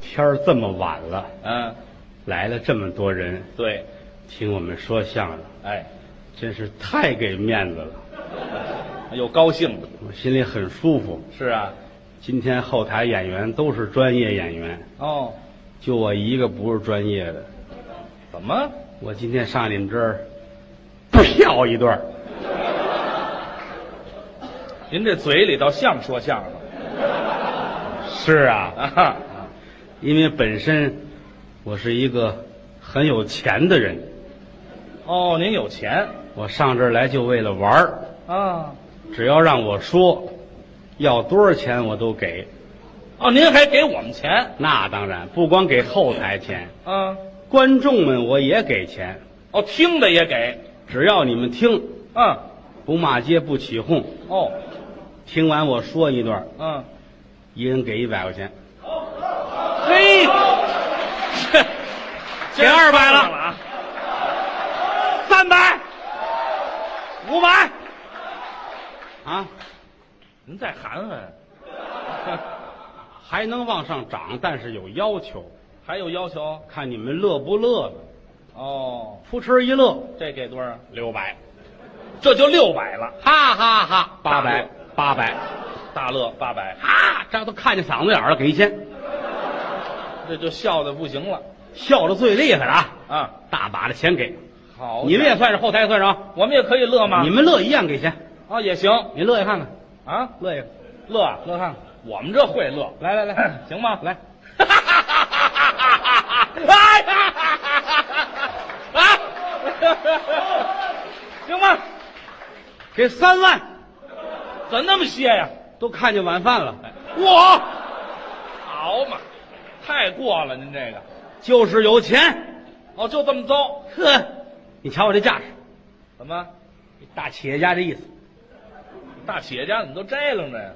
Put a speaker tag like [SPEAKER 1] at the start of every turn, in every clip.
[SPEAKER 1] 天儿这么晚了，
[SPEAKER 2] 嗯，
[SPEAKER 1] 来了这么多人
[SPEAKER 2] 对，
[SPEAKER 1] 听我们说相声，
[SPEAKER 2] 哎，
[SPEAKER 1] 真是太给面子了，
[SPEAKER 2] 又高兴了。
[SPEAKER 1] 我心里很舒服。
[SPEAKER 2] 是啊，
[SPEAKER 1] 今天后台演员都是专业演员，
[SPEAKER 2] 哦，
[SPEAKER 1] 就我一个不是专业的。
[SPEAKER 2] 怎么？
[SPEAKER 1] 我今天上你们这儿跳一段儿，
[SPEAKER 2] 您这嘴里倒像说相声
[SPEAKER 1] 是啊，
[SPEAKER 2] 啊哈？
[SPEAKER 1] 因为本身我是一个很有钱的人，
[SPEAKER 2] 哦，您有钱
[SPEAKER 1] 我上这儿来就为了玩儿。
[SPEAKER 2] 啊？
[SPEAKER 1] 只要让我说，要多少钱我都给。
[SPEAKER 2] 哦，您还给我们钱
[SPEAKER 1] 那当然，不光给后台钱，
[SPEAKER 2] 啊？
[SPEAKER 1] 观众们我也给钱。
[SPEAKER 2] 哦，听的也给，
[SPEAKER 1] 只要你们听，
[SPEAKER 2] 嗯，
[SPEAKER 1] 不骂街不起哄，
[SPEAKER 2] 哦，
[SPEAKER 1] 听完我说一段，
[SPEAKER 2] 嗯，
[SPEAKER 1] 一人给一百块钱，
[SPEAKER 2] 嘿，这
[SPEAKER 1] 给200了
[SPEAKER 2] 啊，
[SPEAKER 1] 三百
[SPEAKER 2] 五百，
[SPEAKER 1] 啊，
[SPEAKER 2] 您再喊喊，
[SPEAKER 1] 还能往上涨，但是有要求，
[SPEAKER 2] 还有要求？
[SPEAKER 1] 看你们乐不乐了。
[SPEAKER 2] 哦，
[SPEAKER 1] 扑哧一乐，
[SPEAKER 2] 这给多少？
[SPEAKER 1] 六百，
[SPEAKER 2] 这就六百了，
[SPEAKER 1] 哈哈哈，八
[SPEAKER 2] 大
[SPEAKER 1] 百
[SPEAKER 2] 乐，
[SPEAKER 1] 八百，
[SPEAKER 2] 大乐八百，
[SPEAKER 1] 啊，这都看见嗓子眼儿了，给一千，
[SPEAKER 2] 这就笑的不行了
[SPEAKER 1] 笑的最厉害了啊，
[SPEAKER 2] 啊！
[SPEAKER 1] 大把的钱给，
[SPEAKER 2] 好，
[SPEAKER 1] 你们也算是后台算上
[SPEAKER 2] 我们也可以乐吗？
[SPEAKER 1] 啊，你们乐一样给钱，
[SPEAKER 2] 啊也行
[SPEAKER 1] 你乐一看看，
[SPEAKER 2] 啊，
[SPEAKER 1] 乐一个，
[SPEAKER 2] 乐啊
[SPEAKER 1] 乐看看，
[SPEAKER 2] 我们这会乐，
[SPEAKER 1] 来来来。
[SPEAKER 2] 行吗？
[SPEAKER 1] 来，
[SPEAKER 2] 哎呀，啊，行吗？
[SPEAKER 1] 给三万，
[SPEAKER 2] 怎那么些呀？
[SPEAKER 1] 都看见晚饭了，
[SPEAKER 2] 我，好嘛，太过了，您这个，
[SPEAKER 1] 就是有钱。
[SPEAKER 2] 哦，就这么糟，
[SPEAKER 1] 呵，你瞧我这架势，
[SPEAKER 2] 怎么？
[SPEAKER 1] 大企业家这意思，
[SPEAKER 2] 大企业家怎么都摘楞着呀？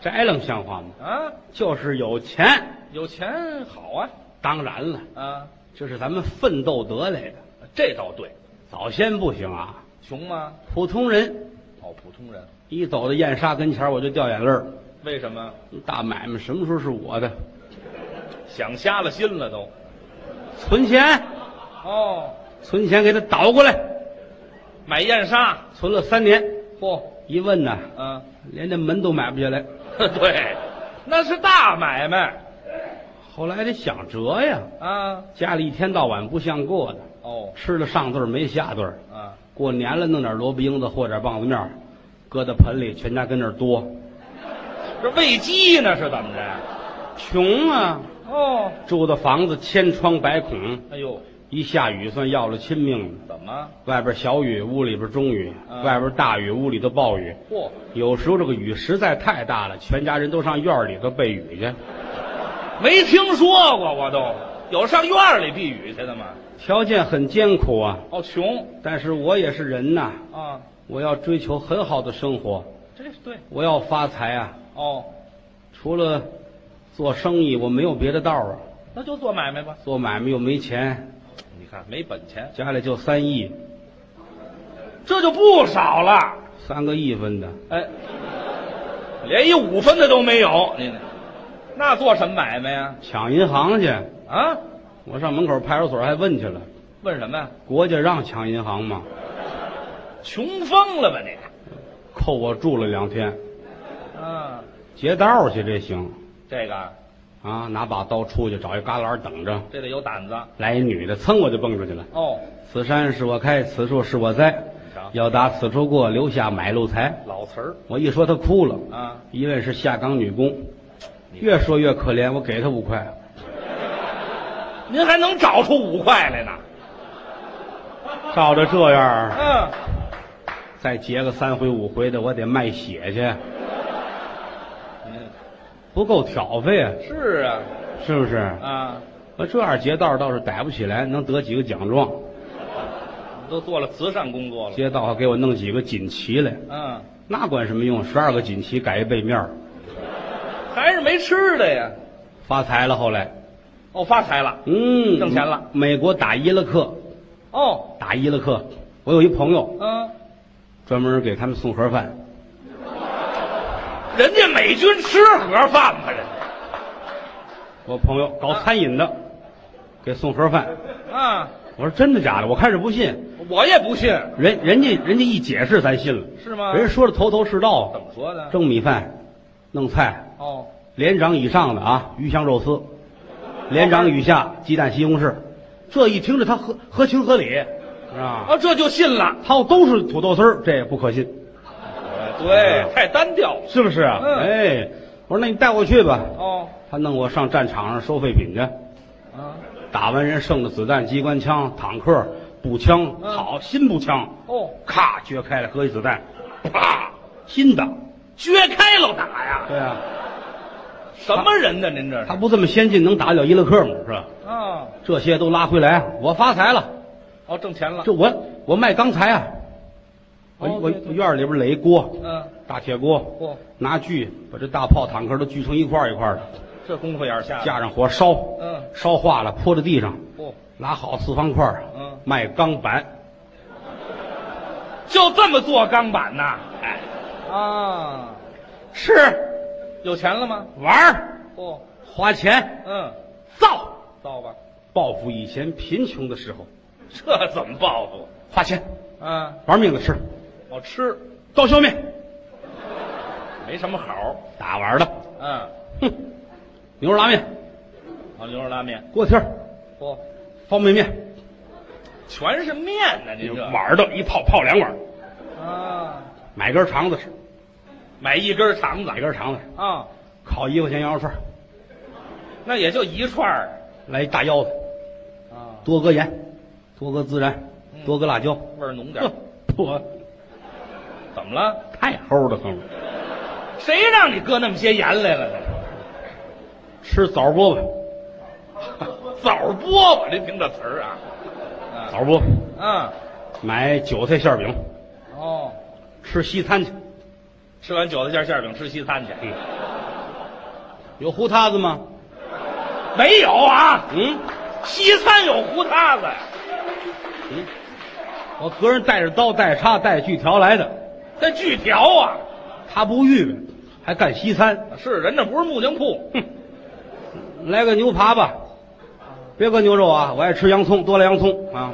[SPEAKER 1] 这挨冷像话吗？
[SPEAKER 2] 啊，
[SPEAKER 1] 就是有钱。
[SPEAKER 2] 有钱好啊，
[SPEAKER 1] 当然了，
[SPEAKER 2] 啊，
[SPEAKER 1] 这是咱们奋斗得来的，
[SPEAKER 2] 这倒对，
[SPEAKER 1] 早先不行啊，
[SPEAKER 2] 穷吗？
[SPEAKER 1] 普通人
[SPEAKER 2] 哦，普通人，
[SPEAKER 1] 一走到燕莎跟前儿我就掉眼泪儿。
[SPEAKER 2] 为什么？
[SPEAKER 1] 大买卖什么时候是我的？
[SPEAKER 2] 想瞎了心了都。
[SPEAKER 1] 存钱，
[SPEAKER 2] 哦，
[SPEAKER 1] 存钱给他倒过来，
[SPEAKER 2] 买燕莎，
[SPEAKER 1] 存了三年，
[SPEAKER 2] 嚯、
[SPEAKER 1] 一问呐，
[SPEAKER 2] 嗯，
[SPEAKER 1] 连这门都买不下来。
[SPEAKER 2] 对，那是大买卖
[SPEAKER 1] 后来得想辙呀，
[SPEAKER 2] 啊。
[SPEAKER 1] 家里一天到晚不像过的，
[SPEAKER 2] 哦，
[SPEAKER 1] 吃了上顿儿没下顿儿。
[SPEAKER 2] 啊，
[SPEAKER 1] 过年了，弄点萝卜缨子和点棒子面儿，搁到盆里，全家跟那儿多，
[SPEAKER 2] 这喂鸡呢是怎么着？
[SPEAKER 1] 穷啊！
[SPEAKER 2] 哦，
[SPEAKER 1] 住的房子千疮百孔，
[SPEAKER 2] 哎呦，
[SPEAKER 1] 一下雨算要了亲命了。
[SPEAKER 2] 怎么？
[SPEAKER 1] 外边小雨，屋里边中雨；
[SPEAKER 2] 嗯
[SPEAKER 1] 外边大雨，屋里头暴雨。
[SPEAKER 2] 嚯、
[SPEAKER 1] 有时候这个雨实在太大了，全家人都上院儿里头避雨去。
[SPEAKER 2] 没听说过，我都有上院儿里避雨去的吗？
[SPEAKER 1] 条件很艰苦啊，
[SPEAKER 2] 哦，穷
[SPEAKER 1] 但是我也是人呐，
[SPEAKER 2] 啊，
[SPEAKER 1] 我要追求很好的生活，
[SPEAKER 2] 这是对。
[SPEAKER 1] 我要发财啊！
[SPEAKER 2] 哦，
[SPEAKER 1] 除了做生意，我没有别的道儿啊。
[SPEAKER 2] 那就做买卖吧。
[SPEAKER 1] 做买卖又没钱，
[SPEAKER 2] 你看没本钱，
[SPEAKER 1] 家里就三亿，
[SPEAKER 2] 这就不少了。
[SPEAKER 1] 三个亿分的，
[SPEAKER 2] 哎，连一五分的都没有，你那做什么买卖呀？
[SPEAKER 1] 抢银行去。
[SPEAKER 2] 啊？
[SPEAKER 1] 我上门口派出所还问去了，
[SPEAKER 2] 问什么呀？
[SPEAKER 1] 国家让抢银行吗？
[SPEAKER 2] 穷疯了吧你？
[SPEAKER 1] 扣我住了两天，
[SPEAKER 2] 啊，
[SPEAKER 1] 劫道去这行
[SPEAKER 2] 这个啊
[SPEAKER 1] 啊！拿把刀出去找一旮旯等着，
[SPEAKER 2] 这得有胆子
[SPEAKER 1] 来一女的，噌我就蹦出去了。
[SPEAKER 2] 哦。
[SPEAKER 1] 此山是我开，此树是我栽，
[SPEAKER 2] 瞧，
[SPEAKER 1] 要打此处过，留下买路财。
[SPEAKER 2] 老词儿
[SPEAKER 1] 我一说她哭了，
[SPEAKER 2] 啊，
[SPEAKER 1] 一位是下岗女工，
[SPEAKER 2] 你
[SPEAKER 1] 越说越可怜，我给她五块。
[SPEAKER 2] 您还能找出五块来呢？
[SPEAKER 1] 照着这样儿，
[SPEAKER 2] 嗯，
[SPEAKER 1] 再结个三回五回的，我得卖血去，不够挑费啊，
[SPEAKER 2] 是啊，
[SPEAKER 1] 是不是？
[SPEAKER 2] 啊，
[SPEAKER 1] 我这样劫道倒是逮不起来，能得几个奖状，
[SPEAKER 2] 都做了慈善工作了。
[SPEAKER 1] 劫道还给我弄几个锦旗来，
[SPEAKER 2] 嗯，
[SPEAKER 1] 那管什么用？十二个锦旗改一背面儿，
[SPEAKER 2] 还是没吃的呀。
[SPEAKER 1] 发财了。后来，
[SPEAKER 2] 哦，发财了。
[SPEAKER 1] 嗯，
[SPEAKER 2] 挣钱了。
[SPEAKER 1] 美国打伊拉克，
[SPEAKER 2] 哦，
[SPEAKER 1] 打伊拉克，我有一朋友
[SPEAKER 2] 嗯，
[SPEAKER 1] 专门给他们送盒饭，
[SPEAKER 2] 人家美军吃盒饭吗？人
[SPEAKER 1] 我朋友搞餐饮的，给送盒饭。
[SPEAKER 2] 啊，
[SPEAKER 1] 我说真的假的？我开始不信，
[SPEAKER 2] 我也不信，
[SPEAKER 1] 人人家人家一解释，咱信了。
[SPEAKER 2] 是吗
[SPEAKER 1] 人家说的头头是道，
[SPEAKER 2] 怎么说的？
[SPEAKER 1] 蒸米饭，弄菜，
[SPEAKER 2] 哦，
[SPEAKER 1] 连长以上的啊，鱼香肉丝；连长以下，鸡蛋西红柿。这一听着他合合情合理，啊，
[SPEAKER 2] 哦，这就信了。
[SPEAKER 1] 他要都是土豆丝儿，这也不可信，
[SPEAKER 2] 哎对，太单调了。
[SPEAKER 1] 是不是啊？
[SPEAKER 2] 嗯
[SPEAKER 1] 哎，我说那你带我去吧。
[SPEAKER 2] 哦，
[SPEAKER 1] 他弄我上战场上收废品去，
[SPEAKER 2] 啊，
[SPEAKER 1] 打完人剩的子弹、机关枪、坦克、步枪，
[SPEAKER 2] 嗯
[SPEAKER 1] 好新步枪，
[SPEAKER 2] 哦，
[SPEAKER 1] 咔撅开了，搁一子弹，啪，新的。
[SPEAKER 2] 撅开了打呀？
[SPEAKER 1] 对啊，
[SPEAKER 2] 什么人呢？您这
[SPEAKER 1] 他
[SPEAKER 2] 是？
[SPEAKER 1] 不这么先进，能打得了伊拉克吗？是吧？
[SPEAKER 2] 啊，
[SPEAKER 1] 这些都拉回来，我发财了。
[SPEAKER 2] 哦，挣钱了。
[SPEAKER 1] 啊这我我卖钢材啊，我
[SPEAKER 2] 哦
[SPEAKER 1] 我
[SPEAKER 2] 对对
[SPEAKER 1] 我院儿里边垒一锅，
[SPEAKER 2] 嗯，
[SPEAKER 1] 大铁锅，
[SPEAKER 2] 嚯，
[SPEAKER 1] 拿锯把这大炮、坦克都锯成一块儿一块儿的，
[SPEAKER 2] 这功夫眼儿下的。
[SPEAKER 1] 架上火烧，
[SPEAKER 2] 嗯，哦
[SPEAKER 1] 烧化了泼到地上，
[SPEAKER 2] 嚯，
[SPEAKER 1] 拉好四方块儿
[SPEAKER 2] 嗯
[SPEAKER 1] 卖钢板，
[SPEAKER 2] 就这么做钢板呐？哎，啊，
[SPEAKER 1] 吃
[SPEAKER 2] 有钱了吗？
[SPEAKER 1] 玩儿
[SPEAKER 2] 嚯，
[SPEAKER 1] 花钱
[SPEAKER 2] 嗯，
[SPEAKER 1] 造，
[SPEAKER 2] 造吧。
[SPEAKER 1] 报复以前贫穷的时候，
[SPEAKER 2] 这怎么报复？
[SPEAKER 1] 花钱
[SPEAKER 2] 啊，
[SPEAKER 1] 玩命的吃，
[SPEAKER 2] 我吃
[SPEAKER 1] 刀削面
[SPEAKER 2] 没什么好。
[SPEAKER 1] 打碗儿的，
[SPEAKER 2] 嗯，
[SPEAKER 1] 哼，牛肉拉面、
[SPEAKER 2] 好哦牛肉拉面，
[SPEAKER 1] 锅贴儿、
[SPEAKER 2] 嚯，
[SPEAKER 1] 方便面，
[SPEAKER 2] 全是面呢，您这
[SPEAKER 1] 碗儿的一泡泡两碗儿，
[SPEAKER 2] 啊，
[SPEAKER 1] 买根肠子吃，
[SPEAKER 2] 买一根肠子
[SPEAKER 1] 买根肠子吃。
[SPEAKER 2] 啊，
[SPEAKER 1] 烤一块钱羊肉串儿，
[SPEAKER 2] 那也就一串儿
[SPEAKER 1] 来一大腰子，
[SPEAKER 2] 啊，
[SPEAKER 1] 多搁盐，多搁孜然，
[SPEAKER 2] 嗯
[SPEAKER 1] 多搁辣椒。
[SPEAKER 2] 味儿浓 点
[SPEAKER 1] 呵
[SPEAKER 2] 儿。，
[SPEAKER 1] 我
[SPEAKER 2] 怎么了？
[SPEAKER 1] 太齁的很了。
[SPEAKER 2] 谁让你搁那么些盐来了呢？
[SPEAKER 1] 吃枣饽 饽，
[SPEAKER 2] 枣饽饽，您听这词儿啊，啊
[SPEAKER 1] 枣饽饽，
[SPEAKER 2] 啊，
[SPEAKER 1] 买韭菜馅儿饼，
[SPEAKER 2] 哦，
[SPEAKER 1] 吃西餐去。
[SPEAKER 2] 吃完韭菜馅儿馅饼吃西餐去？
[SPEAKER 1] 嗯，有胡塌子吗？
[SPEAKER 2] 没有啊，
[SPEAKER 1] 嗯
[SPEAKER 2] 西餐有胡塌子呀，
[SPEAKER 1] 嗯，我个人带着刀、带着叉、带着锯条来的，
[SPEAKER 2] 那锯条啊，
[SPEAKER 1] 他不预备，还干西餐。
[SPEAKER 2] 是人那不是木匠铺，
[SPEAKER 1] 哼，来个牛扒吧，别搁牛肉啊，我爱吃洋葱，多来洋葱啊。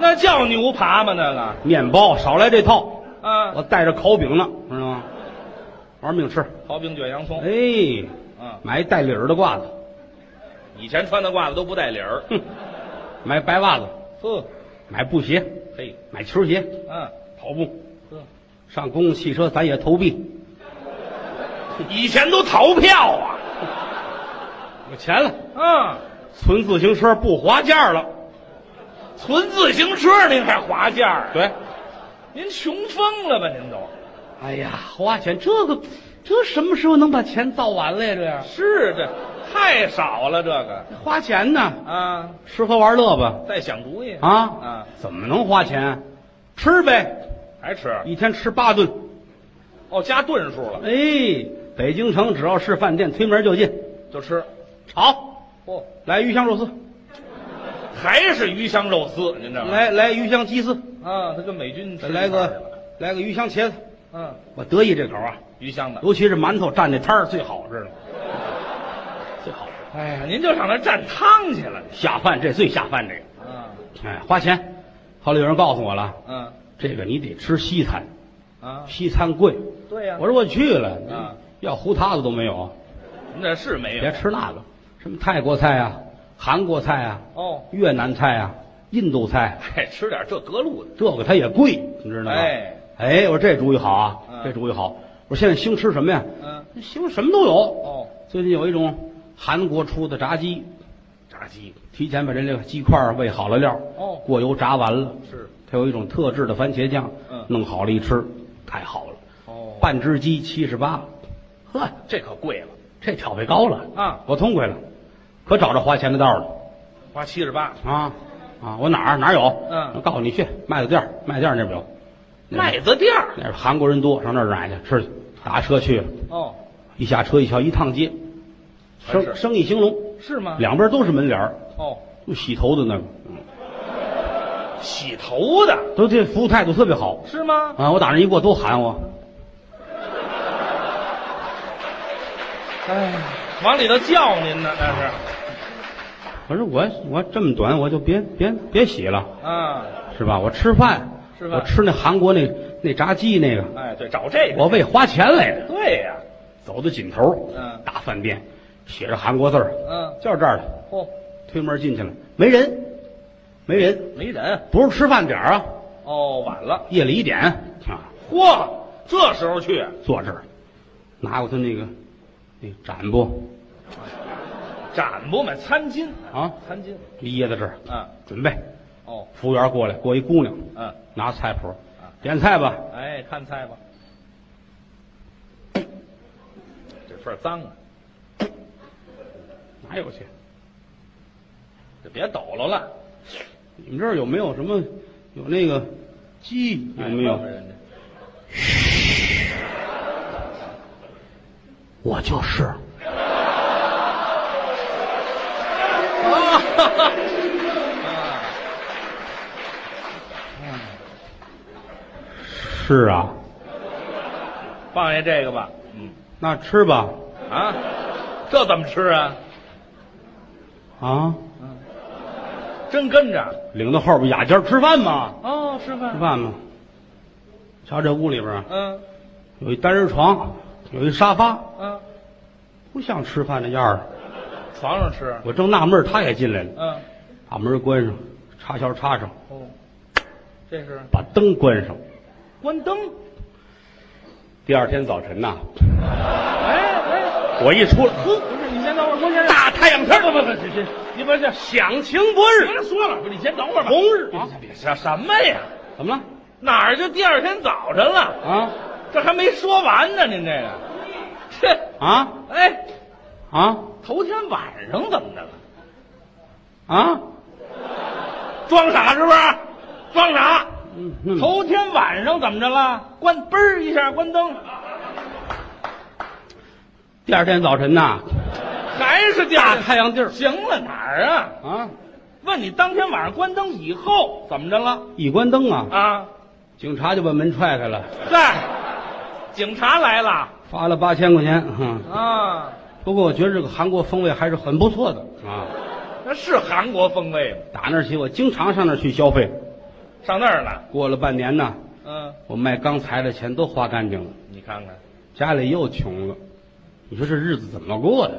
[SPEAKER 2] 那叫牛扒吗？那个
[SPEAKER 1] 面包少来这套。
[SPEAKER 2] 啊，
[SPEAKER 1] 我带着烤饼呢，知道吗？玩命吃。
[SPEAKER 2] 刨冰卷洋葱，
[SPEAKER 1] 哎，
[SPEAKER 2] 啊，
[SPEAKER 1] 买一带领儿的褂子，
[SPEAKER 2] 以前穿的褂子都不带领儿，
[SPEAKER 1] 哼，买白袜子，
[SPEAKER 2] 呵，
[SPEAKER 1] 买布鞋，
[SPEAKER 2] 嘿，
[SPEAKER 1] 买球鞋，
[SPEAKER 2] 嗯，
[SPEAKER 1] 跑步，
[SPEAKER 2] 呵，
[SPEAKER 1] 上公共汽车咱也投币，
[SPEAKER 2] 以前都逃票啊，
[SPEAKER 1] 有钱了，
[SPEAKER 2] 啊，
[SPEAKER 1] 存自行车不划价了。
[SPEAKER 2] 存自行车您还划价儿？啊
[SPEAKER 1] 对，
[SPEAKER 2] 您穷疯了吧？您都
[SPEAKER 1] 哎呀，花钱这个，这什么时候能把钱造完了呀？这样
[SPEAKER 2] 是这太少了，这个
[SPEAKER 1] 花钱呢，
[SPEAKER 2] 啊，
[SPEAKER 1] 吃喝玩乐吧，
[SPEAKER 2] 再想主意
[SPEAKER 1] 啊
[SPEAKER 2] 啊，
[SPEAKER 1] 怎么能花钱？吃呗，
[SPEAKER 2] 还吃
[SPEAKER 1] 一天吃八顿。
[SPEAKER 2] 哦，加顿数了
[SPEAKER 1] 哎，北京城只要是饭店，推门就进。
[SPEAKER 2] 就吃，
[SPEAKER 1] 好，
[SPEAKER 2] 哦，
[SPEAKER 1] 来鱼香肉丝，
[SPEAKER 2] 还是鱼香肉丝，您这
[SPEAKER 1] 来来鱼香鸡丝，
[SPEAKER 2] 啊，他跟美军
[SPEAKER 1] 再
[SPEAKER 2] 吃
[SPEAKER 1] 来
[SPEAKER 2] 一块儿去了
[SPEAKER 1] 个来个鱼香茄子。
[SPEAKER 2] 嗯，
[SPEAKER 1] 我得意这口啊，
[SPEAKER 2] 鱼香的，
[SPEAKER 1] 尤其是馒头蘸那汤儿最好，知道吗？最好，
[SPEAKER 2] 哎呀，您就上那儿蘸汤去了，
[SPEAKER 1] 下饭这最下饭这个。
[SPEAKER 2] 啊，
[SPEAKER 1] 哎，花钱。后来有人告诉我了，
[SPEAKER 2] 嗯
[SPEAKER 1] 这个你得吃西餐，
[SPEAKER 2] 啊，
[SPEAKER 1] 西餐贵。
[SPEAKER 2] 对呀
[SPEAKER 1] 我说我去了，
[SPEAKER 2] 啊
[SPEAKER 1] 要胡塌子都没有，
[SPEAKER 2] 您这是没
[SPEAKER 1] 别
[SPEAKER 2] 有
[SPEAKER 1] 吃那个，什么泰国菜啊、韩国菜啊、
[SPEAKER 2] 哦，
[SPEAKER 1] 越南菜啊、印度菜啊
[SPEAKER 2] 哎，吃点这隔路的，
[SPEAKER 1] 这个它也贵，你知道吗？
[SPEAKER 2] 哎，
[SPEAKER 1] 哎，我说这主意好啊，
[SPEAKER 2] 嗯
[SPEAKER 1] 这主意好。我说现在兴吃什么呀？
[SPEAKER 2] 嗯，
[SPEAKER 1] 兴什么都有。
[SPEAKER 2] 哦，
[SPEAKER 1] 最近有一种韩国出的炸鸡，
[SPEAKER 2] 炸鸡
[SPEAKER 1] 提前把这这个鸡块儿喂好了料，
[SPEAKER 2] 哦
[SPEAKER 1] 过油炸完了，
[SPEAKER 2] 是
[SPEAKER 1] 它有一种特制的番茄酱，
[SPEAKER 2] 嗯
[SPEAKER 1] 弄好了一吃，太好了。
[SPEAKER 2] 哦
[SPEAKER 1] 半只鸡七十八，呵，
[SPEAKER 2] 这可贵了，
[SPEAKER 1] 这挑费高了
[SPEAKER 2] 啊！
[SPEAKER 1] 我痛快了，可找着花钱的道了
[SPEAKER 2] 花七十八，
[SPEAKER 1] 啊啊！我哪儿哪儿有？
[SPEAKER 2] 嗯
[SPEAKER 1] 我告诉你去麦子店儿，麦子店儿那边有。
[SPEAKER 2] 麦子店儿
[SPEAKER 1] 那边韩国人多，上那儿买去吃去。打车去了，
[SPEAKER 2] 哦，
[SPEAKER 1] 一下车一瞧，一趟街，
[SPEAKER 2] 全
[SPEAKER 1] 生
[SPEAKER 2] 是
[SPEAKER 1] 生意兴隆，
[SPEAKER 2] 是吗？
[SPEAKER 1] 两边都是门脸儿，
[SPEAKER 2] 哦，
[SPEAKER 1] 就洗头的那个，嗯
[SPEAKER 2] 洗头的
[SPEAKER 1] 都这服务态度特别好
[SPEAKER 2] 是吗？
[SPEAKER 1] 啊！我打那一过都喊我，
[SPEAKER 2] 哎，往里头叫您呢，那是
[SPEAKER 1] 可是我我这么短，我就别别别洗了，
[SPEAKER 2] 啊，
[SPEAKER 1] 是吧？我吃饭，
[SPEAKER 2] 吃饭
[SPEAKER 1] 我吃那韩国那那炸鸡那个，
[SPEAKER 2] 哎，对，找这个，
[SPEAKER 1] 我为花钱来的。
[SPEAKER 2] 对呀、
[SPEAKER 1] 走到尽头，
[SPEAKER 2] 嗯
[SPEAKER 1] 大饭店，写着韩国字儿，
[SPEAKER 2] 嗯，
[SPEAKER 1] 就是这儿的。
[SPEAKER 2] 嚯、
[SPEAKER 1] 推门进去了，没人，没人，
[SPEAKER 2] 没人，
[SPEAKER 1] 不是吃饭点儿啊，
[SPEAKER 2] 哦，晚了，
[SPEAKER 1] 夜里一点啊，
[SPEAKER 2] 嚯，这时候去
[SPEAKER 1] 坐这儿，拿过他那个那展布
[SPEAKER 2] 展不嘛，餐巾，
[SPEAKER 1] 啊，
[SPEAKER 2] 餐巾，
[SPEAKER 1] 掖在这儿，
[SPEAKER 2] 嗯，
[SPEAKER 1] 准备。
[SPEAKER 2] 哦，
[SPEAKER 1] 服务员过来，过一姑娘，
[SPEAKER 2] 嗯，
[SPEAKER 1] 拿菜谱，点菜吧。
[SPEAKER 2] 哎，看菜吧，这份儿脏啊，
[SPEAKER 1] 哪有去？
[SPEAKER 2] 就别抖搂了，
[SPEAKER 1] 你们这儿有没有什么有那个鸡有没
[SPEAKER 2] 哎
[SPEAKER 1] 有
[SPEAKER 2] 问？问人家
[SPEAKER 1] 我就是。
[SPEAKER 2] 啊哈哈啊，
[SPEAKER 1] 是啊，
[SPEAKER 2] 放下这个吧，嗯，
[SPEAKER 1] 那吃吧。
[SPEAKER 2] 啊，这怎么吃啊？
[SPEAKER 1] 啊，
[SPEAKER 2] 真跟着啊
[SPEAKER 1] 领到后边雅间儿吃饭嘛，
[SPEAKER 2] 哦，吃饭
[SPEAKER 1] 吃饭嘛。瞧这屋里边啊，
[SPEAKER 2] 嗯
[SPEAKER 1] 有一单人床，有一沙发，
[SPEAKER 2] 嗯，
[SPEAKER 1] 不像吃饭的样儿。
[SPEAKER 2] 床上吃，
[SPEAKER 1] 我正纳闷儿，他也进来了，
[SPEAKER 2] 嗯，
[SPEAKER 1] 把门关上，插销插上，
[SPEAKER 2] 哦，这是
[SPEAKER 1] 把灯关上。
[SPEAKER 2] 关灯，
[SPEAKER 1] 第二天早晨呐，
[SPEAKER 2] 哎哎，
[SPEAKER 1] 我一出来，
[SPEAKER 2] 不是，你先等会儿，关先生，
[SPEAKER 1] 大太阳天儿，
[SPEAKER 2] 不不不，这你不是
[SPEAKER 1] 响晴不日，
[SPEAKER 2] 别说了，不是，你先等会儿吧。
[SPEAKER 1] 红日
[SPEAKER 2] 啊
[SPEAKER 1] 啊，
[SPEAKER 2] 别什什么呀？
[SPEAKER 1] 怎么了？
[SPEAKER 2] 哪儿就第二天早晨了？
[SPEAKER 1] 啊
[SPEAKER 2] 这还没说完呢，您这个，这
[SPEAKER 1] 啊
[SPEAKER 2] 哎，
[SPEAKER 1] 啊
[SPEAKER 2] 头天晚上怎么的了？
[SPEAKER 1] 啊！
[SPEAKER 2] 装傻是不是？装傻。
[SPEAKER 1] 嗯，那么
[SPEAKER 2] 头天晚上怎么着了？关嘣儿一下关灯，
[SPEAKER 1] 第二天早晨呐，
[SPEAKER 2] 还是第二
[SPEAKER 1] 大
[SPEAKER 2] 天
[SPEAKER 1] 太阳地儿
[SPEAKER 2] 行了哪儿啊？
[SPEAKER 1] 啊，
[SPEAKER 2] 问你当天晚上关灯以后怎么着了？
[SPEAKER 1] 一关灯啊，
[SPEAKER 2] 啊，
[SPEAKER 1] 警察就把门踹开了，
[SPEAKER 2] 在，警察来了
[SPEAKER 1] 罚了八千块钱。嗯，
[SPEAKER 2] 啊，
[SPEAKER 1] 不过我觉得这个韩国风味还是很不错的啊。
[SPEAKER 2] 那是韩国风味吗？
[SPEAKER 1] 打那儿起，我经常上那儿去消费。
[SPEAKER 2] 上那儿了，
[SPEAKER 1] 过了半年呢，
[SPEAKER 2] 嗯，
[SPEAKER 1] 我卖钢材的钱都花干净了，
[SPEAKER 2] 你看看，
[SPEAKER 1] 家里又穷了。你说这日子怎么过的？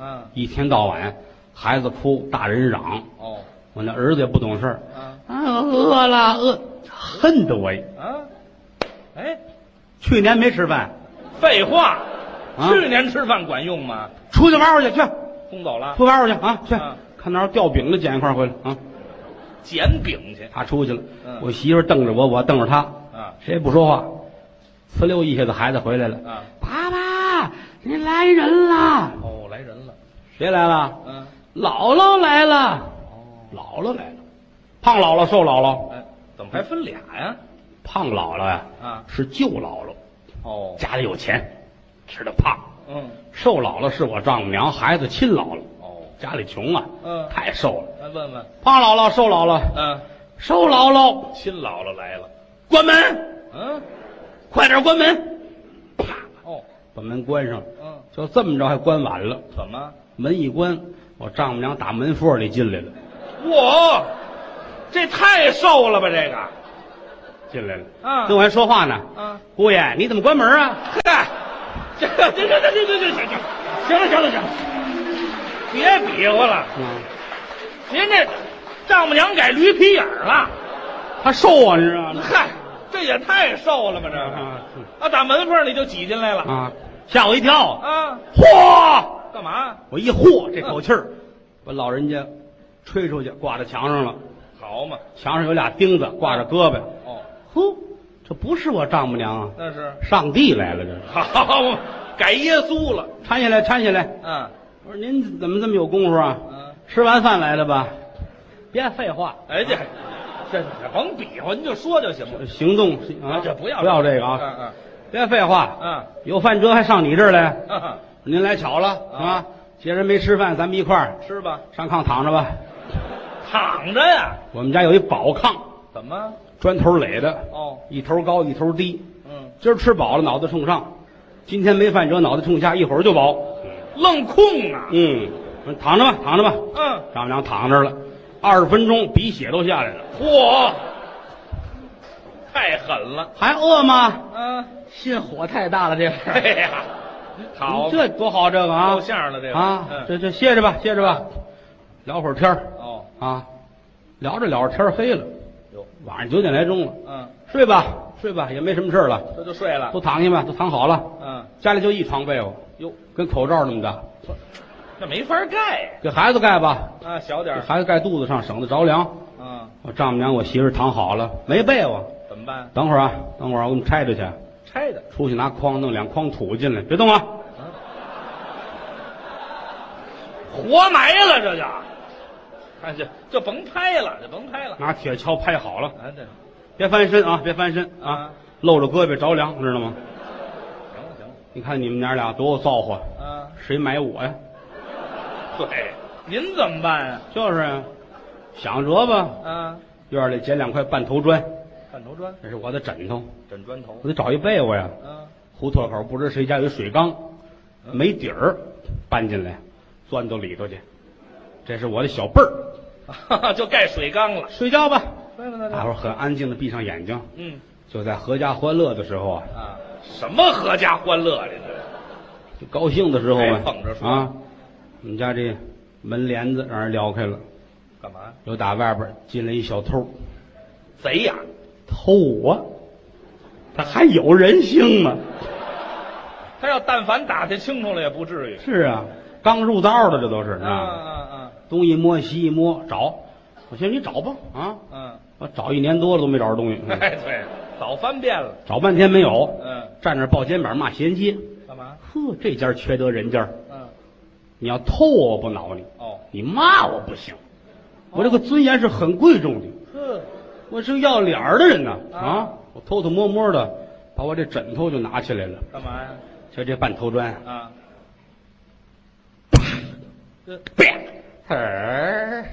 [SPEAKER 2] 嗯，
[SPEAKER 1] 一天到晚，孩子哭，大人嚷。
[SPEAKER 2] 哦，
[SPEAKER 1] 我那儿子也不懂事儿，
[SPEAKER 2] 啊
[SPEAKER 1] 啊，饿了，饿，恨得我。
[SPEAKER 2] 啊，哎，
[SPEAKER 1] 去年没吃饭，
[SPEAKER 2] 废话，
[SPEAKER 1] 啊
[SPEAKER 2] 去年吃饭管用吗？
[SPEAKER 1] 出去玩会儿去，去
[SPEAKER 2] 轰走了，
[SPEAKER 1] 出去玩会儿去啊，去
[SPEAKER 2] 啊
[SPEAKER 1] 看哪儿掉饼的捡一块儿回来啊。
[SPEAKER 2] 捡饼去
[SPEAKER 1] 他出去了，
[SPEAKER 2] 嗯
[SPEAKER 1] 我媳妇儿瞪着我，我瞪着他，
[SPEAKER 2] 啊
[SPEAKER 1] 谁也不说话。呲溜一下子，孩子回来了，
[SPEAKER 2] 啊，
[SPEAKER 1] 爸爸，你来人啦！
[SPEAKER 2] 哦，来人了，
[SPEAKER 1] 谁来了？
[SPEAKER 2] 嗯，
[SPEAKER 1] 姥姥来了，
[SPEAKER 2] 哦，
[SPEAKER 1] 姥姥来了，胖姥姥、瘦姥姥，
[SPEAKER 2] 哎，怎么还分俩呀？
[SPEAKER 1] 胖姥姥呀、
[SPEAKER 2] 啊，
[SPEAKER 1] 是舅姥姥，
[SPEAKER 2] 哦，
[SPEAKER 1] 家里有钱，吃的胖；
[SPEAKER 2] 嗯，
[SPEAKER 1] 瘦姥姥是我丈母娘孩子亲姥姥，
[SPEAKER 2] 哦，
[SPEAKER 1] 家里穷啊，
[SPEAKER 2] 嗯
[SPEAKER 1] 太瘦了。
[SPEAKER 2] 来问问，
[SPEAKER 1] 胖姥姥、瘦姥姥，
[SPEAKER 2] 嗯，
[SPEAKER 1] 瘦姥姥，
[SPEAKER 2] 亲姥姥来了，
[SPEAKER 1] 关门，
[SPEAKER 2] 嗯，
[SPEAKER 1] 快点关门，啪，
[SPEAKER 2] 哦，
[SPEAKER 1] 把门关上了。
[SPEAKER 2] 嗯，
[SPEAKER 1] 就这么着还关晚了，
[SPEAKER 2] 怎么？
[SPEAKER 1] 门一关，我丈母娘打门缝里进来了，
[SPEAKER 2] 我这太瘦了吧？这个，
[SPEAKER 1] 进来了，
[SPEAKER 2] 啊
[SPEAKER 1] 跟我还说话呢。
[SPEAKER 2] 啊，
[SPEAKER 1] 姑爷，你怎么关门啊？
[SPEAKER 2] 嗨，这这这这这这这这，行了行了行了，别比划了，
[SPEAKER 1] 啊，
[SPEAKER 2] 您这丈母娘改驴皮眼儿了，
[SPEAKER 1] 他瘦啊，你知道吗？
[SPEAKER 2] 嗨，这也太瘦了吧？这个
[SPEAKER 1] 啊
[SPEAKER 2] 啊，打门缝里就挤进来了
[SPEAKER 1] 啊，吓我一跳，
[SPEAKER 2] 啊？
[SPEAKER 1] 嚯！
[SPEAKER 2] 干嘛？
[SPEAKER 1] 我一嚯，这口气儿，把老人家吹出去，挂在墙上了。
[SPEAKER 2] 好嘛，
[SPEAKER 1] 墙上有俩钉子挂着胳膊，
[SPEAKER 2] 哦，
[SPEAKER 1] 呼，这不是我丈母娘啊，
[SPEAKER 2] 那是
[SPEAKER 1] 上帝来了，这是
[SPEAKER 2] 好嘛，改耶稣了，
[SPEAKER 1] 搀下来，搀下来。
[SPEAKER 2] 嗯
[SPEAKER 1] 我说您怎么这么有功夫啊？
[SPEAKER 2] 嗯。
[SPEAKER 1] 吃完饭来了吧？别废话，
[SPEAKER 2] 哎，这这这甭比划，您就说就行了。
[SPEAKER 1] 行动啊，
[SPEAKER 2] 这不要
[SPEAKER 1] 不要这个啊，
[SPEAKER 2] 嗯
[SPEAKER 1] 别废话，
[SPEAKER 2] 嗯
[SPEAKER 1] 有饭辙还上你这儿来？
[SPEAKER 2] 嗯嗯，
[SPEAKER 1] 您来巧了
[SPEAKER 2] 啊
[SPEAKER 1] 啊，既然没吃饭，咱们一块儿
[SPEAKER 2] 吃吧，
[SPEAKER 1] 上炕躺着吧。
[SPEAKER 2] 躺着呀？
[SPEAKER 1] 我们家有一宝炕，
[SPEAKER 2] 怎么？
[SPEAKER 1] 砖头垒的，
[SPEAKER 2] 哦，
[SPEAKER 1] 一头高一头低。
[SPEAKER 2] 嗯，
[SPEAKER 1] 今儿吃饱了，脑袋冲上；今天没饭辙，脑袋冲下，一会儿就饱。
[SPEAKER 2] 愣空啊！
[SPEAKER 1] 嗯，躺着吧，躺着吧。
[SPEAKER 2] 嗯，
[SPEAKER 1] 丈母娘躺那儿了，二十分钟，鼻血都下来了。
[SPEAKER 2] 嚯，太狠了！
[SPEAKER 1] 还饿吗？
[SPEAKER 2] 嗯，
[SPEAKER 1] 心火太大 了，这会
[SPEAKER 2] 哎呀，好，
[SPEAKER 1] 这多好，这个啊，
[SPEAKER 2] 够相了，这个
[SPEAKER 1] 啊，
[SPEAKER 2] 哦嗯
[SPEAKER 1] 这这歇着吧，歇着吧，聊会儿天儿
[SPEAKER 2] 哦，
[SPEAKER 1] 啊，聊着聊着天儿黑了，
[SPEAKER 2] 哟，
[SPEAKER 1] 晚上九点来钟了，
[SPEAKER 2] 嗯，
[SPEAKER 1] 睡吧，睡吧，也没什么事儿了，
[SPEAKER 2] 这就睡了
[SPEAKER 1] 都。躺下吧，都躺好了，
[SPEAKER 2] 嗯，
[SPEAKER 1] 家里就一床被窝，
[SPEAKER 2] 哟，
[SPEAKER 1] 跟口罩那么大，
[SPEAKER 2] 这没法盖
[SPEAKER 1] 给孩子盖吧，
[SPEAKER 2] 啊，小点
[SPEAKER 1] 给
[SPEAKER 2] 儿。
[SPEAKER 1] 孩子盖肚子上，省得着凉。
[SPEAKER 2] 嗯，
[SPEAKER 1] 我丈母娘，我媳妇儿躺好了，没被窝，
[SPEAKER 2] 怎么办？
[SPEAKER 1] 等会儿啊，等会儿啊我们拆着去，
[SPEAKER 2] 拆的。嗯
[SPEAKER 1] 出去拿筐弄两筐土进来，别动啊，
[SPEAKER 2] 活埋了，这就，哎，这就甭拍了，就甭拍了。
[SPEAKER 1] 拿铁锹拍好了，
[SPEAKER 2] 啊，这
[SPEAKER 1] 别翻身啊，别翻身啊
[SPEAKER 2] 啊，
[SPEAKER 1] 露着胳膊着凉，知道吗？
[SPEAKER 2] 行了行
[SPEAKER 1] 你看你们娘俩多有造化，
[SPEAKER 2] 了啊，
[SPEAKER 1] 谁买我呀？
[SPEAKER 2] 对，您怎么办呀、
[SPEAKER 1] 就是啊，想辙吧。
[SPEAKER 2] 啊？啊，
[SPEAKER 1] 院里捡两块半头砖，
[SPEAKER 2] 半头砖，
[SPEAKER 1] 这是我的枕头，
[SPEAKER 2] 枕砖头
[SPEAKER 1] 我。得找一被窝呀。
[SPEAKER 2] 啊，嗯
[SPEAKER 1] 胡同口不知谁家有水缸，没底儿，搬进来，钻到里头去。这是我的小被儿，
[SPEAKER 2] 就盖水缸了。
[SPEAKER 1] 睡觉吧。
[SPEAKER 2] 对了
[SPEAKER 1] 大伙儿很安静的闭上眼睛，
[SPEAKER 2] 嗯
[SPEAKER 1] 就在阖家欢乐的时候啊，
[SPEAKER 2] 啊，什么合家欢乐呀？这
[SPEAKER 1] 就高兴的时候啊
[SPEAKER 2] 还哎捧着，说
[SPEAKER 1] 啊，我们家这门帘子让人撩开了，
[SPEAKER 2] 干嘛？
[SPEAKER 1] 又打外边进来一小偷。
[SPEAKER 2] 贼呀、
[SPEAKER 1] 嗯偷我，他还有人性吗？
[SPEAKER 2] 他要但凡打听清楚了，也不至于。
[SPEAKER 1] 是啊，刚入道的这都是
[SPEAKER 2] 啊
[SPEAKER 1] 啊，
[SPEAKER 2] 啊
[SPEAKER 1] 东一摸西一摸找，我寻思你找吧啊，
[SPEAKER 2] 啊啊！
[SPEAKER 1] 我找一年多了都没找着东 西，嗯
[SPEAKER 2] 哎，对，早翻遍了。
[SPEAKER 1] 找半天没有，
[SPEAKER 2] 嗯，
[SPEAKER 1] 站那儿抱肩膀骂衔接，
[SPEAKER 2] 干嘛？
[SPEAKER 1] 呵，这家缺德人家，
[SPEAKER 2] 嗯，
[SPEAKER 1] 你要偷我我不恼你，
[SPEAKER 2] 哦，
[SPEAKER 1] 你骂我不行，我这个尊严是很贵重的，
[SPEAKER 2] 呵，
[SPEAKER 1] 我是个要脸儿的人呐啊
[SPEAKER 2] 啊，
[SPEAKER 1] 我偷偷摸摸的把我这枕头就拿起来了，
[SPEAKER 2] 干嘛呀？
[SPEAKER 1] 就这半头砖。
[SPEAKER 2] 啊，这
[SPEAKER 1] 儿，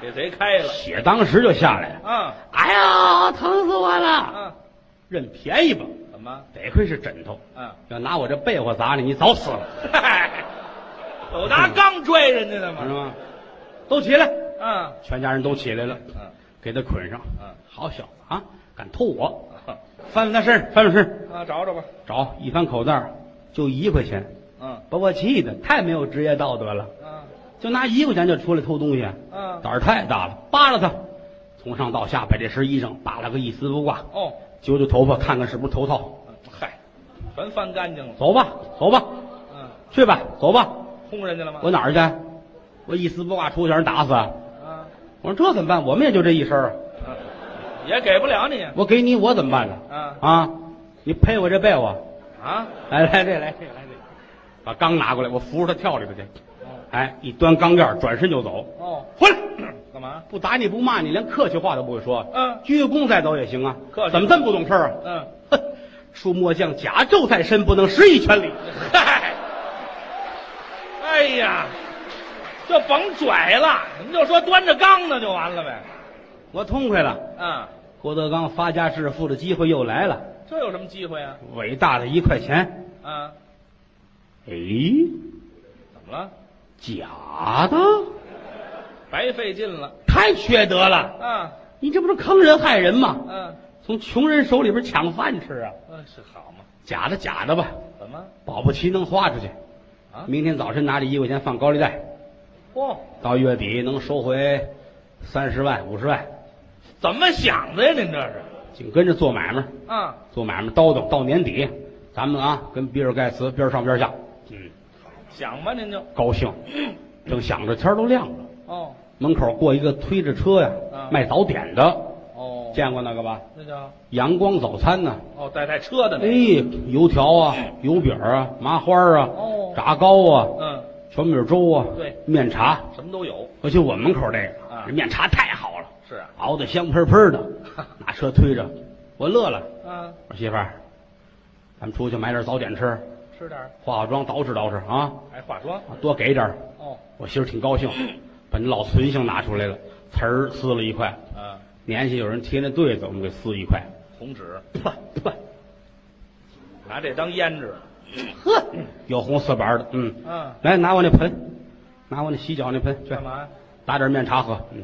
[SPEAKER 2] 给谁开了？
[SPEAKER 1] 血当时就下来了。
[SPEAKER 2] 啊
[SPEAKER 1] 哎呀，疼死我了！
[SPEAKER 2] 啊，
[SPEAKER 1] 认便宜吧，
[SPEAKER 2] 怎么？
[SPEAKER 1] 得亏是枕头，
[SPEAKER 2] 啊，
[SPEAKER 1] 要拿我这被窝砸你，你早死了，
[SPEAKER 2] 嗨，有拿钢拽人家
[SPEAKER 1] 知
[SPEAKER 2] 的吗？
[SPEAKER 1] 道嗯吗？都起来，
[SPEAKER 2] 啊，
[SPEAKER 1] 全家人都起来了，
[SPEAKER 2] 嗯
[SPEAKER 1] 给他捆上。
[SPEAKER 2] 嗯
[SPEAKER 1] 好小子啊，敢偷我！
[SPEAKER 2] 啊
[SPEAKER 1] 翻翻他身上，翻翻身上，
[SPEAKER 2] 啊，找找吧。
[SPEAKER 1] 找一翻口袋，就一块钱，
[SPEAKER 2] 嗯
[SPEAKER 1] 把我气的太没有职业道德了，
[SPEAKER 2] 啊
[SPEAKER 1] 就拿一块钱就出来偷东西，
[SPEAKER 2] 啊，
[SPEAKER 1] 胆儿太大了，扒拉他，从上到下把这身衣裳扒拉个一丝不挂。
[SPEAKER 2] 哦，
[SPEAKER 1] 揪揪头发，看看是不是头套。
[SPEAKER 2] 嗯嗨，全翻干净了。
[SPEAKER 1] 走吧，走吧，
[SPEAKER 2] 嗯，
[SPEAKER 1] 去吧，走吧。
[SPEAKER 2] 轰人家了吗？
[SPEAKER 1] 我哪儿去？我一丝不挂出去，让人打死。
[SPEAKER 2] 啊，
[SPEAKER 1] 我说这怎么办？我们也就这一身儿，
[SPEAKER 2] 啊也给不了你。
[SPEAKER 1] 我给你我怎么办呢？
[SPEAKER 2] 啊
[SPEAKER 1] 啊，你赔我这被窝。
[SPEAKER 2] 啊，
[SPEAKER 1] 来来这来这来这，把缸拿过来，我扶着他跳里头去。
[SPEAKER 2] 哦
[SPEAKER 1] 哎，一端缸盖儿，转身就走。
[SPEAKER 2] 哦，
[SPEAKER 1] 回来，
[SPEAKER 2] 干嘛？
[SPEAKER 1] 不打你不骂你，连客气话都不会说。
[SPEAKER 2] 嗯
[SPEAKER 1] 鞠个躬再走也行啊。
[SPEAKER 2] 客气
[SPEAKER 1] 怎么这么不懂事儿啊？
[SPEAKER 2] 嗯，
[SPEAKER 1] 哼，恕末将甲胄在身，不能失一全礼。
[SPEAKER 2] 嗨，哎呀，就甭拽了，您就说端着缸呢就完了呗。
[SPEAKER 1] 我痛快了。
[SPEAKER 2] 啊，
[SPEAKER 1] 郭德纲发家致富的机会又来了，
[SPEAKER 2] 这有什么机会啊？
[SPEAKER 1] 伟大的一块钱，
[SPEAKER 2] 啊，
[SPEAKER 1] 哎，
[SPEAKER 2] 怎么了？
[SPEAKER 1] 假的，
[SPEAKER 2] 白费劲了
[SPEAKER 1] 太缺德了！
[SPEAKER 2] 啊？
[SPEAKER 1] 你这不是坑人害人吗？
[SPEAKER 2] 嗯，
[SPEAKER 1] 从穷人手里边抢饭吃啊！
[SPEAKER 2] 嗯，是好嘛？
[SPEAKER 1] 假的假的吧，
[SPEAKER 2] 怎么？
[SPEAKER 1] 保不齐能花出去。
[SPEAKER 2] 啊哦
[SPEAKER 1] 明天早晨拿着一块钱放高利贷，
[SPEAKER 2] 嚯，
[SPEAKER 1] 到月底能收回三十万、五十万，
[SPEAKER 2] 怎么想的呀？您这是？
[SPEAKER 1] 紧跟着做买卖，
[SPEAKER 2] 啊，
[SPEAKER 1] 做买卖叨叨到年底，咱们啊跟比尔盖茨边上边下，嗯，
[SPEAKER 2] 想吧，您就
[SPEAKER 1] 高兴。正想着天儿都亮了。
[SPEAKER 2] 哦
[SPEAKER 1] 门口过一个推着车呀、
[SPEAKER 2] 嗯
[SPEAKER 1] 卖早点的，
[SPEAKER 2] 哦，
[SPEAKER 1] 见过那个吧？
[SPEAKER 2] 那叫
[SPEAKER 1] 阳光早餐呢、
[SPEAKER 2] 哦带带车的
[SPEAKER 1] 哎
[SPEAKER 2] 那。，
[SPEAKER 1] 油条啊，油饼啊，麻花啊，
[SPEAKER 2] 哦
[SPEAKER 1] 炸糕啊，
[SPEAKER 2] 嗯，
[SPEAKER 1] 小米粥啊，
[SPEAKER 2] 对，
[SPEAKER 1] 面茶，
[SPEAKER 2] 什么都有。
[SPEAKER 1] 尤其我们门口这个，
[SPEAKER 2] 啊
[SPEAKER 1] 这面茶太好了，
[SPEAKER 2] 是啊，
[SPEAKER 1] 熬的香喷喷的，拿车推着，我乐了，
[SPEAKER 2] 啊，
[SPEAKER 1] 我说媳妇儿，咱们出去买点早点吃，
[SPEAKER 2] 吃点儿，
[SPEAKER 1] 化化妆，捯饬捯饬啊，
[SPEAKER 2] 还哎化妆。
[SPEAKER 1] 多给点儿。
[SPEAKER 2] 哦，
[SPEAKER 1] 我媳妇儿挺高兴，把那老存性拿出来了，词儿撕了一块。
[SPEAKER 2] 啊，
[SPEAKER 1] 年下有人贴那对子，我们给撕一块，
[SPEAKER 2] 红纸，
[SPEAKER 1] 啪啪，
[SPEAKER 2] 拿这当胭脂。
[SPEAKER 1] 呵， 有红四板的，嗯
[SPEAKER 2] 嗯
[SPEAKER 1] 来拿我那盆，拿我那洗脚那盆，去
[SPEAKER 2] 干嘛？
[SPEAKER 1] 打点面茶喝，嗯，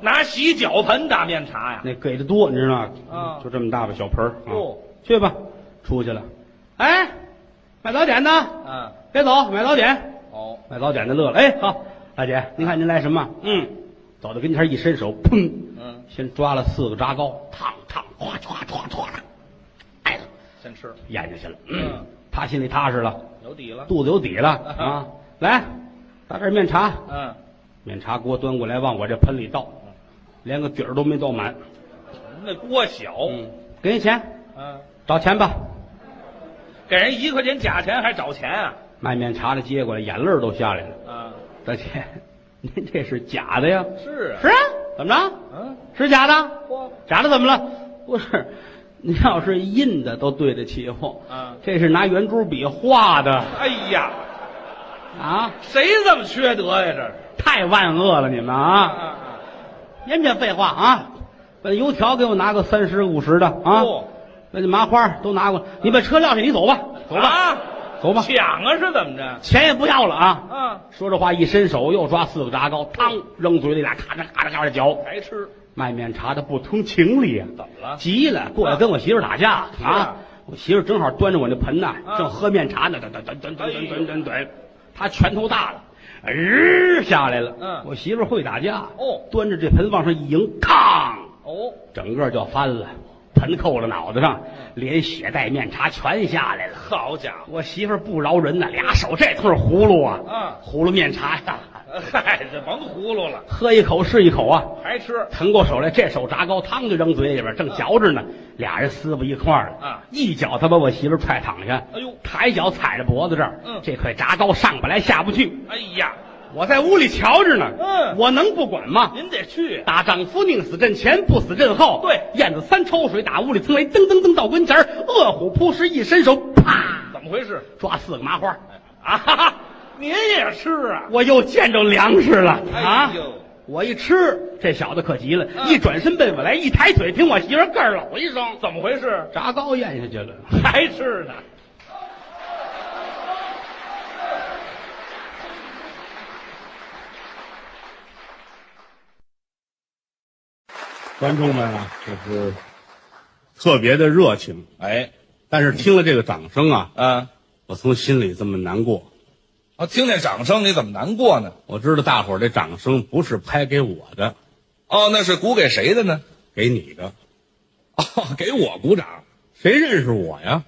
[SPEAKER 2] 拿洗脚盆打面茶呀？
[SPEAKER 1] 那给的多，你知道吗？
[SPEAKER 2] 啊
[SPEAKER 1] 就这么大吧，小盆儿啊
[SPEAKER 2] 哦，
[SPEAKER 1] 去吧，出去了，哎，买早点的，
[SPEAKER 2] 嗯，
[SPEAKER 1] 别走，买早点，
[SPEAKER 2] 哦，
[SPEAKER 1] 买早点的乐了，哎，好，大姐，您看您来什么？嗯，走到跟前一伸手，砰，
[SPEAKER 2] 嗯，
[SPEAKER 1] 先抓了四个炸糕，烫烫，哗唰唰唰，哎，
[SPEAKER 2] 先吃，
[SPEAKER 1] 咽下去了，
[SPEAKER 2] 嗯，
[SPEAKER 1] 他心里踏实了。
[SPEAKER 2] 有底了。
[SPEAKER 1] 肚子有底了啊！来，打点面茶，
[SPEAKER 2] 嗯，
[SPEAKER 1] 面茶给我端过来，往我这盆里倒，连个底儿都没倒满。
[SPEAKER 2] 那锅小，
[SPEAKER 1] 嗯，给你钱，
[SPEAKER 2] 嗯，
[SPEAKER 1] 找钱吧。
[SPEAKER 2] 给人一块钱假钱还找钱啊？
[SPEAKER 1] 卖面茶的接过来，眼泪儿都下来了。
[SPEAKER 2] 啊，
[SPEAKER 1] 大姐， 您这是假的呀？
[SPEAKER 2] 是啊
[SPEAKER 1] 是，啊，怎么着？
[SPEAKER 2] 嗯，
[SPEAKER 1] 是假的？
[SPEAKER 2] 嚯，
[SPEAKER 1] 假的怎么了？不是，您要是印的都对得起我。
[SPEAKER 2] 嗯
[SPEAKER 1] 这是拿圆珠笔画的
[SPEAKER 2] 哎呀，
[SPEAKER 1] 啊！
[SPEAKER 2] 谁这么缺德呀？这是
[SPEAKER 1] 太万恶了，你们啊！
[SPEAKER 2] 啊，
[SPEAKER 1] 别别废话啊！把油条给我拿个三十五十的啊！
[SPEAKER 2] 哦
[SPEAKER 1] 把那麻花都拿过来，你把车撂下，你走吧，走
[SPEAKER 2] 啊
[SPEAKER 1] 吧，
[SPEAKER 2] 吧，
[SPEAKER 1] 走吧，
[SPEAKER 2] 抢啊是怎么着？
[SPEAKER 1] 钱也不要了啊！
[SPEAKER 2] 啊，
[SPEAKER 1] 说这话一伸手，又抓四个炸糕，嘡扔嘴里俩，咔嚓咔嚓咔嚓嚼。
[SPEAKER 2] 白吃，
[SPEAKER 1] 卖面茶的不通情理呀、
[SPEAKER 2] 怎么了
[SPEAKER 1] 急了，过来跟我媳妇儿打架
[SPEAKER 2] 是
[SPEAKER 1] 啊
[SPEAKER 2] 啊！
[SPEAKER 1] 我媳妇儿正好端着我那盆呐，
[SPEAKER 2] 啊
[SPEAKER 1] 正喝面茶呢，噔噔噔噔噔噔噔噔
[SPEAKER 2] 哎
[SPEAKER 1] 噔，她拳头大了，哎，下来了。
[SPEAKER 2] 嗯
[SPEAKER 1] 我媳妇儿会打架
[SPEAKER 2] 哦
[SPEAKER 1] 端着这盆往上一迎，吭，
[SPEAKER 2] 哦，
[SPEAKER 1] 整个就翻了，盆扣了脑袋上，连血带面茶全下来了。
[SPEAKER 2] 好家伙，
[SPEAKER 1] 我媳妇儿不饶人呐，俩手这通是葫芦啊，
[SPEAKER 2] 嗯
[SPEAKER 1] 葫芦面茶呀，
[SPEAKER 2] 嗨，这甭葫芦了，
[SPEAKER 1] 喝一口是一口啊。
[SPEAKER 2] 还吃，
[SPEAKER 1] 腾过手来，这手炸糕汤就扔嘴里边，正嚼着呢，俩人撕巴一块儿了。
[SPEAKER 2] 啊
[SPEAKER 1] 一脚他把我媳妇儿踹躺下，
[SPEAKER 2] 哎呦
[SPEAKER 1] 抬脚踩着脖子这儿，
[SPEAKER 2] 嗯
[SPEAKER 1] 这块炸糕上不来下不去。
[SPEAKER 2] 哎呀，
[SPEAKER 1] 我在屋里瞧着呢，
[SPEAKER 2] 嗯
[SPEAKER 1] 我能不管吗？
[SPEAKER 2] 您得去，啊
[SPEAKER 1] 打丈夫宁死阵前，不死阵后。
[SPEAKER 2] 对
[SPEAKER 1] 燕子三抽水打屋里从来，噔噔噔到跟前儿，饿虎扑食一伸手，啪，
[SPEAKER 2] 怎么回事？
[SPEAKER 1] 抓四个麻花儿。
[SPEAKER 2] 啊哈哈，您也吃啊？
[SPEAKER 1] 我又见着粮食了啊！
[SPEAKER 2] 哎呦
[SPEAKER 1] 我一吃，这小子可急了，
[SPEAKER 2] 嗯
[SPEAKER 1] 一转身奔我来，一抬腿，听我媳妇儿咯儿老一声，
[SPEAKER 2] 怎么回事？
[SPEAKER 1] 炸糕咽下去了。
[SPEAKER 2] 还吃呢？
[SPEAKER 3] 观众们啊，这是特别的热情。
[SPEAKER 4] 哎，
[SPEAKER 3] 但是听了这个掌声啊，
[SPEAKER 2] 嗯
[SPEAKER 4] 啊，
[SPEAKER 3] 我从心里这么难过。
[SPEAKER 4] 啊，听见掌声你怎么难过呢？
[SPEAKER 3] 我知道大伙儿这掌声不是拍给我的，
[SPEAKER 4] 哦，那是鼓给谁的呢？
[SPEAKER 3] 给你的。
[SPEAKER 4] 哦，给我鼓掌
[SPEAKER 3] 谁认识我呀？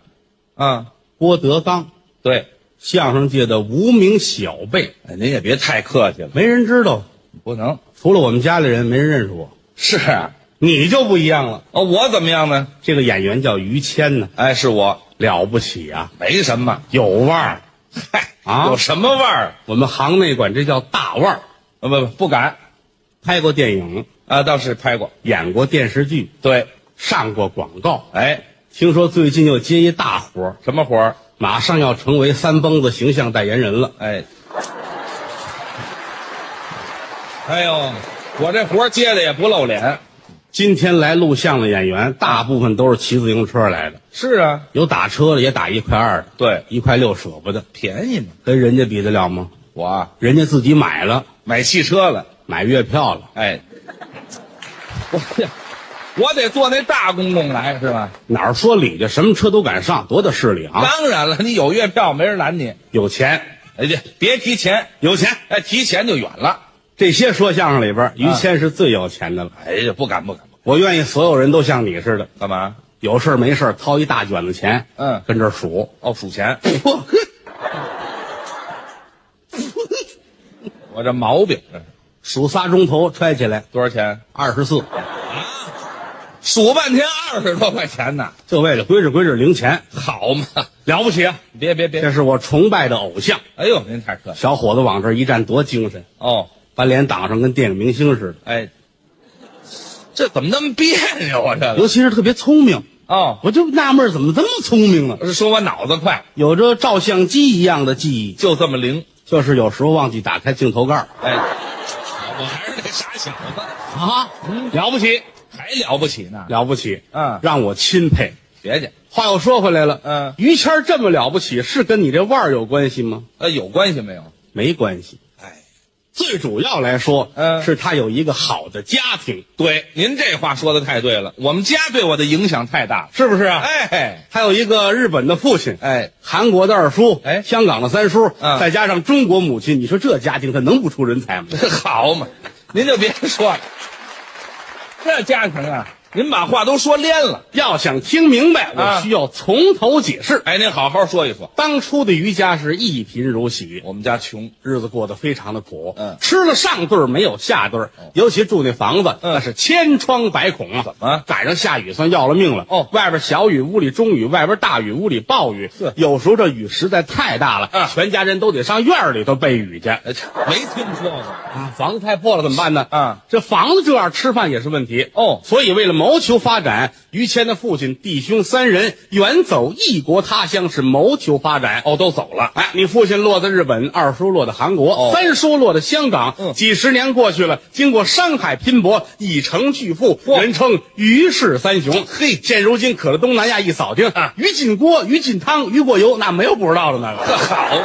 [SPEAKER 4] 啊！
[SPEAKER 3] 郭德纲，
[SPEAKER 4] 对，
[SPEAKER 3] 相声界的无名小辈，
[SPEAKER 4] 哎您也别太客气了，
[SPEAKER 3] 没人知道，
[SPEAKER 4] 不能
[SPEAKER 3] 除了我们家里人，没人认识我。
[SPEAKER 4] 是啊。
[SPEAKER 3] 你就不一样了，
[SPEAKER 4] 哦，我怎么样呢？
[SPEAKER 3] 这个演员叫于谦呢，
[SPEAKER 4] 哎，是我，
[SPEAKER 3] 了不起啊，
[SPEAKER 4] 没什么。
[SPEAKER 3] 有腕儿。
[SPEAKER 4] 嗨，
[SPEAKER 3] 啊
[SPEAKER 4] 有什么腕儿？
[SPEAKER 3] 我们行内管这叫大腕儿。呃
[SPEAKER 4] 啊，不不不敢
[SPEAKER 3] 拍过电影，
[SPEAKER 4] 啊，倒是拍过。
[SPEAKER 3] 演过电视剧，
[SPEAKER 4] 对，
[SPEAKER 3] 上过广告。
[SPEAKER 4] 哎，
[SPEAKER 3] 听说最近又接一大活儿，
[SPEAKER 4] 什么活儿？
[SPEAKER 3] 马上要成为三蹦子形象代言人了。
[SPEAKER 4] 哎，哎呦，我这活儿接的也不露脸。
[SPEAKER 3] 今天来录像的演员，大部分都是骑自行车来的，
[SPEAKER 4] 是啊，
[SPEAKER 3] 有打车的，也打一块二的，
[SPEAKER 4] 对
[SPEAKER 3] 一块六舍不得，
[SPEAKER 4] 便宜嘛。
[SPEAKER 3] 跟人家比得了吗？
[SPEAKER 4] 我啊
[SPEAKER 3] 人家自己买了，
[SPEAKER 4] 买汽车了。
[SPEAKER 3] 买月票了，
[SPEAKER 4] 哎， 我得我得坐那大公共来是吧？
[SPEAKER 3] 哪儿说理去？什么车都敢上，多大势力啊！
[SPEAKER 4] 当然了，你有月票没人拦你。
[SPEAKER 3] 有钱，
[SPEAKER 4] 哎，别别提钱，
[SPEAKER 3] 有钱，
[SPEAKER 4] 哎，提钱就远了。
[SPEAKER 3] 这些说相声里边，于谦是最有钱的了。
[SPEAKER 4] 哎呀，不敢不敢不敢，
[SPEAKER 3] 我愿意所有人都像你似的，
[SPEAKER 4] 干嘛？
[SPEAKER 3] 有事儿没事儿掏一大卷子钱，
[SPEAKER 4] 嗯
[SPEAKER 3] 跟这儿数。
[SPEAKER 4] 哦，数钱，
[SPEAKER 3] 我
[SPEAKER 4] 我这毛病这是
[SPEAKER 3] 数仨钟头揣起来
[SPEAKER 4] 多少钱？
[SPEAKER 3] 二十四，
[SPEAKER 4] 数半天二十多块钱呢，
[SPEAKER 3] 就为了归置归置零钱，
[SPEAKER 4] 好嘛？
[SPEAKER 3] 了不起啊！
[SPEAKER 4] 别别别
[SPEAKER 3] 这！是我崇拜的偶像，
[SPEAKER 4] 哎呦，您太客气
[SPEAKER 3] 小伙子往这一站多精神，
[SPEAKER 4] 哦。
[SPEAKER 3] 把脸挡上跟电影明星似的，
[SPEAKER 4] 哎，这怎么那么别扭啊？这个
[SPEAKER 3] 尤其是特别聪明，
[SPEAKER 4] 哦，
[SPEAKER 3] 我就纳闷儿怎么这么聪明呢？
[SPEAKER 4] 是说我脑子快，
[SPEAKER 3] 有着照相机一样的记忆，
[SPEAKER 4] 就这么灵。
[SPEAKER 3] 就是有时候忘记打开镜头盖儿
[SPEAKER 4] 哎，我还是那傻小子，
[SPEAKER 3] 啊，了不起，
[SPEAKER 4] 还了不起呢？
[SPEAKER 3] 了不起，
[SPEAKER 4] 嗯
[SPEAKER 3] 让我钦佩。
[SPEAKER 4] 别介，
[SPEAKER 1] 话又说回来了，
[SPEAKER 4] 嗯
[SPEAKER 1] 于谦儿这么了不起，是跟你这腕儿有关系吗？
[SPEAKER 4] 呃，有关系没有？
[SPEAKER 1] 没关系，
[SPEAKER 4] 哎，
[SPEAKER 1] 最主要来说，
[SPEAKER 4] 嗯
[SPEAKER 1] 是他有一个好的家庭，
[SPEAKER 4] 对，您这话说的太对了，我们家对我的影响太大了。
[SPEAKER 1] 是不是啊？
[SPEAKER 4] 哎
[SPEAKER 1] 还有一个日本的父亲，
[SPEAKER 4] 哎，
[SPEAKER 1] 韩国的二叔，
[SPEAKER 4] 哎
[SPEAKER 1] 香港的三叔，
[SPEAKER 4] 嗯
[SPEAKER 1] 再加上中国母亲，你说这家庭他能不出人 才吗？
[SPEAKER 4] 好嘛，您就别说了，这家庭啊，您把话都说连了。
[SPEAKER 1] 要想听明白，
[SPEAKER 4] 啊
[SPEAKER 1] 我需要从头解释。
[SPEAKER 4] 哎，您好好说一说，
[SPEAKER 1] 当初的于家是一贫如洗，
[SPEAKER 4] 我们家穷，
[SPEAKER 1] 日子过得非常的苦，
[SPEAKER 4] 嗯哦
[SPEAKER 1] 吃了上顿儿没有下顿儿，尤其住那房子，
[SPEAKER 4] 嗯
[SPEAKER 1] 那是千疮百孔啊！怎
[SPEAKER 4] 么
[SPEAKER 1] 赶上下雨算要了命了？
[SPEAKER 4] 哦
[SPEAKER 1] 外边小雨，屋里中雨；外边大雨，屋里暴雨。
[SPEAKER 4] 是
[SPEAKER 1] 有时候这雨实在太大了，
[SPEAKER 4] 嗯
[SPEAKER 1] 全家人都得上院儿里头背雨去。
[SPEAKER 4] 呃，这没听说过。
[SPEAKER 1] 啊，房子太破了怎么办呢？
[SPEAKER 4] 嗯，
[SPEAKER 1] 这房子这样吃饭也是问题
[SPEAKER 4] 哦
[SPEAKER 1] 所以为了谋求发展，于谦的父亲弟兄三人远走异国他乡，是谋求发展。
[SPEAKER 4] 哦，都走了。
[SPEAKER 1] 哎，你父亲落在日本，二叔落在韩国，
[SPEAKER 4] 哦
[SPEAKER 1] 三叔落在香港。
[SPEAKER 4] 嗯
[SPEAKER 1] 几十年过去了，经过山海拼搏，以成巨富，
[SPEAKER 4] 嚯
[SPEAKER 1] 人称于氏三雄。嘿，现如今可了东南亚一扫听，
[SPEAKER 4] 啊
[SPEAKER 1] 于锦锅、于锦汤、于过油，那没有不知道的那个。
[SPEAKER 4] 这好。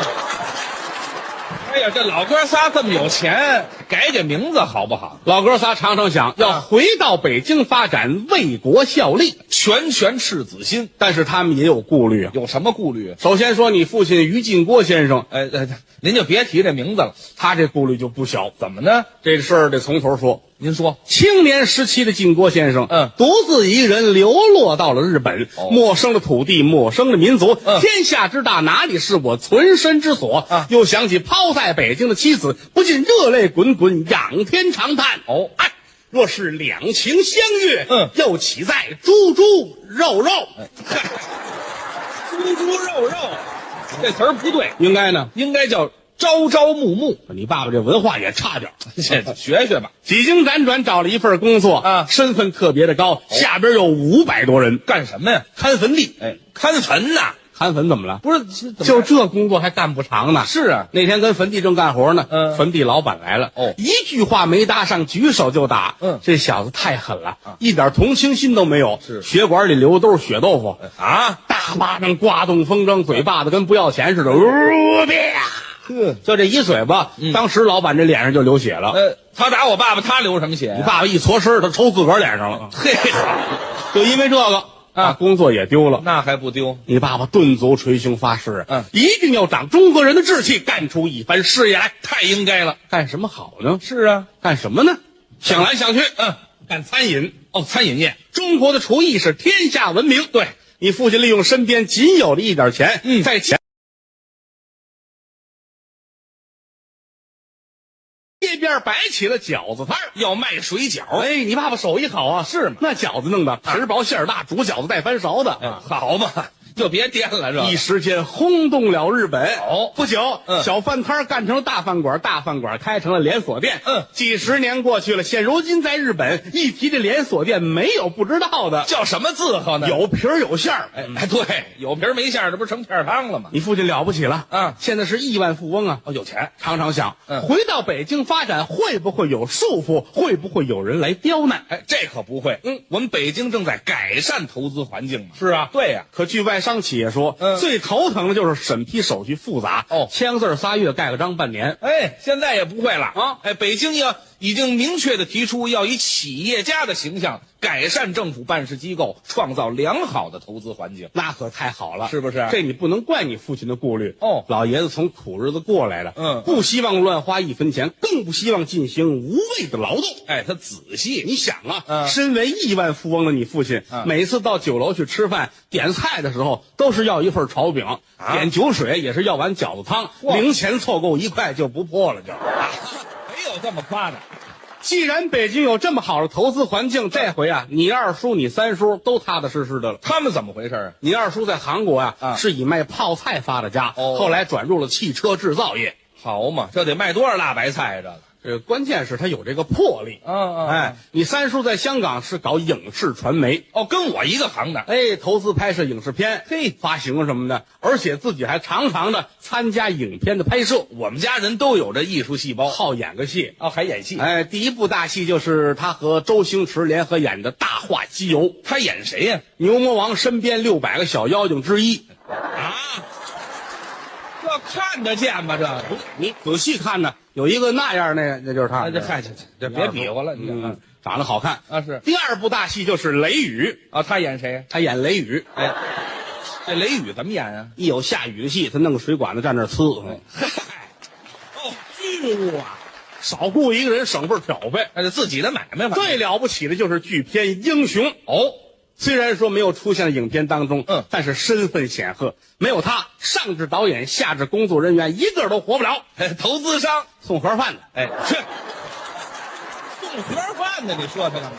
[SPEAKER 4] 哎呀，这老哥仨这么有钱，改改名字好不好？
[SPEAKER 1] 老哥仨常常想要回到北京发展，为国效力，
[SPEAKER 4] 拳拳赤子心，
[SPEAKER 1] 但是他们也有顾虑啊。
[SPEAKER 4] 有什么顾虑？
[SPEAKER 1] 首先说，你父亲于进郭先生，
[SPEAKER 4] 哎哎，您就别提这名字了。
[SPEAKER 1] 他这顾虑就不小。
[SPEAKER 4] 怎么呢？
[SPEAKER 1] 这事儿得从头说。
[SPEAKER 4] 您说，
[SPEAKER 1] 青年时期的晋郭先生，
[SPEAKER 4] 嗯
[SPEAKER 1] 独自一人流落到了日本，
[SPEAKER 4] 哦
[SPEAKER 1] 陌生的土地，陌生的民族，
[SPEAKER 4] 嗯
[SPEAKER 1] 天下之大，哪里是我存身之所？
[SPEAKER 4] 啊
[SPEAKER 1] 又想起抛在北京的妻子，不禁热泪滚滚，仰天长叹。
[SPEAKER 4] 哦
[SPEAKER 1] 哎，若是两情相悦，
[SPEAKER 4] 嗯
[SPEAKER 1] 又岂在猪猪肉肉？
[SPEAKER 4] 猪猪肉肉，这词儿不对，
[SPEAKER 1] 应该呢，
[SPEAKER 4] 应该叫朝朝暮暮。
[SPEAKER 1] 你爸爸这文化也差点儿。
[SPEAKER 4] 这学学吧，
[SPEAKER 1] 几经辗转找了一份工作，
[SPEAKER 4] 啊
[SPEAKER 1] 身份特别的
[SPEAKER 4] 哦
[SPEAKER 1] 高，下边有五百多人
[SPEAKER 4] 干什么呀？
[SPEAKER 1] 看坟地。
[SPEAKER 4] 哎，看坟呐，
[SPEAKER 1] 看坟怎么了？
[SPEAKER 4] 不是
[SPEAKER 1] 就
[SPEAKER 4] 就
[SPEAKER 1] 这工作还干不长呢。
[SPEAKER 4] 是啊，
[SPEAKER 1] 那天跟坟地正干活呢，
[SPEAKER 4] 嗯
[SPEAKER 1] 坟地老板来了，
[SPEAKER 4] 哦
[SPEAKER 1] 一句话没搭上，举手就打，
[SPEAKER 4] 嗯啊
[SPEAKER 1] 这小子太狠了，一点同情心都没有，
[SPEAKER 4] 是
[SPEAKER 1] 血管里流都是血豆腐，
[SPEAKER 4] 啊，
[SPEAKER 1] 大巴掌刮动风筝，嘴巴子跟不要钱似的，
[SPEAKER 4] 嗯
[SPEAKER 1] 呜啪，
[SPEAKER 4] 呵，
[SPEAKER 1] 就这一嘴巴，
[SPEAKER 4] 嗯
[SPEAKER 1] 当时老板这脸上就流血了，
[SPEAKER 4] 呃，他打我爸爸，他流什么血呀
[SPEAKER 1] 你？爸爸一搓身儿，他抽自个儿脸上了，
[SPEAKER 4] 嘿，
[SPEAKER 1] 就因为这个
[SPEAKER 4] 嗯啊
[SPEAKER 1] 工作也丢了。
[SPEAKER 4] 那还不丢？
[SPEAKER 1] 你爸爸顿足捶胸发誓，
[SPEAKER 4] 嗯
[SPEAKER 1] 一定要长中国人的志气，干出一番事业来。
[SPEAKER 4] 太应该了。
[SPEAKER 1] 干什么好呢？
[SPEAKER 4] 是啊，
[SPEAKER 1] 干什么呢？想来想去，
[SPEAKER 4] 嗯，
[SPEAKER 1] 干餐饮。
[SPEAKER 4] 哦，餐饮业，
[SPEAKER 1] 中国的厨艺是天下闻名。
[SPEAKER 4] 对
[SPEAKER 1] 你父亲利用身边仅有的一点钱，
[SPEAKER 4] 嗯
[SPEAKER 1] 在前街边摆起了饺子摊儿。
[SPEAKER 4] 要卖水饺。
[SPEAKER 1] 哎，你爸爸手艺好啊，
[SPEAKER 4] 是吗
[SPEAKER 1] 那饺子弄的皮儿薄馅儿大，煮饺子带翻勺的。啊
[SPEAKER 4] 哎，好嘛，就别颠了，
[SPEAKER 1] 一
[SPEAKER 4] 这
[SPEAKER 1] 时间轰动了日本。
[SPEAKER 4] 哦
[SPEAKER 1] 不久，
[SPEAKER 4] 嗯
[SPEAKER 1] 小饭摊儿干成了大饭馆，大饭馆开成了连锁店。
[SPEAKER 4] 嗯
[SPEAKER 1] 几十年过去了，现如今在日本一提这连锁店，没有不知道的，
[SPEAKER 4] 叫什么字号呢？，
[SPEAKER 1] 有皮儿有馅儿。
[SPEAKER 4] 哎，哎对，有皮儿没馅儿，这不成片儿汤了吗？
[SPEAKER 1] 你父亲了不起了，
[SPEAKER 4] 嗯
[SPEAKER 1] 现在是亿万富翁啊！
[SPEAKER 4] 哦，有钱，
[SPEAKER 1] 常常想，
[SPEAKER 4] 嗯
[SPEAKER 1] 回到北京发展会不会有束缚？会不会有人来刁难？
[SPEAKER 4] 哎，这可不会。
[SPEAKER 1] 嗯，
[SPEAKER 4] 我们北京正在改善投资环境嘛。
[SPEAKER 1] 是啊
[SPEAKER 4] 对呀、
[SPEAKER 1] 可据外商企业说，
[SPEAKER 4] 嗯
[SPEAKER 1] 最头疼的就是审批手续复杂，
[SPEAKER 4] 哦
[SPEAKER 1] 签个字儿仨月，盖个章半年。
[SPEAKER 4] 哎，现在也不会了
[SPEAKER 1] 啊
[SPEAKER 4] 哎，北京要已经明确的提出要以企业家的形象改善政府办事机构，创造良好的投资环境。
[SPEAKER 1] 那可太好了，
[SPEAKER 4] 是不是
[SPEAKER 1] 这你不能怪你父亲的顾虑
[SPEAKER 4] 哦
[SPEAKER 1] 老爷子从苦日子过来的，
[SPEAKER 4] 嗯
[SPEAKER 1] 不希望乱花一分钱，更不希望进行无谓的劳动。
[SPEAKER 4] 哎，他仔细，
[SPEAKER 1] 你想啊，
[SPEAKER 4] 嗯
[SPEAKER 1] 身为亿万富翁的你父亲，
[SPEAKER 4] 嗯
[SPEAKER 1] 每次到酒楼去吃饭点菜的时候，都是要一份炒饼，
[SPEAKER 4] 啊
[SPEAKER 1] 点酒水也是要碗饺子汤，
[SPEAKER 4] 哇
[SPEAKER 1] 零钱凑够一块就不破了就。
[SPEAKER 4] 没有这么夸的。
[SPEAKER 1] 既然北京有这么好的投资环境，这回啊，你二叔、你三叔都踏踏实实的了。
[SPEAKER 4] 他们怎么回事啊？
[SPEAKER 1] 你二叔在韩国呀、
[SPEAKER 4] 啊
[SPEAKER 1] 是以卖泡菜发的家，
[SPEAKER 4] 哦
[SPEAKER 1] 后来转入了汽车制造业。
[SPEAKER 4] 好嘛，这得卖多少大白菜啊？这个
[SPEAKER 1] 呃，关键是他有这个魄力。
[SPEAKER 4] 嗯嗯嗯
[SPEAKER 1] 哎，你三叔在香港是搞影视传媒，
[SPEAKER 4] 哦，跟我一个行的，
[SPEAKER 1] 哎，投资拍摄影视片，嘿，发行什么的，而且自己还常常的参加影片的拍摄，
[SPEAKER 4] 我们家人都有这艺术细胞。
[SPEAKER 1] 好演个戏。
[SPEAKER 4] 哦，还演戏，
[SPEAKER 1] 哎，第一部大戏就是他和周星驰联合演的《大话西游》，
[SPEAKER 4] 他演谁呀、
[SPEAKER 1] 牛魔王身边六百个小妖精之一。
[SPEAKER 4] 啊？这看得见吗？这个
[SPEAKER 1] 你仔细看呢，有一个那样那那就是他。
[SPEAKER 4] 哎，这嗨，这这这别比划了，你这、
[SPEAKER 1] 嗯，长得好看
[SPEAKER 4] 啊是
[SPEAKER 1] 第二部大戏就是雷雨，
[SPEAKER 4] 啊，他演谁？
[SPEAKER 1] 他演雷雨，
[SPEAKER 4] 哎，这雷雨怎么演啊？
[SPEAKER 1] 一有下雨的戏，他弄个水管子站那儿呲，嗯
[SPEAKER 4] 嗨，哦，
[SPEAKER 1] 巨物啊，少雇一个人省份挑费。
[SPEAKER 4] 那是自己的买卖吧？
[SPEAKER 1] 最了不起的就是巨片《英雄》
[SPEAKER 4] 哦，
[SPEAKER 1] 虽然说没有出现在影片当中，
[SPEAKER 4] 嗯
[SPEAKER 1] 但是身份显赫，没有他，上至导演，下至工作人员，一个都活不了。
[SPEAKER 4] 哎投资商，
[SPEAKER 1] 送盒饭的，
[SPEAKER 4] 哎，去送盒饭呢？你说他干嘛？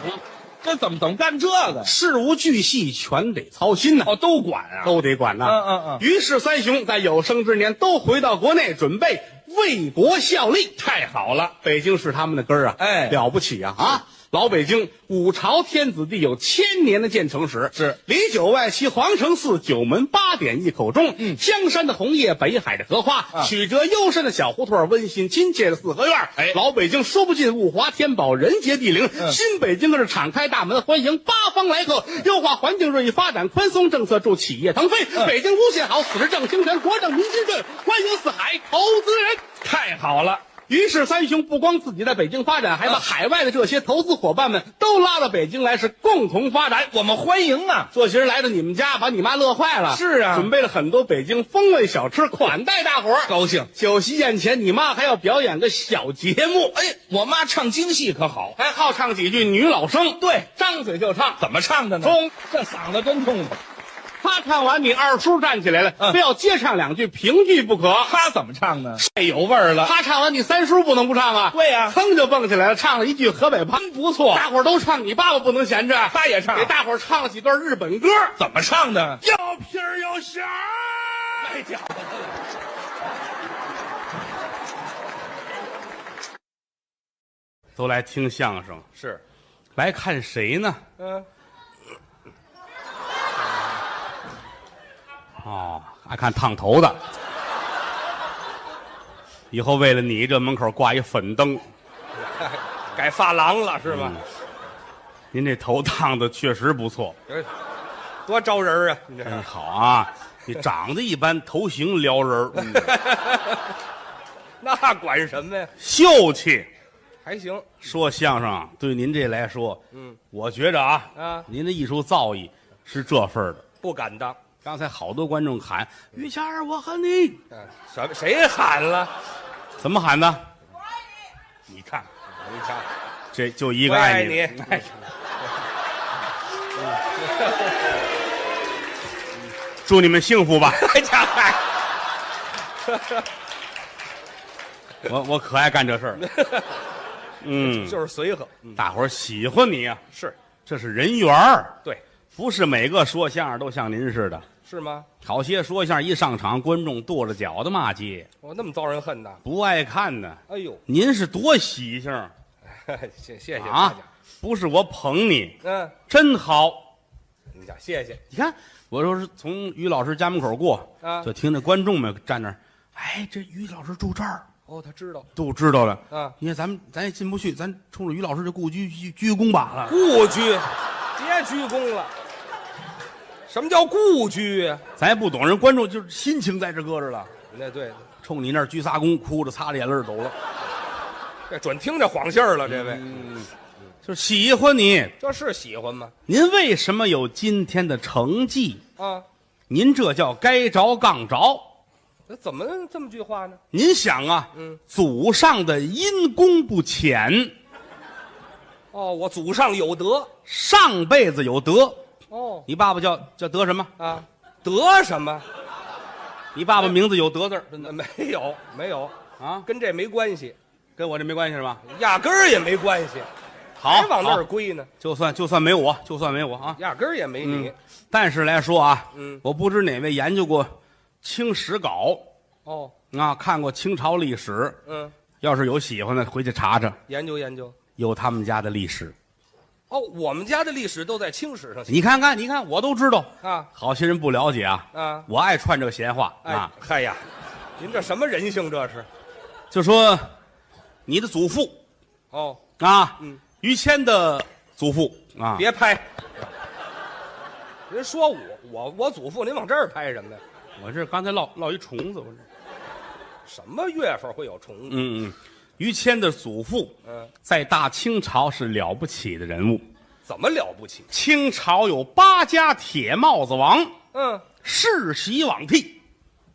[SPEAKER 4] 这怎么怎么干这个？
[SPEAKER 1] 事无巨细全得操心呢、
[SPEAKER 4] 哦，都管啊，
[SPEAKER 1] 都得管呐、
[SPEAKER 4] 嗯嗯嗯
[SPEAKER 1] 于是三雄在有生之年都回到国内，准备为国效力。
[SPEAKER 4] 太好了。
[SPEAKER 1] 北京是他们的根儿啊，
[SPEAKER 4] 哎
[SPEAKER 1] 了不起啊啊！老北京五朝天子地有千年的建城史，
[SPEAKER 4] 是
[SPEAKER 1] 里九外七，皇城四，九门八点一口钟，嗯，香山的红叶，北海的荷花，
[SPEAKER 4] 啊
[SPEAKER 1] 曲折幽深的小胡同儿，温馨亲切的四合院儿，
[SPEAKER 4] 哎嗯
[SPEAKER 1] 老北京说不尽物华天宝，人杰地灵，新北京更是敞开大门，欢迎八方来客，优化环境日益发展，宽松政策助企业腾飞，
[SPEAKER 4] 嗯
[SPEAKER 1] 北京无限好，此时正清泉，国政民心顺，欢迎四海投资人。
[SPEAKER 4] 太好了，
[SPEAKER 1] 于是三雄不光自己在北京发展，还
[SPEAKER 4] 啊
[SPEAKER 1] 把海外的这些投资伙伴们都拉到北京来，是共同发展。
[SPEAKER 4] 我们欢迎啊！
[SPEAKER 1] 这些人来到你们家，把你妈乐坏了。
[SPEAKER 4] 是啊
[SPEAKER 1] 准备了很多北京风味小吃款待大伙儿。
[SPEAKER 4] 高兴。
[SPEAKER 1] 酒席宴前，你妈还要表演个小节目，
[SPEAKER 4] 哎，我妈唱京戏可好，
[SPEAKER 1] 还好唱几句女老生。
[SPEAKER 4] 对，
[SPEAKER 1] 张嘴就唱。
[SPEAKER 4] 怎么唱的呢？
[SPEAKER 1] 中，
[SPEAKER 4] 这嗓子真痛快。
[SPEAKER 1] 她唱完，你二叔站起来了，
[SPEAKER 4] 嗯
[SPEAKER 1] 非要接唱两句，评剧不可。
[SPEAKER 4] 她怎么唱呢？
[SPEAKER 1] 太有味儿了！他唱完，你三叔不能不唱啊！
[SPEAKER 4] 对呀
[SPEAKER 1] 噌就蹦起来了，唱了一句河北话，真不错。大伙儿都唱，你爸爸不能闲着，啊
[SPEAKER 4] 他也唱
[SPEAKER 1] 给大伙儿唱了几段日本歌，
[SPEAKER 4] 怎么唱的？
[SPEAKER 1] 又皮儿又弦儿。
[SPEAKER 4] 哎家伙，
[SPEAKER 1] 都来听相声，
[SPEAKER 4] 是，
[SPEAKER 1] 来看谁呢？
[SPEAKER 4] 嗯，
[SPEAKER 1] 哦，爱看烫头的。以后为了你，这门口挂一粉灯。
[SPEAKER 4] 改发廊了是吧？
[SPEAKER 1] 您这头烫的确实不错，
[SPEAKER 4] 多招人啊！你这
[SPEAKER 1] 真好啊！你长得一般，头型撩人儿，嗯
[SPEAKER 4] 那管什么呀？
[SPEAKER 1] 秀气。
[SPEAKER 4] 还行，
[SPEAKER 1] 说相声啊对您这来说，嗯，我觉着啊，
[SPEAKER 4] 啊
[SPEAKER 1] 您的艺术造诣是这份儿的。
[SPEAKER 4] 不敢当。
[SPEAKER 1] 刚才好多观众喊“于谦儿，我和你
[SPEAKER 4] 嗯什么？谁喊了？”，
[SPEAKER 1] 怎么喊的？你看，
[SPEAKER 4] 你看，
[SPEAKER 1] 这就一
[SPEAKER 4] 我
[SPEAKER 1] 个爱
[SPEAKER 4] 爱
[SPEAKER 1] 你。
[SPEAKER 4] 你。哎
[SPEAKER 1] 祝你们幸福吧！
[SPEAKER 4] 家伙，
[SPEAKER 1] 我我可爱干这事儿了。 嗯，
[SPEAKER 4] 就是随和。
[SPEAKER 1] 大伙儿喜欢你呀、
[SPEAKER 4] 是，
[SPEAKER 1] 这是人缘儿，
[SPEAKER 4] 对，
[SPEAKER 1] 不是每个说相声都像您似的。
[SPEAKER 4] 是吗？
[SPEAKER 1] 好些说相声一上场，观众跺着脚的骂街，
[SPEAKER 4] 我那么遭人恨呐！
[SPEAKER 1] 不爱看的。
[SPEAKER 4] 哎呦，
[SPEAKER 1] 您是多喜庆儿
[SPEAKER 4] 谢谢谢哎大
[SPEAKER 1] 啊
[SPEAKER 4] 家。！
[SPEAKER 1] 不是我捧你，
[SPEAKER 4] 嗯，
[SPEAKER 1] 真好。
[SPEAKER 4] 你讲谢谢。
[SPEAKER 1] 你看，我说是从于老师家门口过，
[SPEAKER 4] 啊
[SPEAKER 1] 就听着观众们站那儿，哎，这于老师住这儿，
[SPEAKER 4] 哦，他知道
[SPEAKER 1] 都知道了。
[SPEAKER 4] 啊
[SPEAKER 1] 你看咱们咱也进不去，咱冲着于老师就故居鞠鞠躬吧了。
[SPEAKER 4] 故居，别鞠躬了。什么叫故居呀？
[SPEAKER 1] 咱也不懂，人观众就是心情在这搁着了，
[SPEAKER 4] 那对，
[SPEAKER 1] 冲你那儿鞠仨躬，哭着擦着眼泪儿走了，
[SPEAKER 4] 这准听着晃信儿了。这位，
[SPEAKER 1] 嗯就是喜欢你。
[SPEAKER 4] 这是喜欢吗？
[SPEAKER 1] 您为什么有今天的成绩？
[SPEAKER 4] 啊，
[SPEAKER 1] 您这叫该着杠着。
[SPEAKER 4] 那怎么这么句话呢？
[SPEAKER 1] 您想啊，
[SPEAKER 4] 嗯
[SPEAKER 1] 祖上的因功不浅，
[SPEAKER 4] 哦，我祖上有德。
[SPEAKER 1] 上辈子有德。
[SPEAKER 4] 哦
[SPEAKER 1] 你爸爸叫叫德什么？
[SPEAKER 4] 啊，德什么？
[SPEAKER 1] 你爸爸名字有德字儿，真的
[SPEAKER 4] 没有没有，
[SPEAKER 1] 啊，
[SPEAKER 4] 跟这没关系，
[SPEAKER 1] 跟我这没关系是吧？
[SPEAKER 4] 压根儿也没关系，
[SPEAKER 1] 好，
[SPEAKER 4] 还往那儿
[SPEAKER 1] 好
[SPEAKER 4] 归呢？
[SPEAKER 1] 就算就算没我，就算没我啊。
[SPEAKER 4] 压根儿也没你
[SPEAKER 1] 嗯。，但是来说啊，
[SPEAKER 4] 嗯
[SPEAKER 1] 我不知哪位研究过清史稿
[SPEAKER 4] 哦，
[SPEAKER 1] 啊，看过清朝历史，
[SPEAKER 4] 嗯，
[SPEAKER 1] 要是有喜欢的，回去查查，
[SPEAKER 5] 研究研究。
[SPEAKER 1] 有他们家的历史。
[SPEAKER 5] 哦，我们家的历史都在清史上写
[SPEAKER 1] 你看看，你看，我都知道。
[SPEAKER 5] 啊。
[SPEAKER 1] 好些人不了解啊，
[SPEAKER 5] 啊
[SPEAKER 1] 我爱串这个闲话
[SPEAKER 5] 哎
[SPEAKER 1] 啊，，
[SPEAKER 5] 嗨呀，您这什么人性这是？
[SPEAKER 1] 就说你的祖父
[SPEAKER 5] 哦，
[SPEAKER 1] 啊，
[SPEAKER 5] 嗯
[SPEAKER 1] 于谦的祖父啊，
[SPEAKER 5] 哦别拍。您说我我我祖父，您往这儿拍什么呀？
[SPEAKER 1] 我这刚才落落一虫子，我这，
[SPEAKER 5] 什么月份会有虫子？
[SPEAKER 1] 嗯嗯，于谦的祖父
[SPEAKER 5] 嗯，
[SPEAKER 1] 在大清朝是了不起的人物，
[SPEAKER 5] 怎么了不起？
[SPEAKER 1] 清朝有八家铁帽子王，
[SPEAKER 5] 嗯，
[SPEAKER 1] 世袭罔替，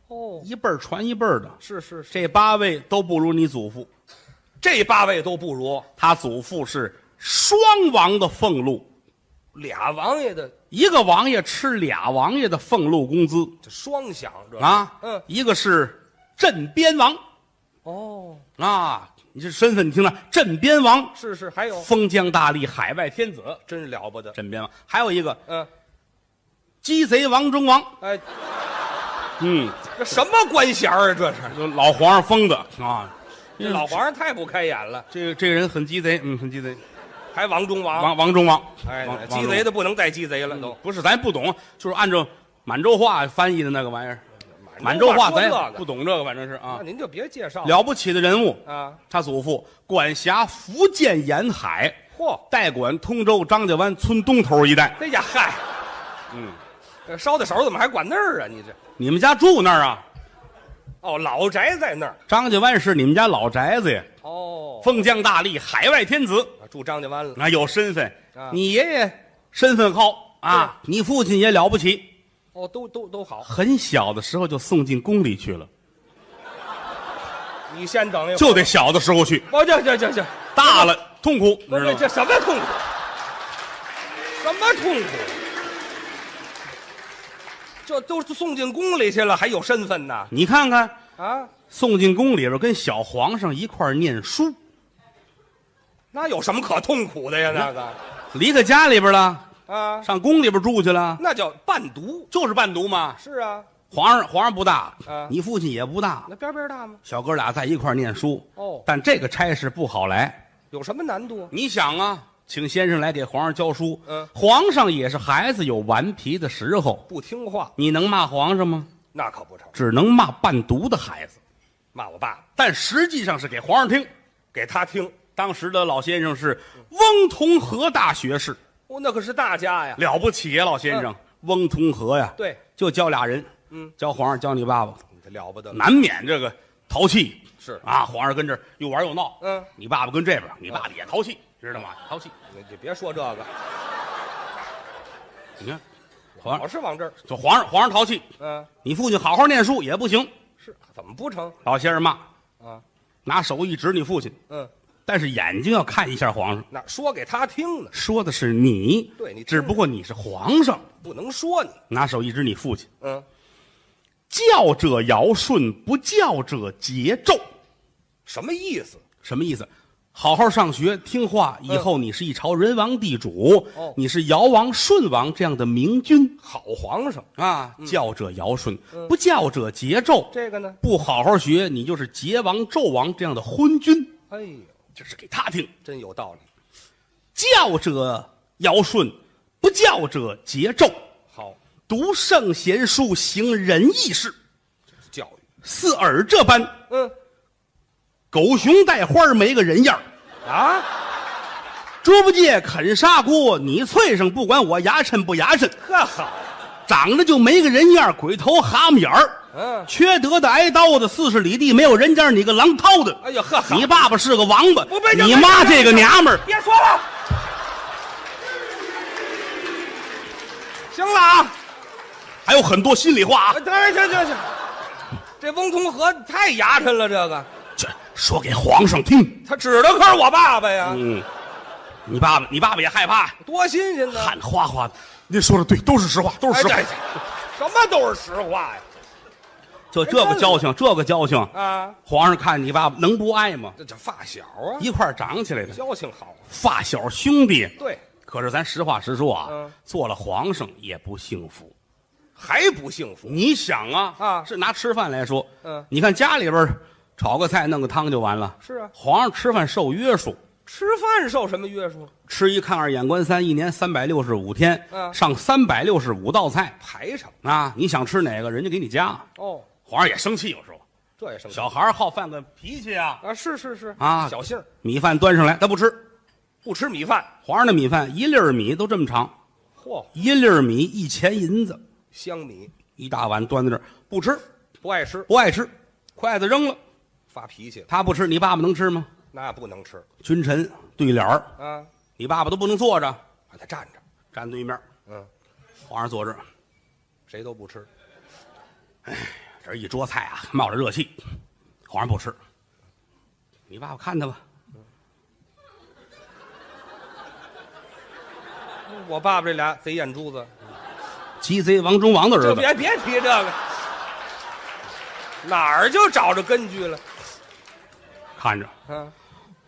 [SPEAKER 5] 哦，
[SPEAKER 1] 一辈儿传一辈儿的，
[SPEAKER 5] 是是是，
[SPEAKER 1] 这八位都不如你祖父，
[SPEAKER 5] 这八位都不如
[SPEAKER 1] 他祖父是双王的俸禄。
[SPEAKER 5] 俩王爷的
[SPEAKER 1] 一个王爷吃俩王爷的俸禄工资
[SPEAKER 5] 这双响这是
[SPEAKER 1] 啊，
[SPEAKER 5] 嗯，
[SPEAKER 1] 一个是镇边王
[SPEAKER 5] 哦，
[SPEAKER 1] 啊，你这身份你听着，镇边王，
[SPEAKER 5] 是是，还有
[SPEAKER 1] 封疆大吏，海外天子，
[SPEAKER 5] 真是了不得，
[SPEAKER 1] 镇边王，还有一个
[SPEAKER 5] 嗯，
[SPEAKER 1] 鸡贼王中王，
[SPEAKER 5] 哎，
[SPEAKER 1] 嗯，
[SPEAKER 5] 这什么官衔儿啊？这是
[SPEAKER 1] 就老皇上封的啊，
[SPEAKER 5] 这老皇上太不开眼了，
[SPEAKER 1] 这个这个人很鸡贼，嗯，很鸡贼，
[SPEAKER 5] 还王中王，
[SPEAKER 1] 王王中王，王嗯
[SPEAKER 5] 哎，鸡贼的不能再鸡贼了，都
[SPEAKER 1] 王中王不是咱不懂，就是按照满洲话翻译的那个玩意儿，满洲话
[SPEAKER 5] 话
[SPEAKER 1] 咱
[SPEAKER 5] 说那
[SPEAKER 1] 也
[SPEAKER 5] 个
[SPEAKER 1] 不懂这个，反正是啊
[SPEAKER 5] 那，您就别介绍
[SPEAKER 1] 了不起的人物
[SPEAKER 5] 啊，
[SPEAKER 1] 他祖父管辖福建沿海，
[SPEAKER 5] 嚯，
[SPEAKER 1] 代管通州张家湾村东头一带。
[SPEAKER 5] 哎呀嗨，
[SPEAKER 1] 嗯，
[SPEAKER 5] 这烧的手怎么还管那儿啊？你这
[SPEAKER 1] 你们家住那儿啊？
[SPEAKER 5] 哦，老宅在那儿
[SPEAKER 1] 张家湾是你们家老宅子呀，
[SPEAKER 5] 哦，
[SPEAKER 1] 封疆大吏，海外天子，
[SPEAKER 5] 啊住张家湾了
[SPEAKER 1] 那有身份
[SPEAKER 5] 啊。
[SPEAKER 1] 你爷爷身份高啊，你父亲也了不起。
[SPEAKER 5] 哦，都都都好，
[SPEAKER 1] 很小的时候就送进宫里去了，
[SPEAKER 5] 你先等一会儿，
[SPEAKER 1] 就得小的时候去，
[SPEAKER 5] 哦，这这这这。
[SPEAKER 1] 大了痛苦，
[SPEAKER 5] 不
[SPEAKER 1] 知
[SPEAKER 5] 是
[SPEAKER 1] 道吗
[SPEAKER 5] 这什么痛苦？什么痛苦？这都送进宫里去了，还有身份呢？
[SPEAKER 1] 你看看，
[SPEAKER 5] 啊，
[SPEAKER 1] 送进宫里边跟小皇上一块儿念书，
[SPEAKER 5] 那有什么可痛苦的呀？那个
[SPEAKER 1] 离开家里边了，
[SPEAKER 5] 啊，
[SPEAKER 1] 上宫里边住去了，
[SPEAKER 5] 那叫伴读。
[SPEAKER 1] 就是伴读嘛。
[SPEAKER 5] 是啊，
[SPEAKER 1] 皇上皇上不大，
[SPEAKER 5] 啊
[SPEAKER 1] 你父亲也不大，
[SPEAKER 5] 那边边大吗？
[SPEAKER 1] 小哥俩在一块儿念书。
[SPEAKER 5] 哦
[SPEAKER 1] 但这个差事不好来。
[SPEAKER 5] 有什么难度？
[SPEAKER 1] 你想啊，请先生来给皇上教书，
[SPEAKER 5] 嗯
[SPEAKER 1] 皇上也是孩子，有顽皮的时候，
[SPEAKER 5] 不听话
[SPEAKER 1] 你能骂皇上吗？
[SPEAKER 5] 那可不成，
[SPEAKER 1] 只能骂伴读的孩子，
[SPEAKER 5] 骂我爸
[SPEAKER 1] 但实际上是给皇上听。
[SPEAKER 5] 给他听。
[SPEAKER 1] 当时的老先生是翁同龢大学士，嗯
[SPEAKER 5] 哦，那可是大家呀。
[SPEAKER 1] 了不起呀、老先生、翁同龢呀，
[SPEAKER 5] 对，
[SPEAKER 1] 就教俩人，
[SPEAKER 5] 嗯，
[SPEAKER 1] 教皇上，教你爸爸，
[SPEAKER 5] 你这了不得了。
[SPEAKER 1] 难免这个淘气。
[SPEAKER 5] 是
[SPEAKER 1] 啊，皇上跟这儿又玩又闹，
[SPEAKER 5] 嗯
[SPEAKER 1] 你爸爸跟这边儿，你爸爸也淘气，知道吗？淘气，
[SPEAKER 5] 你就别说这个，
[SPEAKER 1] 你看，皇
[SPEAKER 5] 老
[SPEAKER 1] 上
[SPEAKER 5] 是往这儿。
[SPEAKER 1] 就皇上皇上淘气，
[SPEAKER 5] 嗯、
[SPEAKER 1] 你父亲好好念书也不行，
[SPEAKER 5] 是怎么不成？
[SPEAKER 1] 老先生骂，
[SPEAKER 5] 啊，
[SPEAKER 1] 拿手一指你父亲，
[SPEAKER 5] 嗯，
[SPEAKER 1] 但是眼睛要看一下皇上，
[SPEAKER 5] 那说给他听呢，
[SPEAKER 1] 说的是你，
[SPEAKER 5] 对你
[SPEAKER 1] 只不过你是皇上，
[SPEAKER 5] 不能说你。
[SPEAKER 1] 拿手一指你父亲，
[SPEAKER 5] 嗯。
[SPEAKER 1] 教者尧舜，不教者桀纣，
[SPEAKER 5] 什么意思？
[SPEAKER 1] 什么意思？好好上学，听话，以后你是一朝人王地主，
[SPEAKER 5] 嗯哦
[SPEAKER 1] 你是尧王、舜王这样的明君。
[SPEAKER 5] 好皇上，
[SPEAKER 1] 啊，教者尧舜，不教者桀纣。
[SPEAKER 5] 嗯这个呢？
[SPEAKER 1] 不好好学，你就是桀王、纣王这样的昏君。
[SPEAKER 5] 哎呦，
[SPEAKER 1] 这是给他听。
[SPEAKER 5] 真有道理。
[SPEAKER 1] 教者尧舜，不教者桀纣。
[SPEAKER 5] 好，
[SPEAKER 1] 读圣贤书，行仁义事，
[SPEAKER 5] 教育，
[SPEAKER 1] 似尔这般，
[SPEAKER 5] 嗯
[SPEAKER 1] 狗熊带花儿没个人样儿
[SPEAKER 5] 啊，
[SPEAKER 1] 猪八戒啃砂锅，你脆生不管我牙碜不牙碜，
[SPEAKER 5] 呵好，
[SPEAKER 1] 长得就没个人样儿鬼头蛤蟆眼儿。
[SPEAKER 5] 嗯，
[SPEAKER 1] 缺德的挨刀的，四十里地没有人家，你个狼掏的。
[SPEAKER 5] 哎呀呵好，
[SPEAKER 1] 你爸爸是个王八
[SPEAKER 5] 不不，
[SPEAKER 1] 你妈这个娘们儿，
[SPEAKER 5] 别说了，行了啊，
[SPEAKER 1] 还有很多心里话啊
[SPEAKER 5] 哎，得行行行，这翁同和太牙碜了，这个
[SPEAKER 1] 这说给皇上听。
[SPEAKER 5] 他指的可是我爸爸呀，
[SPEAKER 1] 嗯，你爸爸，你爸爸也害怕，
[SPEAKER 5] 多新鲜呢！
[SPEAKER 1] 汗哗哗的。您说的对，都是实话，都是
[SPEAKER 5] 哎，
[SPEAKER 1] 实
[SPEAKER 5] 这
[SPEAKER 1] 话。
[SPEAKER 5] 什么都是实话呀
[SPEAKER 1] 就这个交情，这个交情，
[SPEAKER 5] 啊！
[SPEAKER 1] 皇上看你爸爸能不爱吗？
[SPEAKER 5] 这这发小啊，
[SPEAKER 1] 一块儿长起来的
[SPEAKER 5] 交情好，
[SPEAKER 1] 发小兄弟，
[SPEAKER 5] 对，
[SPEAKER 1] 可是咱实话实说啊
[SPEAKER 5] 嗯，
[SPEAKER 1] 做了皇上也不幸福。
[SPEAKER 5] 还不幸福。
[SPEAKER 1] 你想啊，
[SPEAKER 5] 啊
[SPEAKER 1] 是拿吃饭来说，
[SPEAKER 5] 嗯
[SPEAKER 1] 你看家里边儿炒个菜弄个汤就完了。
[SPEAKER 5] 是啊
[SPEAKER 1] 皇上吃饭受约束，
[SPEAKER 5] 吃饭受什么约束？
[SPEAKER 1] 吃一看二眼观三，一年三百六十五天，
[SPEAKER 5] 嗯
[SPEAKER 1] 上三百六十五道菜
[SPEAKER 5] 排场
[SPEAKER 1] 啊！你想吃哪个，人家给你加。
[SPEAKER 5] 哦，
[SPEAKER 1] 皇上也生气，有时候
[SPEAKER 5] 这也生气
[SPEAKER 1] 小孩儿好犯个脾气啊
[SPEAKER 5] 啊！是是是
[SPEAKER 1] 啊！
[SPEAKER 5] 小杏儿
[SPEAKER 1] 米饭端上来，他不吃。
[SPEAKER 5] 不吃米饭，
[SPEAKER 1] 皇上的米饭一粒儿米都这么长，
[SPEAKER 5] 嚯，
[SPEAKER 1] 一粒儿米一钱银子，
[SPEAKER 5] 香米
[SPEAKER 1] 一大碗端在这儿不吃，
[SPEAKER 5] 不爱吃，
[SPEAKER 1] 不爱吃，筷子扔了，
[SPEAKER 5] 发脾气了，
[SPEAKER 1] 他不吃，你爸爸能吃吗？
[SPEAKER 5] 那不能吃
[SPEAKER 1] 君臣对脸儿，
[SPEAKER 5] 啊！
[SPEAKER 1] 你爸爸都不能坐着，
[SPEAKER 5] 让他站着，
[SPEAKER 1] 站对面儿，
[SPEAKER 5] 嗯，
[SPEAKER 1] 皇上坐这儿，
[SPEAKER 5] 谁都不吃，
[SPEAKER 1] 这一桌菜啊，冒着热气，皇上不吃，你爸爸看他吧，
[SPEAKER 5] 我爸爸这俩贼眼珠子，
[SPEAKER 1] 鸡贼王中王的
[SPEAKER 5] 就
[SPEAKER 1] 儿子，
[SPEAKER 5] 别别提这个，哪儿就找着根据了？
[SPEAKER 1] 看着
[SPEAKER 5] 啊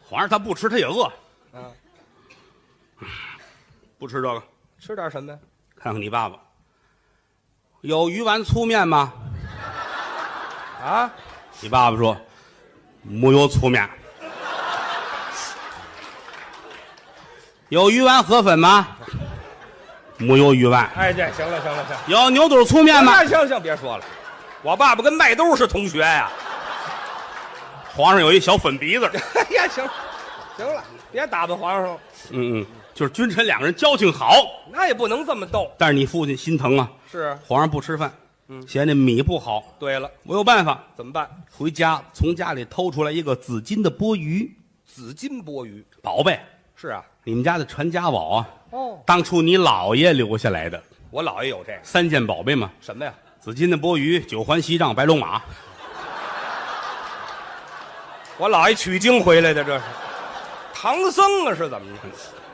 [SPEAKER 1] 皇上他不吃，他也饿，
[SPEAKER 5] 啊，
[SPEAKER 1] 不吃这个，
[SPEAKER 5] 吃点什么呀？
[SPEAKER 1] 看看你爸爸，有鱼丸粗面吗？
[SPEAKER 5] 啊，
[SPEAKER 1] 你爸爸说，没有粗面。有鱼丸河粉吗？没有鱼丸。
[SPEAKER 5] 哎，这行了行了行了，
[SPEAKER 1] 有牛肚粗面吗？
[SPEAKER 5] 那行行，别说了，我爸爸跟麦兜是同学呀、
[SPEAKER 1] 皇上有一小粉鼻子。
[SPEAKER 5] 哎呀，行了，行了，别打扮皇上了，
[SPEAKER 1] 嗯嗯，就是君臣两个人交情好，
[SPEAKER 5] 那也不能这么逗。
[SPEAKER 1] 但是你父亲心疼啊，
[SPEAKER 5] 是，
[SPEAKER 1] 皇上不吃饭，嫌这米不好，
[SPEAKER 5] 对了，
[SPEAKER 1] 我有办法，
[SPEAKER 5] 怎么办？
[SPEAKER 1] 回家从家里偷出来一个紫金的钵盂，
[SPEAKER 5] 紫金钵盂
[SPEAKER 1] 宝贝，
[SPEAKER 5] 是啊，
[SPEAKER 1] 你们家的传家宝啊，
[SPEAKER 5] 哦，
[SPEAKER 1] 当初你姥爷留下来的
[SPEAKER 5] 我姥爷有这个
[SPEAKER 1] 三件宝贝嘛，
[SPEAKER 5] 什么呀？
[SPEAKER 1] 紫金的钵盂、九环锡杖、白龙马，
[SPEAKER 5] 我姥爷取经回来的，这是唐僧啊，是怎么着？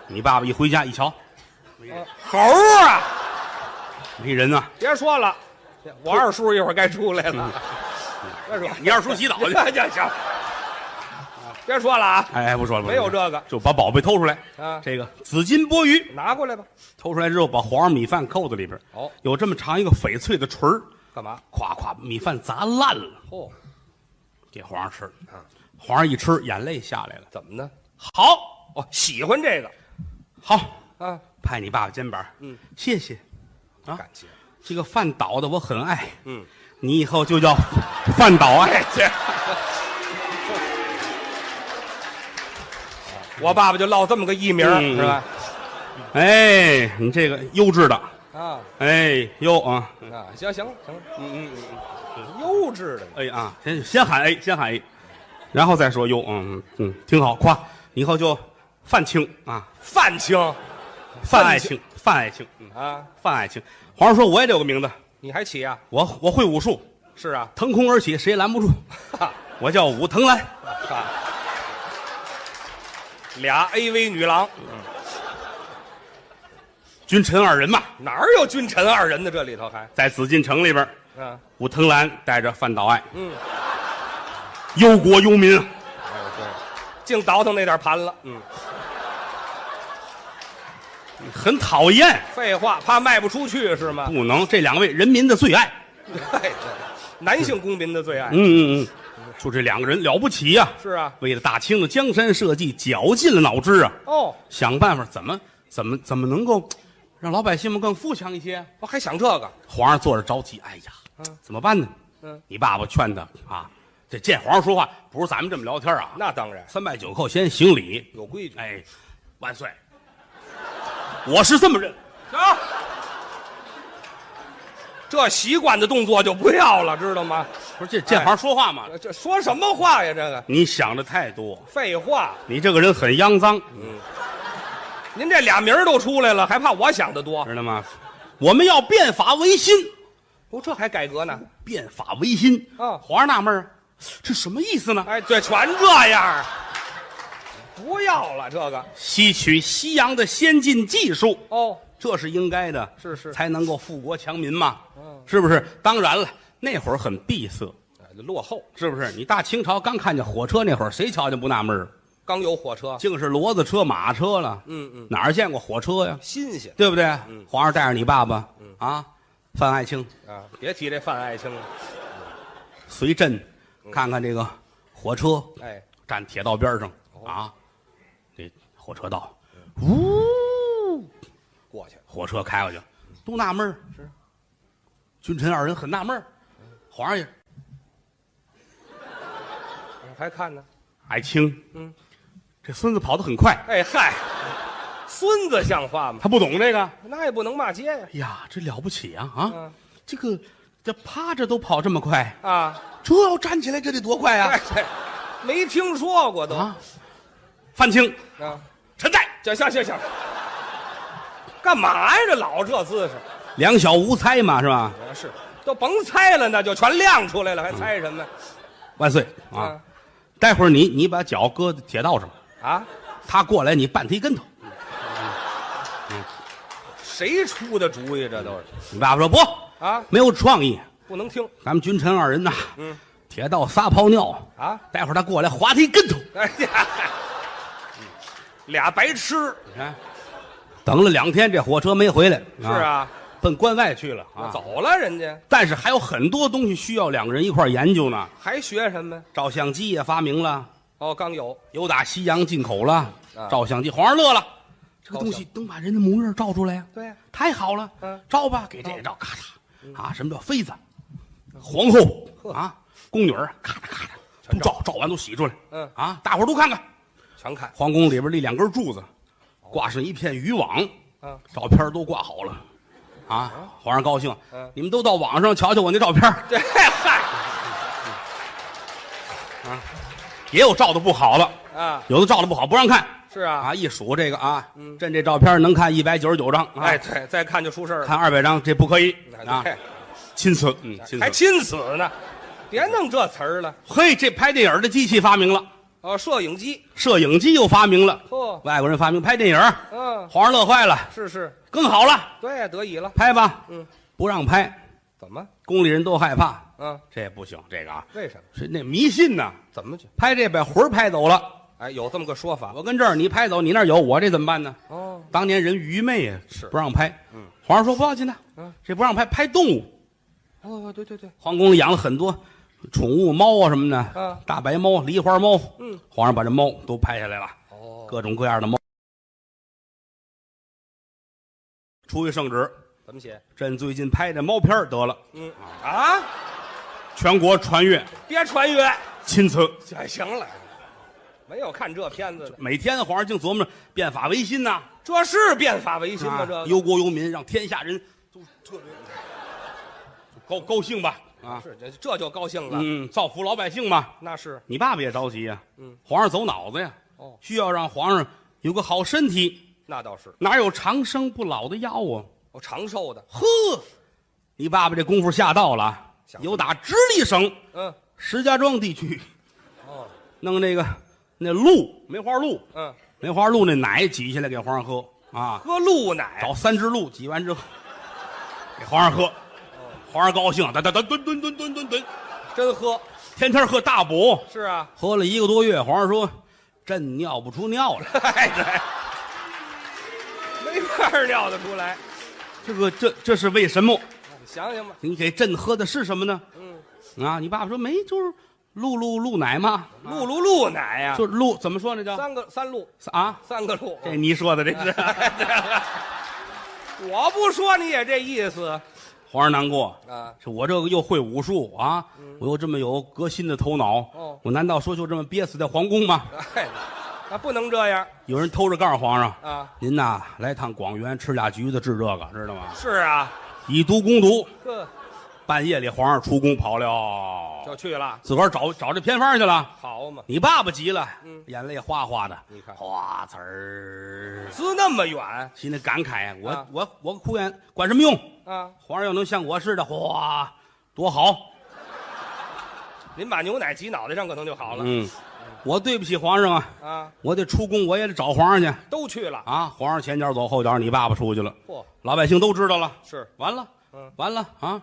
[SPEAKER 1] 你爸爸一回家一瞧，
[SPEAKER 5] 猴儿啊！
[SPEAKER 1] 没人啊呐、
[SPEAKER 5] 别说了，我二叔一会儿该出来 了。别说，
[SPEAKER 1] 你二叔洗澡 去。
[SPEAKER 5] 行行行，别说了啊，
[SPEAKER 1] 哎，不说了，不说了
[SPEAKER 5] 没有这个
[SPEAKER 1] 就把宝贝偷出来。
[SPEAKER 5] 啊
[SPEAKER 1] 这个紫金钵盂
[SPEAKER 5] 拿过来吧。
[SPEAKER 1] 偷出来之后，把皇上米饭扣子里边，
[SPEAKER 5] 哦，
[SPEAKER 1] 有这么长一个翡翠的锤儿，
[SPEAKER 5] 干嘛？
[SPEAKER 1] 咵咵，米饭砸烂了，
[SPEAKER 5] 哦，
[SPEAKER 1] 给皇上吃。
[SPEAKER 5] 啊
[SPEAKER 1] 皇上一吃，眼泪下来了。
[SPEAKER 5] 怎么呢？
[SPEAKER 1] 好，
[SPEAKER 5] 哦，喜欢这个
[SPEAKER 1] 好，
[SPEAKER 5] 啊，
[SPEAKER 1] 拍你爸爸肩膀，
[SPEAKER 5] 嗯，
[SPEAKER 1] 谢谢。啊
[SPEAKER 5] 感情。
[SPEAKER 1] 这个饭岛的我很爱，
[SPEAKER 5] 嗯，哎
[SPEAKER 1] 你以后就叫饭啊岛 爱。
[SPEAKER 5] 我爸爸就落这么个艺名儿
[SPEAKER 1] 嗯
[SPEAKER 5] 是吧？
[SPEAKER 1] 哎，你这个优质的，
[SPEAKER 5] 啊
[SPEAKER 1] 哎优啊，
[SPEAKER 5] 啊，行行了行了，嗯嗯嗯，幼稚的
[SPEAKER 1] 哎啊，先先喊 A，先喊 A，然后再说优，嗯嗯，挺好，夸，以后就范青啊，
[SPEAKER 5] 范青
[SPEAKER 1] 范爱卿，范爱卿，嗯，
[SPEAKER 5] 啊，
[SPEAKER 1] 范爱卿。皇上说我也得有个名字，
[SPEAKER 5] 你还起啊？
[SPEAKER 1] 我我会武术，
[SPEAKER 5] 是啊，
[SPEAKER 1] 腾空而起，谁也拦不住。
[SPEAKER 5] 哈
[SPEAKER 1] 我叫武藤兰，
[SPEAKER 5] 哈，俩 AV 女郎
[SPEAKER 1] 君臣二人嘛，
[SPEAKER 5] 哪儿有君臣二人的这里头还
[SPEAKER 1] 在紫禁城里边，
[SPEAKER 5] 啊？
[SPEAKER 1] 武藤兰带着范岛爱，
[SPEAKER 5] 嗯，
[SPEAKER 1] 忧国忧民，
[SPEAKER 5] 哎对，净倒腾那点盘了，嗯，
[SPEAKER 1] 很讨厌，
[SPEAKER 5] 废话，怕卖不出去是吗？
[SPEAKER 1] 不能这两位人民的最爱。
[SPEAKER 5] 哎对男性公民的最爱
[SPEAKER 1] 嗯嗯嗯，就这两个人了不起呀、
[SPEAKER 5] 是啊，
[SPEAKER 1] 为了大清的江山社稷，绞尽了脑汁啊。
[SPEAKER 5] 哦，
[SPEAKER 1] 想办法怎么怎么怎么能够让老百姓们更富强一些？啊
[SPEAKER 5] 我还想这个，
[SPEAKER 1] 皇上坐着着急，哎呀，怎么办呢？
[SPEAKER 5] 嗯，
[SPEAKER 1] 你爸爸劝他啊，这见皇上说话不是咱们这么聊天啊，
[SPEAKER 5] 那当然
[SPEAKER 1] 三拜九叩先行礼，
[SPEAKER 5] 有规矩，
[SPEAKER 1] 哎，万岁，我是这么认，
[SPEAKER 5] 行，这习惯的动作就不要了，知道吗？
[SPEAKER 1] 不是这见皇上说话嘛？
[SPEAKER 5] 这说什么话呀？这个
[SPEAKER 1] 你想的太多，
[SPEAKER 5] 废话，
[SPEAKER 1] 你这个人很肮脏，
[SPEAKER 5] 您这俩名儿都出来了，还怕我想的多？
[SPEAKER 1] 知道吗？我们要变法维新，
[SPEAKER 5] 不，哦这还改革呢？
[SPEAKER 1] 变法维新
[SPEAKER 5] 啊
[SPEAKER 1] 皇上纳闷儿，这什么意思呢？
[SPEAKER 5] 哎，对，全这样儿，不要了这个。
[SPEAKER 1] 吸取西洋的先进技术，
[SPEAKER 5] 哦，
[SPEAKER 1] 这是应该的，
[SPEAKER 5] 是是
[SPEAKER 1] 才能够富国强民嘛，
[SPEAKER 5] 嗯
[SPEAKER 1] 是不是？当然了，那会儿很闭塞，
[SPEAKER 5] 哎落后，
[SPEAKER 1] 是不是？你大清朝刚看见火车那会儿，谁瞧见不纳闷儿？
[SPEAKER 5] 刚有火车，
[SPEAKER 1] 净是骡子车、马车了，
[SPEAKER 5] 嗯嗯，
[SPEAKER 1] 哪儿见过火车呀？
[SPEAKER 5] 新鲜
[SPEAKER 1] 对不对？皇上带着你爸爸，
[SPEAKER 5] 嗯
[SPEAKER 1] 啊，范爱卿
[SPEAKER 5] 啊！别提这范爱卿了，
[SPEAKER 1] 随朕看看这个火车
[SPEAKER 5] 哎，
[SPEAKER 1] 站铁道边上
[SPEAKER 5] 哦
[SPEAKER 1] 啊，这火车道，呜，
[SPEAKER 5] 过去了，
[SPEAKER 1] 火车开过去，都纳闷是，君臣二人很纳闷儿皇上也
[SPEAKER 5] 还看呢。
[SPEAKER 1] 爱卿，嗯，这孙子跑得很快，
[SPEAKER 5] 哎嗨，孙子像话吗？
[SPEAKER 1] 他不懂这个，
[SPEAKER 5] 那也不能骂街呀。
[SPEAKER 1] 哎呀，这了不起啊啊！
[SPEAKER 5] 嗯
[SPEAKER 1] 这个这趴着都跑这么快，
[SPEAKER 5] 啊，
[SPEAKER 1] 这要站起来这得多快啊！
[SPEAKER 5] 哎，没听说过都
[SPEAKER 1] 啊，范青，
[SPEAKER 5] 啊。
[SPEAKER 1] 陈代，
[SPEAKER 5] 行行行行，干嘛呀？这老这姿势
[SPEAKER 1] 两小无猜嘛是吧？
[SPEAKER 5] 啊，是都甭猜了，那就全亮出来了，还猜什么
[SPEAKER 1] 万岁啊！待会儿你你把脚搁铁道上，
[SPEAKER 5] 啊？
[SPEAKER 1] 他过来你绊他一跟头。
[SPEAKER 5] 谁出的主意？这都是
[SPEAKER 1] 你爸爸说不
[SPEAKER 5] 啊
[SPEAKER 1] 没有创意，
[SPEAKER 5] 不能听
[SPEAKER 1] 咱们君臣二人呐，铁道撒泡尿，
[SPEAKER 5] 啊！
[SPEAKER 1] 待会儿他过来划他一跟头。
[SPEAKER 5] 哎呀，嗯俩白痴
[SPEAKER 1] 你看，等了两天这火车没回来，
[SPEAKER 5] 是啊，
[SPEAKER 1] 奔关外去了
[SPEAKER 5] 那
[SPEAKER 1] 啊。
[SPEAKER 5] 走了，人家
[SPEAKER 1] 但是还有很多东西需要两个人一块儿研究呢。
[SPEAKER 5] 还学什么？
[SPEAKER 1] 照相机也发明了，
[SPEAKER 5] 哦，刚有
[SPEAKER 1] 有打西洋进口了
[SPEAKER 5] 啊。
[SPEAKER 1] 照相机，皇上乐了，这个
[SPEAKER 5] 照
[SPEAKER 1] 东西能把人的模样照出来呀、
[SPEAKER 5] 对呀
[SPEAKER 1] 太好了。
[SPEAKER 5] 嗯
[SPEAKER 1] 照吧，给这个照，咔嚓，啊，什么叫妃子？皇后啊，宫女儿，咔嚓咔嚓，都照，照完都洗出来。
[SPEAKER 5] 嗯
[SPEAKER 1] 啊，大伙儿都看看，
[SPEAKER 5] 全看
[SPEAKER 1] 皇宫里边立两根柱子，
[SPEAKER 5] 哦
[SPEAKER 1] 挂上一片渔网，
[SPEAKER 5] 啊！
[SPEAKER 1] 照片都挂好了。啊，皇上高兴
[SPEAKER 5] 嗯，
[SPEAKER 1] 你们都到网上瞧瞧我那照片儿，
[SPEAKER 5] 这嗨
[SPEAKER 1] 啊也有照的不好了，
[SPEAKER 5] 啊，
[SPEAKER 1] 有的照的不好不让看。
[SPEAKER 5] 是啊，嗯
[SPEAKER 1] 啊，一数这个啊，朕这照片能看一百九十九张，啊
[SPEAKER 5] 哎，对，再看就出事儿了
[SPEAKER 1] 看二百张这不可以啊
[SPEAKER 5] 啊，，
[SPEAKER 1] 亲死，嗯，亲
[SPEAKER 5] 还
[SPEAKER 1] 死。
[SPEAKER 5] 亲死呢，别弄这词儿了。
[SPEAKER 1] 嘿，这拍电影的机器发明了，
[SPEAKER 5] 哦，摄影机，
[SPEAKER 1] 摄影机又发明了，
[SPEAKER 5] 嚯
[SPEAKER 1] 外国人发明拍电影，
[SPEAKER 5] 嗯，
[SPEAKER 1] 皇上乐坏了，
[SPEAKER 5] 是是，
[SPEAKER 1] 更好了，
[SPEAKER 5] 对，得以了。
[SPEAKER 1] 拍吧，
[SPEAKER 5] 嗯，
[SPEAKER 1] 不让拍，
[SPEAKER 5] 怎么？
[SPEAKER 1] 宫里人都害怕，
[SPEAKER 5] 嗯，
[SPEAKER 1] 这也不行，这个啊，
[SPEAKER 5] 为什么？
[SPEAKER 1] 是那迷信呐，
[SPEAKER 5] 怎么去？
[SPEAKER 1] 拍这把魂儿拍走了，
[SPEAKER 5] 哎，有这么个说法
[SPEAKER 1] 我跟这儿你拍走，你那儿有，我这怎么办呢？
[SPEAKER 5] 哦，
[SPEAKER 1] 当年人愚昧啊，
[SPEAKER 5] 是
[SPEAKER 1] 不让拍，嗯，皇上说不要紧的，
[SPEAKER 5] 嗯，
[SPEAKER 1] 这不让拍，拍动物。
[SPEAKER 5] 哦，对对对，
[SPEAKER 1] 皇宫里养了很多宠物猫啊什么的，
[SPEAKER 5] 嗯
[SPEAKER 1] 大白猫、狸花猫，
[SPEAKER 5] 嗯，
[SPEAKER 1] 皇上把这猫都拍下来了，
[SPEAKER 5] 哦，
[SPEAKER 1] 各种各样的猫。出一圣旨，
[SPEAKER 5] 怎么写？
[SPEAKER 1] 朕最近拍的猫片儿得了，
[SPEAKER 5] 嗯啊，
[SPEAKER 1] 全国传阅，
[SPEAKER 5] 别穿越，
[SPEAKER 1] 钦此。
[SPEAKER 5] 这行了，没有看这片子的，
[SPEAKER 1] 每天皇上净琢磨着变法维新呐、
[SPEAKER 5] 这是变法维新吗？
[SPEAKER 1] 啊
[SPEAKER 5] 这个
[SPEAKER 1] 忧国忧民，让天下人都特别高高兴吧，啊，
[SPEAKER 5] 是这这就高兴了，
[SPEAKER 1] 嗯，造福老百姓嘛。
[SPEAKER 5] 那是
[SPEAKER 1] 你爸爸也着急呀、
[SPEAKER 5] 嗯，
[SPEAKER 1] 皇上走脑子呀，
[SPEAKER 5] 哦
[SPEAKER 1] 需要让皇上有个好身体。
[SPEAKER 5] 那倒是，
[SPEAKER 1] 哪有长生不老的药啊？
[SPEAKER 5] 哦，长 寿的，
[SPEAKER 1] 呵，你爸爸这功夫下到了啊，
[SPEAKER 5] 想
[SPEAKER 1] 有打直隶省
[SPEAKER 5] 嗯，
[SPEAKER 1] 石家庄地区
[SPEAKER 5] 哦，
[SPEAKER 1] 弄那个那鹿，梅花鹿，
[SPEAKER 5] 嗯，
[SPEAKER 1] 梅花鹿那奶挤下来给皇上喝啊，
[SPEAKER 5] 喝鹿奶，
[SPEAKER 1] 找三只鹿挤完之后给皇上喝，皇上高兴，哒哒哒蹲蹲蹲蹲蹲蹲，
[SPEAKER 5] 真喝，
[SPEAKER 1] 天天喝大补，
[SPEAKER 5] 是啊，
[SPEAKER 1] 喝了一个多月，皇上说朕尿不出尿 来，
[SPEAKER 5] 哎对，没法儿尿得出来，
[SPEAKER 1] 这个这这是为什么？
[SPEAKER 5] 你想想吧，
[SPEAKER 1] 你给朕喝的是什么呢？
[SPEAKER 5] 嗯，
[SPEAKER 1] 啊，你爸爸说没，就是鹿鹿鹿奶嘛，
[SPEAKER 5] 鹿鹿鹿奶呀，
[SPEAKER 1] 就是鹿怎么说那叫
[SPEAKER 5] 三个三鹿，
[SPEAKER 1] 啊？
[SPEAKER 5] 三个鹿，
[SPEAKER 1] 这你说的这是
[SPEAKER 5] 我不说你也这意思
[SPEAKER 1] 皇上难过，
[SPEAKER 5] 啊？
[SPEAKER 1] 是我这个又会武术啊，我又这么有革新的头脑，
[SPEAKER 5] 嗯哦
[SPEAKER 1] 我难道说就这么憋死在皇宫吗？
[SPEAKER 5] 哎，那不能这样
[SPEAKER 1] 有人偷着告诉皇上，
[SPEAKER 5] 啊！
[SPEAKER 1] 您呐来趟广元吃俩橘子治这个，知道吗？
[SPEAKER 5] 是啊，
[SPEAKER 1] 以毒攻毒，
[SPEAKER 5] 这
[SPEAKER 1] 半夜里皇上出宫跑了，
[SPEAKER 5] 就去了，
[SPEAKER 1] 自个儿找找这偏方去了。
[SPEAKER 5] 好嘛，
[SPEAKER 1] 你爸爸急了，
[SPEAKER 5] 嗯
[SPEAKER 1] 眼泪哗哗的，
[SPEAKER 5] 你看
[SPEAKER 1] 哗呲儿。
[SPEAKER 5] 滋那么远
[SPEAKER 1] 心里感慨，我、
[SPEAKER 5] 啊
[SPEAKER 1] 我我哭眼管什么用？
[SPEAKER 5] 啊！
[SPEAKER 1] 皇上要能像我似的，哗，多好！
[SPEAKER 5] 您把牛奶挤脑袋上，可能就好了
[SPEAKER 1] 嗯，我对不起皇上啊，
[SPEAKER 5] 啊！
[SPEAKER 1] 我得出宫，我也得找皇上去
[SPEAKER 5] 都去了，
[SPEAKER 1] 啊！皇上前脚走，后脚你爸爸出去了，
[SPEAKER 5] 嚯，
[SPEAKER 1] 老百姓都知道了，
[SPEAKER 5] 是
[SPEAKER 1] 完了，
[SPEAKER 5] 嗯
[SPEAKER 1] 完了啊！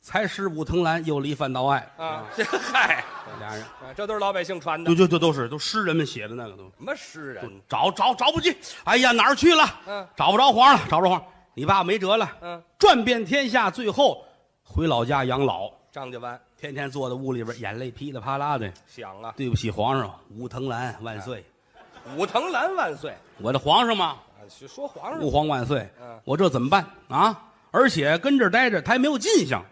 [SPEAKER 1] 才十五藤兰，又离范道爱，
[SPEAKER 5] 啊，这 嗨，
[SPEAKER 1] 俩人，
[SPEAKER 5] 啊这都是老百姓传的
[SPEAKER 1] 就，就就都是都诗人们写的那个都，
[SPEAKER 5] 什么诗人？
[SPEAKER 1] 找找找不进，哎呀哪儿去了？
[SPEAKER 5] 嗯
[SPEAKER 1] 找不着皇上了，找不着皇上，你爸爸没辙了，
[SPEAKER 5] 嗯，
[SPEAKER 1] 转遍天下，最后回老家养老。
[SPEAKER 5] 张家湾
[SPEAKER 1] 天天坐在屋里边，眼泪噼里啪啦的。
[SPEAKER 5] 想啊，
[SPEAKER 1] 对不起皇上，武藤兰万岁！
[SPEAKER 5] 嗯武藤兰万岁！
[SPEAKER 1] 我的皇上嘛，
[SPEAKER 5] 啊说皇上
[SPEAKER 1] 吾皇万岁
[SPEAKER 5] 嗯！
[SPEAKER 1] 我这怎么办啊？而且跟这儿待着，他也没有进项。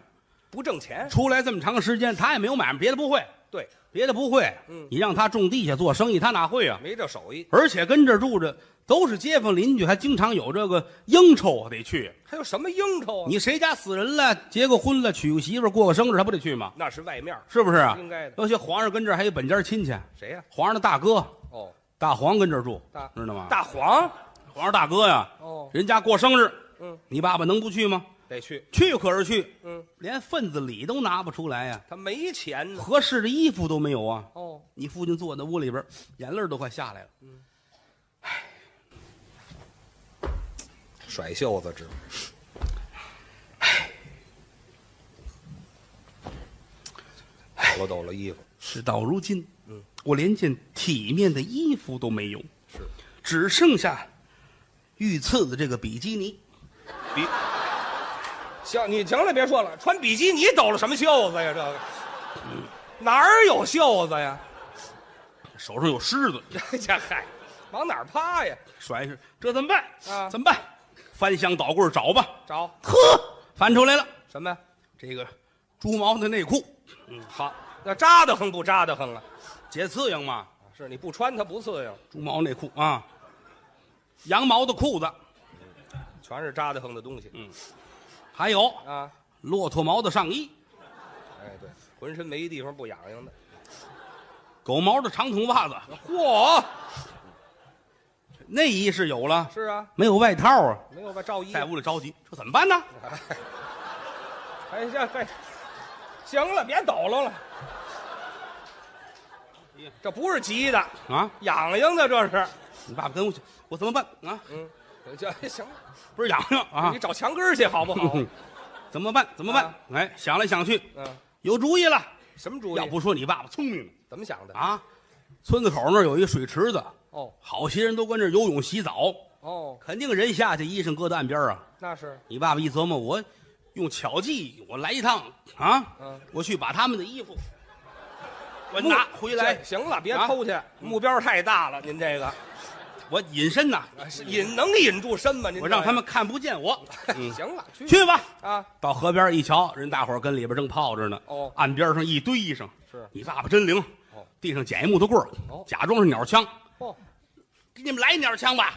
[SPEAKER 5] 不挣钱，
[SPEAKER 1] 出来这么长时间，他也没有买卖，别的不会，
[SPEAKER 5] 对，
[SPEAKER 1] 别的不会。
[SPEAKER 5] 嗯
[SPEAKER 1] 你让他种地下做生意，他哪会啊？
[SPEAKER 5] 没这手艺，
[SPEAKER 1] 而且跟这儿住着都是街坊邻居，还经常有这个应酬啊得去。
[SPEAKER 5] 还有什么应酬啊？
[SPEAKER 1] 你谁家死人了，结过婚了，娶个媳妇儿，过个生日，他不得去吗？
[SPEAKER 5] 那是外面儿
[SPEAKER 1] 是不是啊？
[SPEAKER 5] 应该的
[SPEAKER 1] 尤其皇上跟这儿还有本家亲戚，
[SPEAKER 5] 谁呀？
[SPEAKER 1] 皇上的大哥
[SPEAKER 5] 哦，
[SPEAKER 1] 大黄跟这儿住
[SPEAKER 5] 大，
[SPEAKER 1] 知道吗？
[SPEAKER 5] 大黄
[SPEAKER 1] 皇上大哥呀，
[SPEAKER 5] 啊哦
[SPEAKER 1] 人家过生日，
[SPEAKER 5] 嗯，
[SPEAKER 1] 你爸爸能不去吗？
[SPEAKER 5] 得去，
[SPEAKER 1] 去可是去，
[SPEAKER 5] 嗯，
[SPEAKER 1] 连份子礼都拿不出来呀，
[SPEAKER 5] 他没钱呢。
[SPEAKER 1] 合适的衣服都没有啊。
[SPEAKER 5] 哦，
[SPEAKER 1] 你父亲坐在屋里边，眼泪儿都快下来了。
[SPEAKER 5] 甩袖子直。唉抖了抖了衣服，
[SPEAKER 1] 事到如今，嗯，我连件体面的衣服都没有，
[SPEAKER 5] 是
[SPEAKER 1] 只剩下御赐的这个比基尼。
[SPEAKER 5] 比。行，你行了，别说了，穿比基尼抖了什么袖子呀？这个哪儿有袖子呀？
[SPEAKER 1] 手上有虱子，
[SPEAKER 5] 这家嗨，往哪儿趴呀？
[SPEAKER 1] 甩一甩，这怎么办？
[SPEAKER 5] 啊
[SPEAKER 1] 怎么办？翻箱倒柜儿找吧，
[SPEAKER 5] 找
[SPEAKER 1] 呵，翻出来了，
[SPEAKER 5] 什么呀？
[SPEAKER 1] 这个猪毛的内裤，
[SPEAKER 5] 好，那扎的哼不扎的哼啊？
[SPEAKER 1] 解刺痒嘛，
[SPEAKER 5] 是你不穿它不刺痒，
[SPEAKER 1] 猪毛内裤啊，羊毛的裤子，
[SPEAKER 5] 全是扎的哼的东西。嗯
[SPEAKER 1] 还有
[SPEAKER 5] 啊，
[SPEAKER 1] 骆驼毛的上衣，
[SPEAKER 5] 哎对，浑身没地方不痒痒的。
[SPEAKER 1] 狗毛的长筒袜子，
[SPEAKER 5] 嚯，
[SPEAKER 1] 内衣是有了，
[SPEAKER 5] 是啊，
[SPEAKER 1] 没有外套啊，
[SPEAKER 5] 没有吧？照衣
[SPEAKER 1] 在屋里着急，这怎么办呢？
[SPEAKER 5] 哎呀，哎，行了，别抖搂了，这不是急的，
[SPEAKER 1] 啊，
[SPEAKER 5] 痒痒的这是。
[SPEAKER 1] 你爸爸跟我去，我怎么办啊？
[SPEAKER 5] 嗯，这行了，
[SPEAKER 1] 不是痒痒啊嗯
[SPEAKER 5] 你，找墙根儿去好不好？
[SPEAKER 1] 怎么办？怎么办
[SPEAKER 5] 啊？
[SPEAKER 1] 哎，想来想去，
[SPEAKER 5] 嗯，
[SPEAKER 1] 有主意了。
[SPEAKER 5] 什么主意？
[SPEAKER 1] 要不说你爸爸聪明
[SPEAKER 5] 怎么想的？
[SPEAKER 1] 啊，村子口那儿有一水池子，
[SPEAKER 5] 哦
[SPEAKER 1] 好些人都跟这儿游泳洗澡，
[SPEAKER 5] 哦，
[SPEAKER 1] 肯定人下去，衣裳搁在岸边儿啊。
[SPEAKER 5] 那是
[SPEAKER 1] 你爸爸一琢磨，我用巧计，我来一趟啊，
[SPEAKER 5] 嗯
[SPEAKER 1] 我去把他们的衣服，我拿回来
[SPEAKER 5] 这，行了，别
[SPEAKER 1] 啊
[SPEAKER 5] 偷去，目标太大了，您这个
[SPEAKER 1] 我隐身呐，
[SPEAKER 5] 是引能引住身吗？您
[SPEAKER 1] 我
[SPEAKER 5] 这个
[SPEAKER 1] 让他们看不见我。嗯，
[SPEAKER 5] 行了，去
[SPEAKER 1] 去吧。
[SPEAKER 5] 啊，
[SPEAKER 1] 到河边一瞧，人大伙儿跟里边正泡着呢。
[SPEAKER 5] 哦
[SPEAKER 1] 岸边上一堆衣裳。
[SPEAKER 5] 是
[SPEAKER 1] 你爸爸真灵。
[SPEAKER 5] 哦，
[SPEAKER 1] 地上捡一木头棍儿
[SPEAKER 5] 哦
[SPEAKER 1] 假装是鸟枪，
[SPEAKER 5] 哦，
[SPEAKER 1] 给你们来鸟枪吧！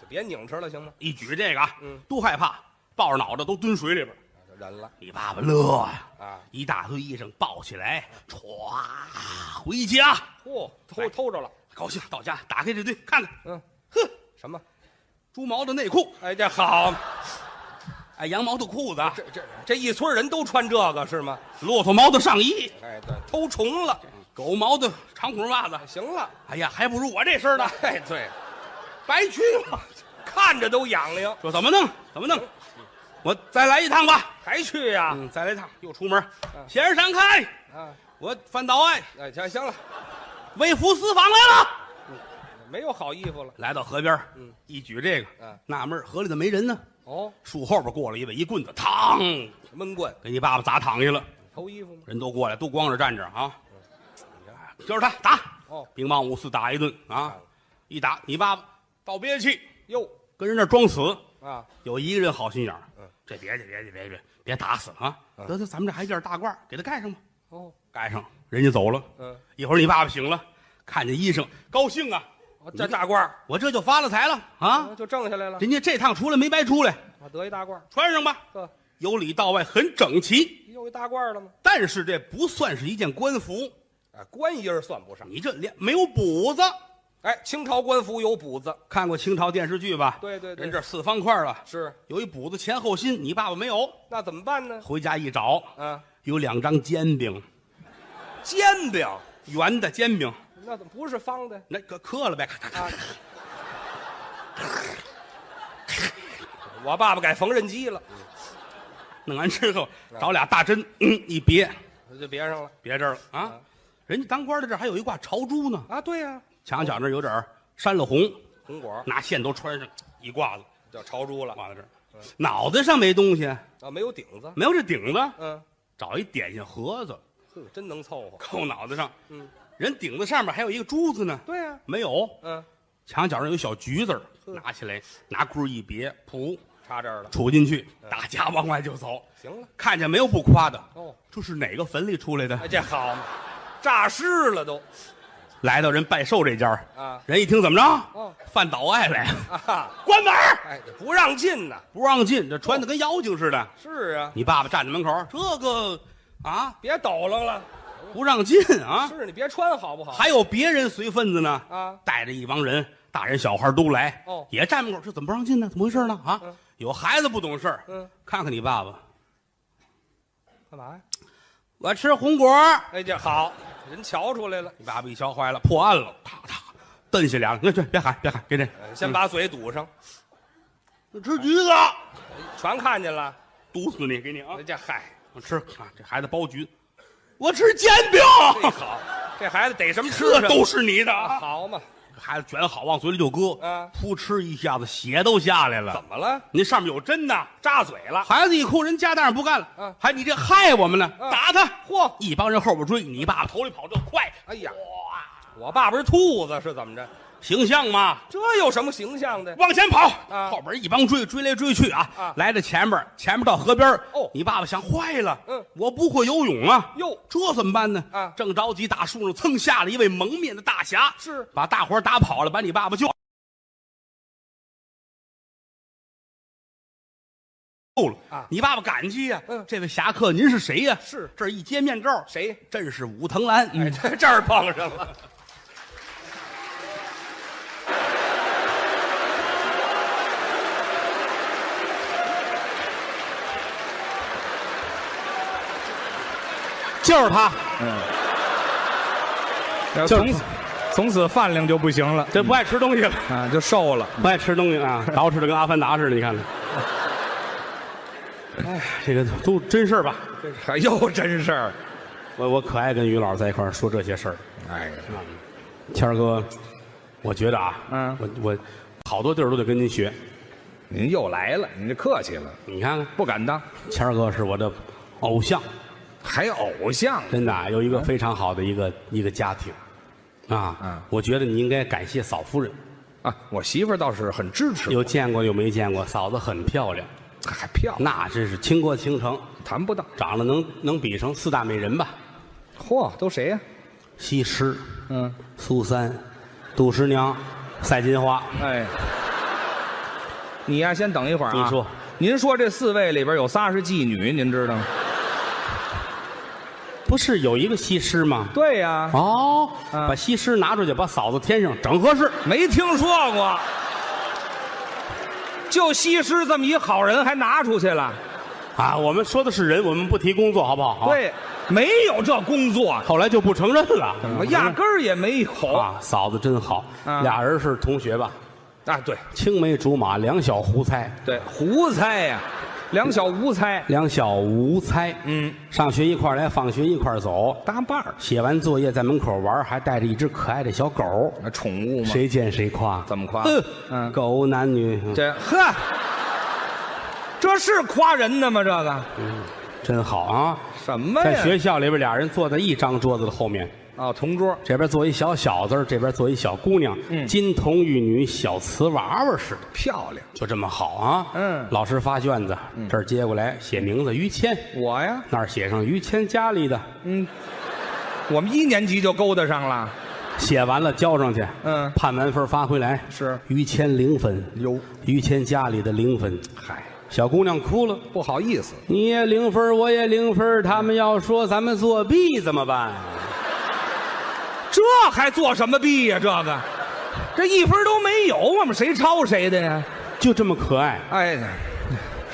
[SPEAKER 5] 就别拧吃了，行吗？
[SPEAKER 1] 一举这个啊，
[SPEAKER 5] 嗯，
[SPEAKER 1] 都害怕，抱着脑袋都蹲水里边。
[SPEAKER 5] 啊就忍了
[SPEAKER 1] 你爸爸乐呀，
[SPEAKER 5] 啊！
[SPEAKER 1] 一大堆衣裳抱起来，歘，回家
[SPEAKER 5] 嚯，哦偷偷着了，
[SPEAKER 1] 高兴。到家打开这堆，看看
[SPEAKER 5] 哎嗯，什么？
[SPEAKER 1] 猪毛的内裤，
[SPEAKER 5] 哎，这好，
[SPEAKER 1] 哎，羊毛的裤子，
[SPEAKER 5] 这这这一村人都穿这个是吗？
[SPEAKER 1] 骆驼毛的上衣，
[SPEAKER 5] 哎，对，偷虫了，
[SPEAKER 1] 狗毛的长筒袜子。
[SPEAKER 5] 行了，
[SPEAKER 1] 哎呀，还不如我这身呢，
[SPEAKER 5] 哎，对，
[SPEAKER 1] 白去了。
[SPEAKER 5] 看着都痒痒，
[SPEAKER 1] 说怎么弄？怎么弄？我再来一趟吧。
[SPEAKER 5] 还去呀？
[SPEAKER 1] 嗯，再来一趟，又出门。
[SPEAKER 5] 嗯
[SPEAKER 1] 先生闪开！
[SPEAKER 5] 啊，
[SPEAKER 1] 我翻倒案，
[SPEAKER 5] 哎，行行了，
[SPEAKER 1] 微服私访来了。
[SPEAKER 5] 没有好衣服了。
[SPEAKER 1] 来到河边，
[SPEAKER 5] 嗯，
[SPEAKER 1] 一举这个，
[SPEAKER 5] 嗯
[SPEAKER 1] 纳闷儿河里怎么没人呢？
[SPEAKER 5] 哦，
[SPEAKER 1] 树后边过来一位，一棍子，嘡，
[SPEAKER 5] 闷棍
[SPEAKER 1] 给你爸爸砸躺下了。
[SPEAKER 5] 偷衣服吗？
[SPEAKER 1] 人都过来，都光着站着啊。就是他打，
[SPEAKER 5] 哦嗯
[SPEAKER 1] 兵乓五四打一顿啊，一打你爸爸倒憋气，
[SPEAKER 5] 哟
[SPEAKER 1] 跟人那儿装死。
[SPEAKER 5] 啊，
[SPEAKER 1] 有一个人好心眼儿，
[SPEAKER 5] 嗯，
[SPEAKER 1] 这别去，别去，别去，别打死了啊！得得，咱们这还有件大褂儿，给他盖上吧。
[SPEAKER 5] 哦，
[SPEAKER 1] 盖上，人家走了。
[SPEAKER 5] 嗯，
[SPEAKER 1] 一会儿你爸爸醒了，看见医生高兴啊，
[SPEAKER 5] 哦这大褂儿
[SPEAKER 1] 我这就发了财了啊！
[SPEAKER 5] 就挣下来了，
[SPEAKER 1] 人家这趟出来没白出来，
[SPEAKER 5] 我得一大褂儿，
[SPEAKER 1] 穿上吧，
[SPEAKER 5] 呵，
[SPEAKER 1] 由里到外很整齐。
[SPEAKER 5] 又一大褂儿了吗？
[SPEAKER 1] 但是这不算是一件官服，
[SPEAKER 5] 啊，官衣儿算不上。
[SPEAKER 1] 你这连没有补子。
[SPEAKER 5] 哎，清朝官服有补子，
[SPEAKER 1] 看过清朝电视剧吧？
[SPEAKER 5] 对对对
[SPEAKER 1] 人这四方块了，
[SPEAKER 5] 是，
[SPEAKER 1] 有一补子前后心，你爸爸没有。
[SPEAKER 5] 那怎么办呢？
[SPEAKER 1] 回家一找，
[SPEAKER 5] 啊，
[SPEAKER 1] 有两张煎饼，
[SPEAKER 5] 煎饼，
[SPEAKER 1] 圆的煎饼，
[SPEAKER 5] 那怎么不是方的
[SPEAKER 1] 那可磕了呗，咔咔咔
[SPEAKER 5] 啊？我爸爸改缝纫机了，
[SPEAKER 1] 弄完之后找俩大针，嗯，一别，
[SPEAKER 5] 就别上了
[SPEAKER 1] 别这儿了啊
[SPEAKER 5] 啊。
[SPEAKER 1] 人家当官的这儿还有一挂朝珠呢，
[SPEAKER 5] 啊。对呀，
[SPEAKER 1] 墙角那儿有点儿山了红，
[SPEAKER 5] 红果儿
[SPEAKER 1] 拿线都穿上，一挂子
[SPEAKER 5] 叫朝珠了
[SPEAKER 1] 挂在这儿，脑袋上没东西，
[SPEAKER 5] 啊，没有顶子，
[SPEAKER 1] 没有这顶子，
[SPEAKER 5] 嗯，
[SPEAKER 3] 找一点心盒子
[SPEAKER 5] 呵，真能凑合。
[SPEAKER 3] 扣脑袋上，
[SPEAKER 5] 嗯，
[SPEAKER 3] 人顶子上面还有一个珠子呢。
[SPEAKER 5] 对呀
[SPEAKER 3] 没有，
[SPEAKER 5] 嗯，
[SPEAKER 3] 墙角上有一小橘子儿，拿起来拿箍一别，噗，
[SPEAKER 5] 插这儿了，
[SPEAKER 3] 杵进去，大家往外就走。
[SPEAKER 5] 行了。
[SPEAKER 3] 看见没有不夸的
[SPEAKER 5] 哦，
[SPEAKER 3] 这是哪个坟里出来的
[SPEAKER 5] 哎，？这好嘛，诈尸了都
[SPEAKER 3] 来到人拜寿这家儿
[SPEAKER 5] 啊
[SPEAKER 3] 人一听怎么
[SPEAKER 5] 哦
[SPEAKER 3] 着？犯倒爱来了，
[SPEAKER 5] 啊！
[SPEAKER 3] 关门儿，
[SPEAKER 5] 哎，这不让进呐。
[SPEAKER 3] 不让进，这穿的跟妖精似的。
[SPEAKER 5] 是啊，
[SPEAKER 3] 你爸爸站在门口儿，这个啊
[SPEAKER 5] 别抖楞了。
[SPEAKER 3] 不让进啊，
[SPEAKER 5] 是你别穿好不好？
[SPEAKER 3] 还有别人随份子呢
[SPEAKER 5] 啊
[SPEAKER 3] 带着一帮人，大人小孩都来，
[SPEAKER 5] 哦
[SPEAKER 3] 也站门口，这怎么不让进呢？怎么回事呢？啊，
[SPEAKER 5] 嗯
[SPEAKER 3] 有孩子不懂事儿，
[SPEAKER 5] 嗯，
[SPEAKER 3] 看看你爸爸，
[SPEAKER 5] 干嘛呀？
[SPEAKER 3] 我吃红果儿，
[SPEAKER 5] 哎，这好，人瞧出来了，
[SPEAKER 3] 你爸爸一瞧坏了，破案了，啪啪，蹬下俩了，那去别喊别喊，给这嗯
[SPEAKER 5] 哎先把嘴堵上，
[SPEAKER 3] 吃橘子，
[SPEAKER 5] 全看见了。
[SPEAKER 3] 毒死你，给你啊
[SPEAKER 5] 哎，，这嗨，
[SPEAKER 3] 我吃啊，这孩子剥橘子，我吃煎饼，
[SPEAKER 5] 这好，这哎孩子逮什么吃什
[SPEAKER 3] 这
[SPEAKER 5] 么
[SPEAKER 3] 都是 你的啊。
[SPEAKER 5] 好嘛？
[SPEAKER 3] 孩子卷好往嘴里就搁，
[SPEAKER 5] 嗯
[SPEAKER 3] 扑哧一下子血都下来
[SPEAKER 5] 怎
[SPEAKER 3] 了，
[SPEAKER 5] 么了？
[SPEAKER 3] 那上面有针呐。
[SPEAKER 5] 扎嘴了？
[SPEAKER 3] 孩子一哭，人家当然不干了。
[SPEAKER 5] 嗯
[SPEAKER 3] 还你这害我们呢，
[SPEAKER 5] 嗯
[SPEAKER 3] 打他！
[SPEAKER 5] 嚯
[SPEAKER 3] 一帮人后边追，你爸爸头里跑，这快，
[SPEAKER 5] 哎呀，我爸爸是兔子是怎么着？
[SPEAKER 3] 形象嘛，
[SPEAKER 5] 这有什么形象的？
[SPEAKER 3] 往前跑。
[SPEAKER 5] 啊
[SPEAKER 3] 后边一帮追，追来追去啊，
[SPEAKER 5] 啊
[SPEAKER 3] 来到前边，前面到河边。
[SPEAKER 5] 哦
[SPEAKER 3] 你爸爸想坏了，
[SPEAKER 5] 嗯
[SPEAKER 3] 我不会游泳啊，
[SPEAKER 5] 哟
[SPEAKER 3] 这怎么办呢？
[SPEAKER 5] 啊
[SPEAKER 3] 正着急，大树上蹭下了一位蒙面的大侠，
[SPEAKER 5] 是
[SPEAKER 3] 把大伙儿打跑了，把你爸爸救。够了
[SPEAKER 5] 啊
[SPEAKER 3] 你爸爸感激呀、
[SPEAKER 5] 嗯
[SPEAKER 3] 这位侠客，您是谁呀、
[SPEAKER 5] 是
[SPEAKER 3] 这儿一揭面罩，
[SPEAKER 5] 谁？
[SPEAKER 3] 朕是武藤兰。嗯
[SPEAKER 5] 哎，这这儿碰上了。
[SPEAKER 1] 就是他，
[SPEAKER 2] 嗯从此从此饭量就不行了，
[SPEAKER 1] 这不爱吃东西了，
[SPEAKER 2] 啊，就瘦了。
[SPEAKER 1] 不爱吃东西啊，捯饬的跟阿凡达似的，你看看。哎，这个都真事儿吧？
[SPEAKER 5] 哎
[SPEAKER 2] 还又真事儿，
[SPEAKER 1] 我我可爱跟于老师在一块儿说这些事儿。
[SPEAKER 2] 哎呀，
[SPEAKER 1] 谦儿哥，我觉得啊，
[SPEAKER 2] 嗯
[SPEAKER 1] 我我好多地儿都得跟您学。
[SPEAKER 2] 您又来了，您这客气了，
[SPEAKER 1] 你看看，
[SPEAKER 2] 不敢当，
[SPEAKER 1] 谦儿哥是我的偶像，
[SPEAKER 2] 还偶像
[SPEAKER 1] 真的啊有一个非常好的一个一个家庭，啊，
[SPEAKER 2] 嗯
[SPEAKER 1] 我觉得你应该感谢嫂夫人。
[SPEAKER 2] 啊！我媳妇儿倒是很支持，
[SPEAKER 1] 有见过有没见过，嫂子很漂亮，
[SPEAKER 2] 还漂亮，
[SPEAKER 1] 那真是倾国倾城，
[SPEAKER 2] 谈不到。
[SPEAKER 1] 长得能能比成四大美人吧？
[SPEAKER 2] 嚯，都谁呀、
[SPEAKER 1] 西施、
[SPEAKER 2] 嗯，
[SPEAKER 1] 苏三、杜十娘、赛金花，
[SPEAKER 2] 哎，你呀，先等一会儿啊。
[SPEAKER 1] 你说，
[SPEAKER 2] 您说这四位里边有仨是妓女，您知道吗？
[SPEAKER 1] 不是有一个西施吗？
[SPEAKER 2] 对呀、
[SPEAKER 1] 哦，
[SPEAKER 2] 嗯
[SPEAKER 1] 把西施拿出去，把嫂子添上，整合适。
[SPEAKER 2] 没听说过。就西施这么一好人，还拿出去了？
[SPEAKER 1] 啊，我们说的是人，我们不提工作，好不好？，
[SPEAKER 2] 对，没有这工作，
[SPEAKER 1] 后来就不承认了，
[SPEAKER 2] 我压根儿也没有
[SPEAKER 1] 啊，嫂子真好，
[SPEAKER 2] 啊
[SPEAKER 1] 俩人是同学吧，
[SPEAKER 2] 啊！对
[SPEAKER 1] 青梅竹马，两小无猜，
[SPEAKER 2] 对，胡猜呀、两小无猜，
[SPEAKER 1] 两小无猜，
[SPEAKER 2] 嗯，
[SPEAKER 1] 上学一块儿来，放学一块儿走，
[SPEAKER 2] 搭伴儿，
[SPEAKER 1] 写完作业在门口玩，还带着一只可爱的小狗，
[SPEAKER 2] 啊宠物嘛。
[SPEAKER 1] 谁见谁夸，
[SPEAKER 2] 怎么夸
[SPEAKER 5] 呃
[SPEAKER 1] 嗯
[SPEAKER 2] 嗯
[SPEAKER 1] 狗男女，嗯
[SPEAKER 2] 这呵，这是夸人的吗？这个
[SPEAKER 1] 真好啊！
[SPEAKER 2] 什么
[SPEAKER 1] 在
[SPEAKER 2] 呀？
[SPEAKER 1] 学校里边，俩人坐在一张桌子的后面，
[SPEAKER 2] 啊、同桌
[SPEAKER 1] 这边坐一小小子儿，这边坐一小姑娘，
[SPEAKER 2] 嗯
[SPEAKER 1] 金童玉女，小瓷娃娃似的。
[SPEAKER 2] 漂亮，
[SPEAKER 1] 就这么好啊！
[SPEAKER 2] 嗯
[SPEAKER 1] 老师发卷子，这儿接过来写名字于谦，
[SPEAKER 2] 我呀，
[SPEAKER 1] 那儿写上于谦家里的，
[SPEAKER 2] 我们一年级就勾搭上了，
[SPEAKER 1] 写完了交上去，
[SPEAKER 2] 嗯
[SPEAKER 1] 判完分发回来
[SPEAKER 2] 是
[SPEAKER 1] 于谦零分，
[SPEAKER 2] 有
[SPEAKER 1] 于谦家里的零分。
[SPEAKER 2] 嗨，
[SPEAKER 1] 小姑娘哭了，
[SPEAKER 2] 不好意思，
[SPEAKER 1] 你也零分，我也零分，他们要说咱们作弊怎么办？啊
[SPEAKER 2] 这还做什么弊呀、这个，这一分都没有，我们谁抄谁的呀？
[SPEAKER 1] 就这么可爱，
[SPEAKER 2] 哎，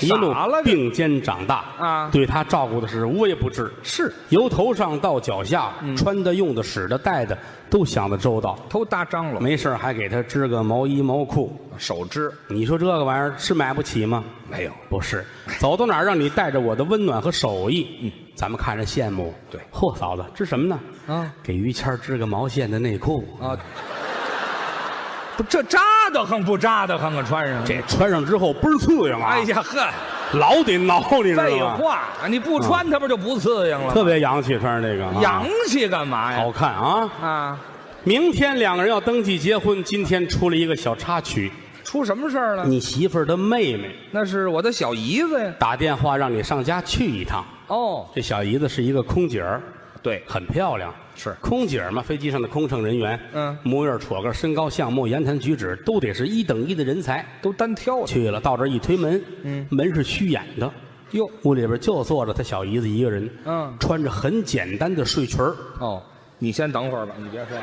[SPEAKER 1] 一路
[SPEAKER 2] 傻了这
[SPEAKER 1] 并肩长大
[SPEAKER 2] 啊
[SPEAKER 1] 对她照顾的是无微不至，
[SPEAKER 2] 是嗯
[SPEAKER 1] 由头上到脚下，穿的、用的、使的、戴的，都想得周到。
[SPEAKER 2] 都搭张罗，
[SPEAKER 1] 没事儿还给他织个毛衣毛裤。
[SPEAKER 2] 呃手织
[SPEAKER 1] 你说这个玩意儿是买不起吗？
[SPEAKER 2] 没有，
[SPEAKER 1] 不是，走到哪儿让你带着我的温暖和手艺，嗯，咱们看着羡慕。
[SPEAKER 2] 对
[SPEAKER 1] 嚯，嫂子织什么呢？
[SPEAKER 2] 啊
[SPEAKER 1] 给于谦儿织个毛线的内裤，
[SPEAKER 2] 啊，不这扎的哼不扎的哼啊，穿上
[SPEAKER 1] 这穿上之后倍儿刺痒啊！
[SPEAKER 2] 哎，呀呵，
[SPEAKER 1] 老得挠，你知
[SPEAKER 5] 废
[SPEAKER 1] 道吗？
[SPEAKER 5] 话，你不
[SPEAKER 2] 嗯
[SPEAKER 5] 穿它不就不刺痒了
[SPEAKER 1] 特
[SPEAKER 5] 吗？
[SPEAKER 1] 别洋气，穿上这个啊
[SPEAKER 5] 洋气干嘛呀？
[SPEAKER 1] 好看啊！
[SPEAKER 5] 啊，
[SPEAKER 1] 明天两个人要登记结婚，今天出了一个小插曲，
[SPEAKER 5] 出什么事儿了？
[SPEAKER 1] 你媳妇儿的妹妹
[SPEAKER 5] 那是我的小姨子呀。
[SPEAKER 1] 打电话让你上家去一趟。
[SPEAKER 5] 哦，
[SPEAKER 1] 这小姨子是一个空姐儿，
[SPEAKER 5] 对，
[SPEAKER 1] 很漂亮，
[SPEAKER 5] 是
[SPEAKER 1] 空姐儿嘛，飞机上的空乘人员，
[SPEAKER 5] 嗯
[SPEAKER 1] 模样、戳个、身高、相貌、言谈举止都得是一等一的人才。
[SPEAKER 5] 都单挑的。
[SPEAKER 1] 去了，到这儿一推门，嗯，门是虚掩的，
[SPEAKER 5] 哟，
[SPEAKER 1] 屋里边就坐着她小姨子一个人，
[SPEAKER 5] 嗯
[SPEAKER 1] 穿着很简单的睡裙儿，
[SPEAKER 5] 哦，你先等会儿吧，你别说了。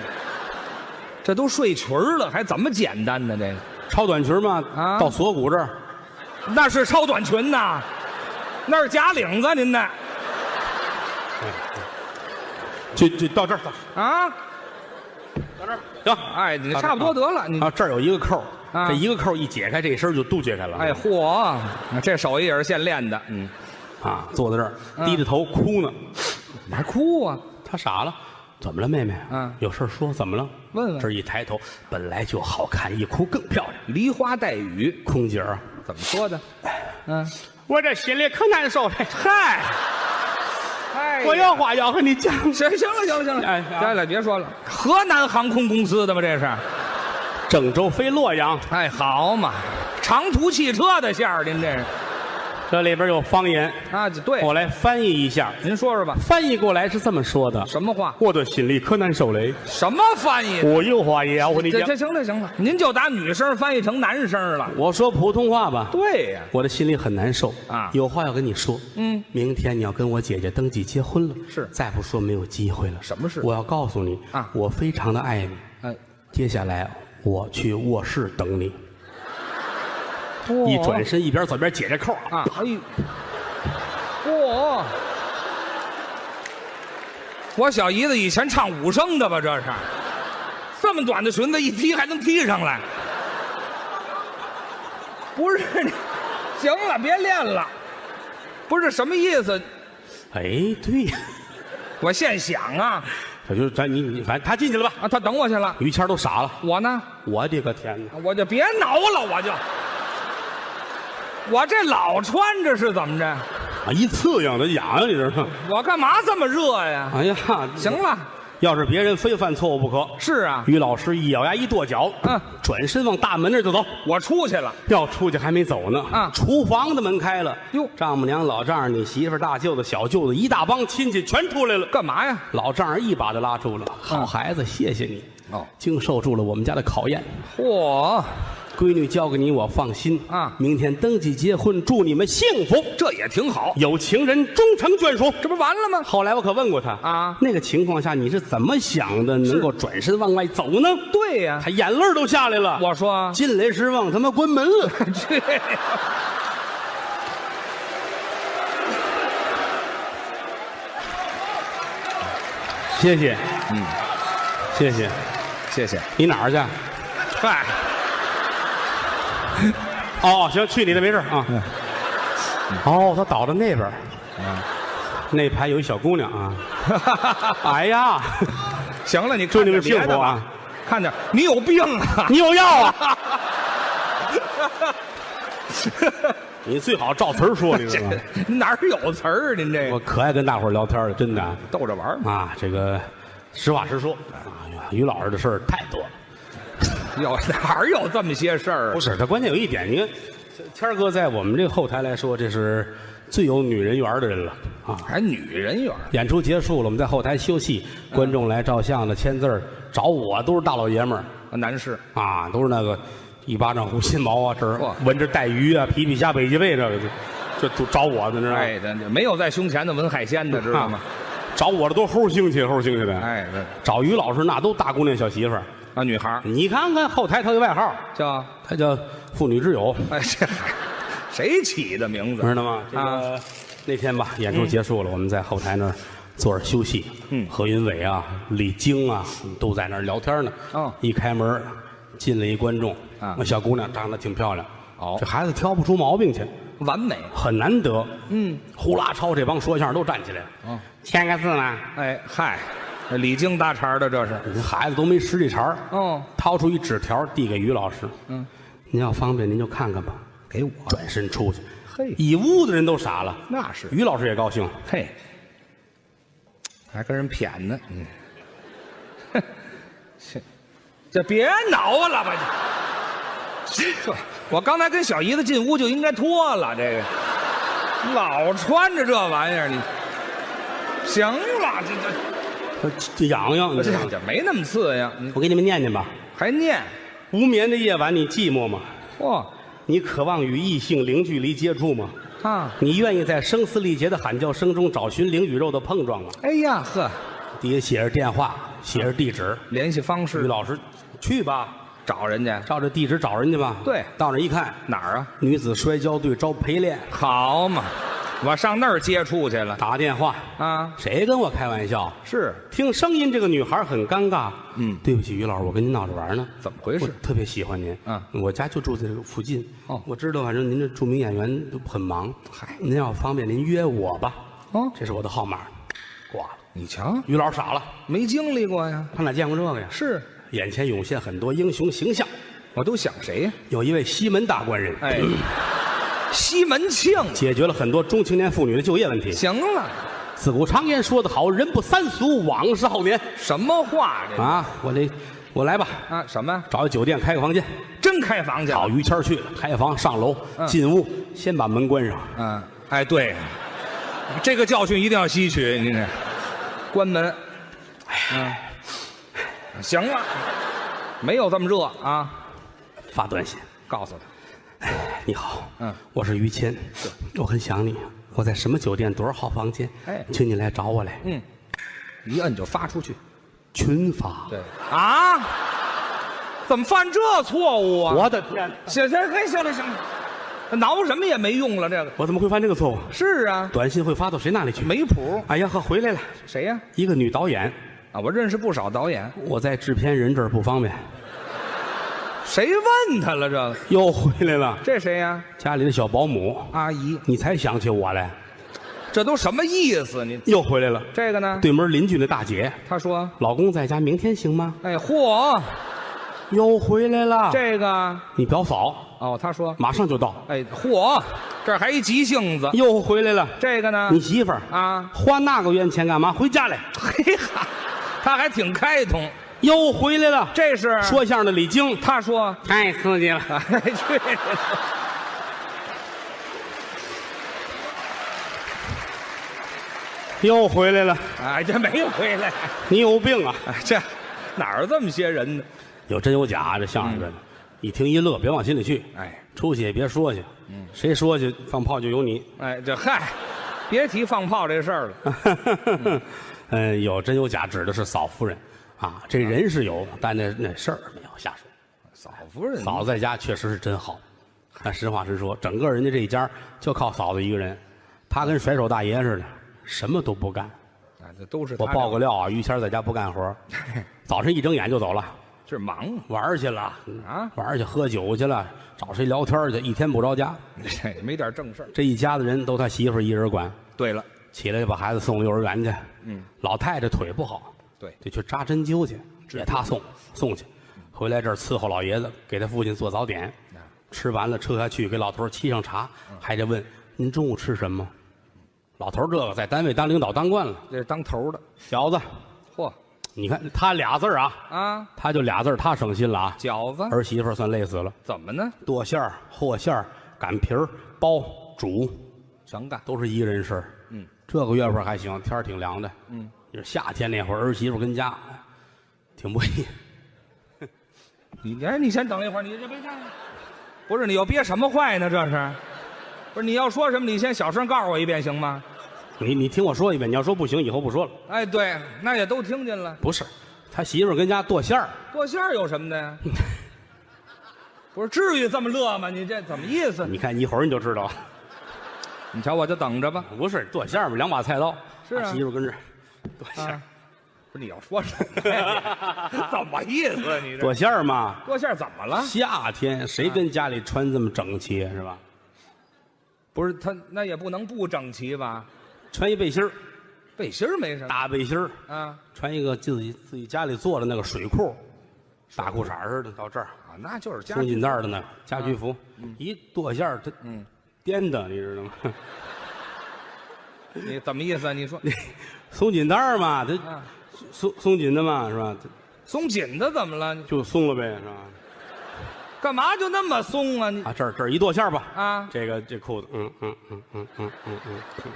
[SPEAKER 5] 这都睡裙儿了，还怎么简单呢？这个
[SPEAKER 1] 超短裙嘛，
[SPEAKER 5] 啊
[SPEAKER 1] 到锁骨这儿，
[SPEAKER 5] 那是超短裙呐，那是假领子，您那
[SPEAKER 1] 就就到这儿，到
[SPEAKER 5] 啊？
[SPEAKER 1] 这儿行，
[SPEAKER 5] 哎，你
[SPEAKER 1] 到这儿
[SPEAKER 5] 差不多得了，你
[SPEAKER 1] 啊，这儿有一个扣儿，
[SPEAKER 5] 嗯啊
[SPEAKER 1] 这一个扣儿一解开，这身儿就都解开了，
[SPEAKER 5] 哎嚯，啊这手艺也是现练的，嗯，
[SPEAKER 1] 啊，坐在这儿低着头哭呢，
[SPEAKER 5] 你还哭啊？
[SPEAKER 1] 他傻了，怎么了，妹妹？
[SPEAKER 5] 嗯
[SPEAKER 1] 有事儿说，怎么了？
[SPEAKER 5] 问问
[SPEAKER 1] 这儿一抬头，本来就好看，一哭更漂亮。
[SPEAKER 5] 梨花带雨
[SPEAKER 1] 空姐儿啊，
[SPEAKER 5] 怎么说的？嗯，
[SPEAKER 1] 我这心里可难受了。嗨，
[SPEAKER 5] 哎
[SPEAKER 1] 我有话要和你讲。
[SPEAKER 5] 行行了行了行了，
[SPEAKER 1] 哎
[SPEAKER 5] 哎，
[SPEAKER 1] 啊
[SPEAKER 5] 行了别说了，河南航空公司的吗？这是？
[SPEAKER 1] 郑州飞洛阳，
[SPEAKER 5] 哎，好嘛，长途汽车的线儿，您这是
[SPEAKER 1] 这里边有方言，
[SPEAKER 5] 啊？对，
[SPEAKER 1] 我来翻译一下。
[SPEAKER 5] 您说说吧，
[SPEAKER 1] 翻译过来是这么说的：
[SPEAKER 5] 什么话？
[SPEAKER 1] 我的心里可难受嘞，
[SPEAKER 5] 什么翻译？
[SPEAKER 1] 我有话也要和你
[SPEAKER 5] 这
[SPEAKER 1] 讲。
[SPEAKER 5] 这行了行了，您就打女声翻译成男声了。
[SPEAKER 1] 我说普通话吧。
[SPEAKER 5] 对呀、
[SPEAKER 1] 我的心里很难受
[SPEAKER 5] 啊
[SPEAKER 1] 有话要跟你说。
[SPEAKER 5] 嗯，
[SPEAKER 1] 明天你要跟我姐姐登记结婚了，
[SPEAKER 5] 是
[SPEAKER 1] 再不说没有机会了。
[SPEAKER 5] 什么事
[SPEAKER 1] 我要告诉你
[SPEAKER 5] 啊
[SPEAKER 1] 我非常的爱你。
[SPEAKER 5] 哎，
[SPEAKER 1] 接下来我去卧室等你。一转身一边走一边解这扣啊，
[SPEAKER 5] 啊，哎呦，嚯！我小姨子以前唱武生的吧，这是，这么短的裙子一踢还能踢上来？不是你，行了，别练了。不是什么意思？
[SPEAKER 1] 哎，对呀，
[SPEAKER 5] 我现想啊
[SPEAKER 1] 我就咱你你反正他进去了吧？
[SPEAKER 5] 啊，他等我去了，
[SPEAKER 1] 于谦都傻了，
[SPEAKER 5] 我呢，
[SPEAKER 1] 我的个天哪！
[SPEAKER 5] 我就别挠了，我就，我这老穿着是怎么着？
[SPEAKER 1] 啊，一刺痒的痒呀，你知道吗？
[SPEAKER 5] 我干嘛这么热呀？
[SPEAKER 1] 哎呀，
[SPEAKER 5] 行，了，
[SPEAKER 1] 要是别人非犯错误不可。
[SPEAKER 5] 是啊，
[SPEAKER 1] 于老师一咬牙一跺脚，
[SPEAKER 5] 嗯
[SPEAKER 1] 转身往大门那儿就走。
[SPEAKER 5] 我出去了。
[SPEAKER 1] 要出去还没走呢，
[SPEAKER 5] 啊
[SPEAKER 1] 厨房的门开了，
[SPEAKER 5] 哟
[SPEAKER 1] 丈母娘、老丈人、你媳妇儿、大舅子、小舅子，一大帮亲戚全出来了。
[SPEAKER 5] 干嘛呀？
[SPEAKER 1] 老丈人一把就拉住
[SPEAKER 5] 啊
[SPEAKER 1] 了，好孩子，谢谢你，
[SPEAKER 5] 哦，
[SPEAKER 1] 经受住了我们家的考验，
[SPEAKER 5] 嚯，
[SPEAKER 1] 闺女交给你，我放心
[SPEAKER 5] 啊
[SPEAKER 1] 明天登记结婚，祝你们幸福，
[SPEAKER 5] 这也挺好，
[SPEAKER 1] 有情人终成眷属。
[SPEAKER 5] 这不完了吗？
[SPEAKER 1] 后来我可问过他
[SPEAKER 5] 啊
[SPEAKER 1] 那个情况下你是怎么想的，能够转身往外走呢？
[SPEAKER 5] 对呀
[SPEAKER 1] 他眼泪儿都下来了。
[SPEAKER 5] 我说
[SPEAKER 1] 进来时忘他妈关门了。
[SPEAKER 5] 这，
[SPEAKER 1] 谢谢，嗯，谢谢。
[SPEAKER 5] 谢谢。
[SPEAKER 1] 你哪儿去？
[SPEAKER 5] 嗨，
[SPEAKER 1] 哦，行，去你的，没事儿啊。哦，他倒到那边儿，嗯那排有一小姑娘 啊。哎 呀，
[SPEAKER 5] 行了，你
[SPEAKER 1] 祝你们
[SPEAKER 5] 看点
[SPEAKER 1] 幸
[SPEAKER 5] 别
[SPEAKER 1] 福
[SPEAKER 5] 的吧！
[SPEAKER 1] 啊！
[SPEAKER 5] 看着你有病啊！
[SPEAKER 1] 你有药啊？ 你最好照词儿说，你知
[SPEAKER 5] 这
[SPEAKER 1] 道吗？
[SPEAKER 2] 嗯
[SPEAKER 5] 哪儿有词儿啊？您这
[SPEAKER 1] 我可爱跟大伙儿聊天了，真的啊
[SPEAKER 5] 逗着玩儿嘛？
[SPEAKER 1] 啊。这个实话实说啊，于老师的事儿太多了。
[SPEAKER 5] 有哪儿有这么些事儿啊
[SPEAKER 1] 不？是，他关键有一点，你看，天儿哥在我们这后台来说，这是最有女人缘的人了啊。
[SPEAKER 5] 还女人缘儿？
[SPEAKER 1] 演出结束了，我们在后台休息，观众来照相的、签字儿找我，都是大老爷们儿
[SPEAKER 5] 男士，
[SPEAKER 1] 啊，都是那个一巴掌胡心毛啊，这儿
[SPEAKER 5] 嚯
[SPEAKER 1] 闻着带鱼啊、皮皮虾、北极贝这个，就就找我
[SPEAKER 2] 啊
[SPEAKER 1] 的，你知道吗？
[SPEAKER 5] 哎，这这没有在胸前的纹海鲜的，知道吗
[SPEAKER 1] 啊？？找我的都齁兴气，齁兴气
[SPEAKER 2] 啊
[SPEAKER 1] 的。
[SPEAKER 5] 哎，这
[SPEAKER 1] 找于老师那都大姑娘小媳妇儿，
[SPEAKER 5] 啊，女孩儿
[SPEAKER 1] 你看看后台他有外号，
[SPEAKER 5] 叫
[SPEAKER 1] 他叫妇女之友，
[SPEAKER 5] 哎，这谁起的名字？
[SPEAKER 1] 知道吗？这个
[SPEAKER 5] 啊嗯
[SPEAKER 1] 那天吧，演出结束了，我们在后台那儿坐着休息。嗯，何云伟啊，李菁啊，都在那儿聊天呢。
[SPEAKER 5] 哦
[SPEAKER 1] 一开门进来一观众，
[SPEAKER 5] 啊
[SPEAKER 1] 那小姑娘长得挺漂亮。
[SPEAKER 5] 哦
[SPEAKER 1] 这孩子挑不出毛病去，
[SPEAKER 5] 完美。
[SPEAKER 1] 很难得。嗯，呼啦超这帮说相声都站起来了。
[SPEAKER 5] 哦
[SPEAKER 1] 签个字呢，
[SPEAKER 5] 哎嗨，李菁搭茬的这是。
[SPEAKER 1] 这孩子都没识这茬儿。
[SPEAKER 5] 哦，
[SPEAKER 1] 掏出一纸条递给于老师。嗯，您要方便您就看看吧。
[SPEAKER 5] 给我
[SPEAKER 1] 转身出去，
[SPEAKER 5] 嘿
[SPEAKER 1] 一屋子人都傻了。
[SPEAKER 5] 那是
[SPEAKER 1] 于老师也高兴，
[SPEAKER 5] 嘿，
[SPEAKER 4] 还跟人谝呢，嗯，
[SPEAKER 5] 这别挠啊，老板娘。这我刚才跟小姨子进屋就应该脱了，这个老穿着这玩意儿，你行了，这
[SPEAKER 1] 呃这痒痒，你知道
[SPEAKER 5] 这
[SPEAKER 1] 吗
[SPEAKER 5] 这没那么刺呀，嗯
[SPEAKER 1] 我给你们念念吧。
[SPEAKER 5] 还念
[SPEAKER 1] 无眠的夜晚，你寂寞吗？
[SPEAKER 5] 嚯
[SPEAKER 1] 你渴望与异性零距离接触吗？
[SPEAKER 5] 啊！
[SPEAKER 1] 你愿意在声嘶力竭的喊叫声中找寻灵与肉的碰撞吗？
[SPEAKER 5] 哎呀呵，
[SPEAKER 1] 底下写着电话，写着地址。
[SPEAKER 5] 联系方
[SPEAKER 1] 于
[SPEAKER 5] 式
[SPEAKER 1] 老师，去吧，
[SPEAKER 5] 找人家
[SPEAKER 1] 照这地址找人去吧。
[SPEAKER 5] 对
[SPEAKER 1] 到那儿一看，
[SPEAKER 5] 哪儿啊？
[SPEAKER 1] 女子摔跤队招陪练，
[SPEAKER 5] 好嘛，我上那儿接触去了
[SPEAKER 1] 打电话，
[SPEAKER 5] 啊！
[SPEAKER 1] 谁跟我开玩笑？
[SPEAKER 5] 是
[SPEAKER 1] 听声音，这个女孩很尴尬。嗯，对不起，于老师，我跟您闹着玩呢。
[SPEAKER 5] 怎么回事
[SPEAKER 1] 我特别喜欢您。
[SPEAKER 5] 嗯
[SPEAKER 1] 我家就住在这个附近。
[SPEAKER 5] 哦
[SPEAKER 1] 我知道，反正您这著名演员都很忙。
[SPEAKER 5] 嗨
[SPEAKER 1] 您要方便，您约我吧。
[SPEAKER 5] 哦
[SPEAKER 1] 这是我的号码。挂了。
[SPEAKER 5] 你瞧，
[SPEAKER 1] 于老师傻了，
[SPEAKER 5] 没经历过呀？
[SPEAKER 1] 他哪见过这个呀？
[SPEAKER 5] 哎是，
[SPEAKER 1] 眼前涌现很多英雄形象，
[SPEAKER 5] 我都想谁呀？
[SPEAKER 1] 有一位西门大官人，
[SPEAKER 5] 哎，西门庆，
[SPEAKER 1] 解决了很多中青年妇女的就业问题。
[SPEAKER 5] 行了，
[SPEAKER 1] 自古常言说得好，人不三俗，枉少年。
[SPEAKER 5] 什么话这
[SPEAKER 1] 啊，我这我来吧，
[SPEAKER 5] 啊？什么？
[SPEAKER 1] 找一酒店开个房间。
[SPEAKER 5] 真开房去了
[SPEAKER 1] 找于谦儿去了，开房上楼进屋，先把门关上。
[SPEAKER 5] 嗯，啊
[SPEAKER 4] 哎，对，这个教训一定要吸取，您这
[SPEAKER 5] 关门。嗯，哎行了， 没有这么热啊！
[SPEAKER 1] 发短信，
[SPEAKER 5] 告诉他，
[SPEAKER 1] 你好，
[SPEAKER 5] 嗯，
[SPEAKER 1] 我是于谦，我很想你，我在什么酒店多少号房间？
[SPEAKER 5] 哎
[SPEAKER 1] 请你来找我来。
[SPEAKER 5] 嗯，一摁就发出去。
[SPEAKER 1] 群发，
[SPEAKER 5] 啊？怎么犯这错误啊？
[SPEAKER 1] 我的天，
[SPEAKER 5] 行行行行了行了，挠什么也没用了，这个
[SPEAKER 1] 我怎么会犯这个错误？
[SPEAKER 5] 是啊，
[SPEAKER 1] 短信会发到谁那里去？
[SPEAKER 5] 没谱。
[SPEAKER 1] 哎呀呵，回来了，
[SPEAKER 5] 谁呀、
[SPEAKER 1] 一个女导演，
[SPEAKER 5] 啊？我认识不少导演，
[SPEAKER 1] 我在制片人这儿不方便，
[SPEAKER 5] 谁问他了？这个
[SPEAKER 1] 又回来了，
[SPEAKER 5] 这谁呀、
[SPEAKER 1] 家里的小保姆，
[SPEAKER 5] 阿姨，
[SPEAKER 1] 你才想起我来，
[SPEAKER 5] 这都什么意思？你
[SPEAKER 1] 又回来了，
[SPEAKER 5] 这个呢？
[SPEAKER 1] 对门邻居的大姐，
[SPEAKER 5] 他说
[SPEAKER 1] 老公在家，明天行吗？：“
[SPEAKER 5] 哎，嚯，
[SPEAKER 1] 又回来了，
[SPEAKER 5] 这个
[SPEAKER 1] 你表嫂
[SPEAKER 5] 哦。”他说
[SPEAKER 1] 马上就到。：“
[SPEAKER 5] 哎，嚯，这儿还一急性子。
[SPEAKER 1] 又回来了。”
[SPEAKER 5] 这个呢
[SPEAKER 1] 你？媳妇儿
[SPEAKER 5] 啊，
[SPEAKER 1] 花那个冤钱干嘛？回家来。
[SPEAKER 5] 嘿哈，他还挺开通。
[SPEAKER 1] 又回来了。
[SPEAKER 5] 这是
[SPEAKER 1] 说相声的李菁
[SPEAKER 5] 他说
[SPEAKER 1] 太刺激：“了，
[SPEAKER 5] 哎，去，
[SPEAKER 1] 又回来了。
[SPEAKER 5] 哎，这没回来。
[SPEAKER 1] 你有病啊！
[SPEAKER 5] 哎， 这哪儿这么些人呢？
[SPEAKER 1] 有真有假，这相声真的，一听一乐，别往心里去。
[SPEAKER 5] 哎
[SPEAKER 1] 出去也别说去，谁说去放炮就有你。
[SPEAKER 5] 哎，这嗨，别提放炮这事儿了。
[SPEAKER 1] 嗯、 有真有假指的是嫂夫人啊，这人是有，但那那事儿没有瞎说。
[SPEAKER 5] 嫂夫人，
[SPEAKER 1] 嫂子在家确实是真好，但实话实说，整个人家这一家就靠嫂子一个人，她跟甩手大爷似的，什么都不干。
[SPEAKER 5] 啊，这都是
[SPEAKER 1] 我
[SPEAKER 5] 他
[SPEAKER 1] 爆
[SPEAKER 5] 这
[SPEAKER 1] 个料啊，于谦在家不干活，早晨一睁眼就走了，
[SPEAKER 5] 这忙
[SPEAKER 1] 玩儿去了
[SPEAKER 5] 啊
[SPEAKER 1] 玩儿去喝酒去了，找谁聊天去，一天不着家。
[SPEAKER 5] 这没点正事儿。
[SPEAKER 1] 这一家子人都他媳妇儿一人管，
[SPEAKER 5] 对了，
[SPEAKER 1] 起来就把孩子送幼儿园去。嗯，老太太腿不好，
[SPEAKER 5] 对
[SPEAKER 1] 得去扎针灸去，也他送送去，回来这儿伺候老爷子，给他父亲做早点，吃完了撤下去给老头儿沏上茶，还得问您中午吃什么。老头儿这个在单位当领导当惯了，
[SPEAKER 5] 这是当头的。
[SPEAKER 1] 小子，
[SPEAKER 5] 嚯
[SPEAKER 1] 你看他俩字儿啊，
[SPEAKER 5] 啊，
[SPEAKER 1] 他就俩字儿，他省心了啊。
[SPEAKER 5] 饺子
[SPEAKER 1] 儿媳妇儿算累死了，
[SPEAKER 5] 怎么呢？
[SPEAKER 1] 剁馅儿、和馅儿、擀皮儿、包、煮，
[SPEAKER 5] 全干。
[SPEAKER 1] 都是一个人事儿。嗯，这个月份还行，天儿挺凉的。嗯，就是夏天那会儿，儿媳妇跟家挺不易。
[SPEAKER 5] 你哎，你先等一会儿，你这别干了。不是你又憋什么坏呢？这是，不是你要说什么？你先小声告诉我一遍行吗？
[SPEAKER 1] 你你听我说一遍，你要说不行，以后不说了。
[SPEAKER 5] 哎，对，那也都听见了。
[SPEAKER 1] 不是，他媳妇儿跟家剁馅儿，
[SPEAKER 5] 剁馅儿有什么的呀？ 不是至于这么乐吗？你这怎么意思？
[SPEAKER 1] 你看一会儿你就知道了。
[SPEAKER 5] 你瞧我就等着吧。
[SPEAKER 1] 不是剁馅儿嘛，两把菜刀。
[SPEAKER 5] 是啊
[SPEAKER 1] 他媳妇儿跟这儿剁馅
[SPEAKER 5] 啊
[SPEAKER 1] 儿，，
[SPEAKER 5] 不是你要说什么 呀？怎么意思啊？你这
[SPEAKER 1] 剁馅儿嘛。
[SPEAKER 5] 剁馅儿怎么了？
[SPEAKER 1] 夏天谁跟家里穿这么整齐是吧？
[SPEAKER 5] 不是他那也不能不整齐吧？
[SPEAKER 1] 穿一背心儿，
[SPEAKER 5] 背心儿没什么
[SPEAKER 1] 大背心儿，
[SPEAKER 5] 啊
[SPEAKER 1] 穿一个自己自己家里做的那个水裤，大裤衩儿似的到这儿，
[SPEAKER 5] 啊，那就是家啊嗯
[SPEAKER 1] 松紧带儿的那个家居服，一剁馅儿，这颠的，你知道吗？
[SPEAKER 5] 你怎么意思啊？你说
[SPEAKER 1] 松紧带儿嘛，它
[SPEAKER 5] 啊
[SPEAKER 1] 松松紧的嘛，是吧？
[SPEAKER 5] 松紧的怎么了？你
[SPEAKER 1] 就松了呗，是吧？
[SPEAKER 5] 干嘛就那么松啊？你
[SPEAKER 1] 啊，这儿这儿一剁馅儿吧，
[SPEAKER 5] 啊
[SPEAKER 1] 这个这裤子，嗯嗯嗯嗯嗯嗯嗯，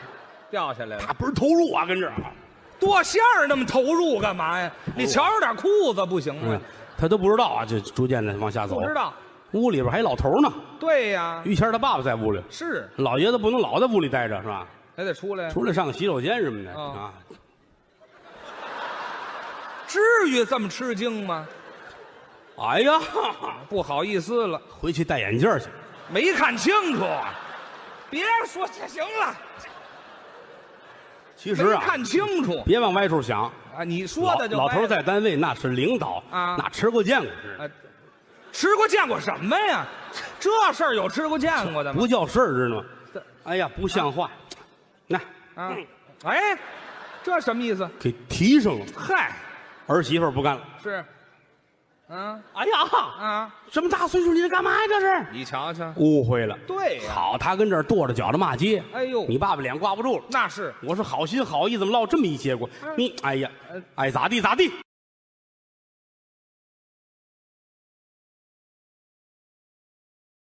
[SPEAKER 5] 掉下来了，
[SPEAKER 1] 他倍儿投入啊，跟这儿啊，
[SPEAKER 5] 剁馅儿那么投入干嘛呀？
[SPEAKER 1] 哦
[SPEAKER 5] 你瞧着点裤子不行
[SPEAKER 1] 嗯
[SPEAKER 5] 吗？，
[SPEAKER 1] 他都不知道啊，就逐渐的往下走，
[SPEAKER 5] 不知道，
[SPEAKER 1] 屋里边还老头儿呢，
[SPEAKER 5] 对呀，
[SPEAKER 1] 于谦儿他爸爸在屋里，
[SPEAKER 5] 是
[SPEAKER 1] 老爷子不能老在屋里待着，是吧？
[SPEAKER 5] 还得出来呀，
[SPEAKER 1] 出来上个洗手间什么的
[SPEAKER 5] 哦
[SPEAKER 1] 啊，
[SPEAKER 5] 至于这么吃惊吗？
[SPEAKER 1] 哎呀，
[SPEAKER 5] 不好意思了，
[SPEAKER 1] 回去戴眼镜儿去，
[SPEAKER 5] 没看清楚啊。别说这行了，
[SPEAKER 1] 其实
[SPEAKER 5] 没
[SPEAKER 1] 啊，
[SPEAKER 5] 看清楚
[SPEAKER 1] 别往歪处想，
[SPEAKER 5] 啊！你说
[SPEAKER 1] 老
[SPEAKER 5] 的就
[SPEAKER 1] 老
[SPEAKER 5] 歪
[SPEAKER 1] 头儿
[SPEAKER 5] 了
[SPEAKER 1] 在单位那是领导
[SPEAKER 5] 啊
[SPEAKER 1] 那吃过见过是
[SPEAKER 5] 啊，吃过见过什么呀？这事儿有吃过见过的吗？
[SPEAKER 1] 不叫事儿，知道吗
[SPEAKER 5] 这？
[SPEAKER 1] 哎呀，不像话！来，
[SPEAKER 5] 啊，哎，这什么意思？
[SPEAKER 1] 给提上了。
[SPEAKER 5] 嗨，
[SPEAKER 1] 儿媳妇儿不干了。
[SPEAKER 5] 是，啊
[SPEAKER 1] 哎呀，
[SPEAKER 5] 啊，
[SPEAKER 1] 这么大岁数，你这干嘛呀？这是
[SPEAKER 5] 你瞧瞧，
[SPEAKER 1] 误会了。
[SPEAKER 5] 对呀
[SPEAKER 1] 好，他跟这儿跺着脚的骂街。
[SPEAKER 5] 哎呦
[SPEAKER 1] 你爸爸脸挂不住了。
[SPEAKER 5] 那是啊呃
[SPEAKER 1] 我是好心好意，怎么落这么一结果？你哎呀，爱咋地咋地。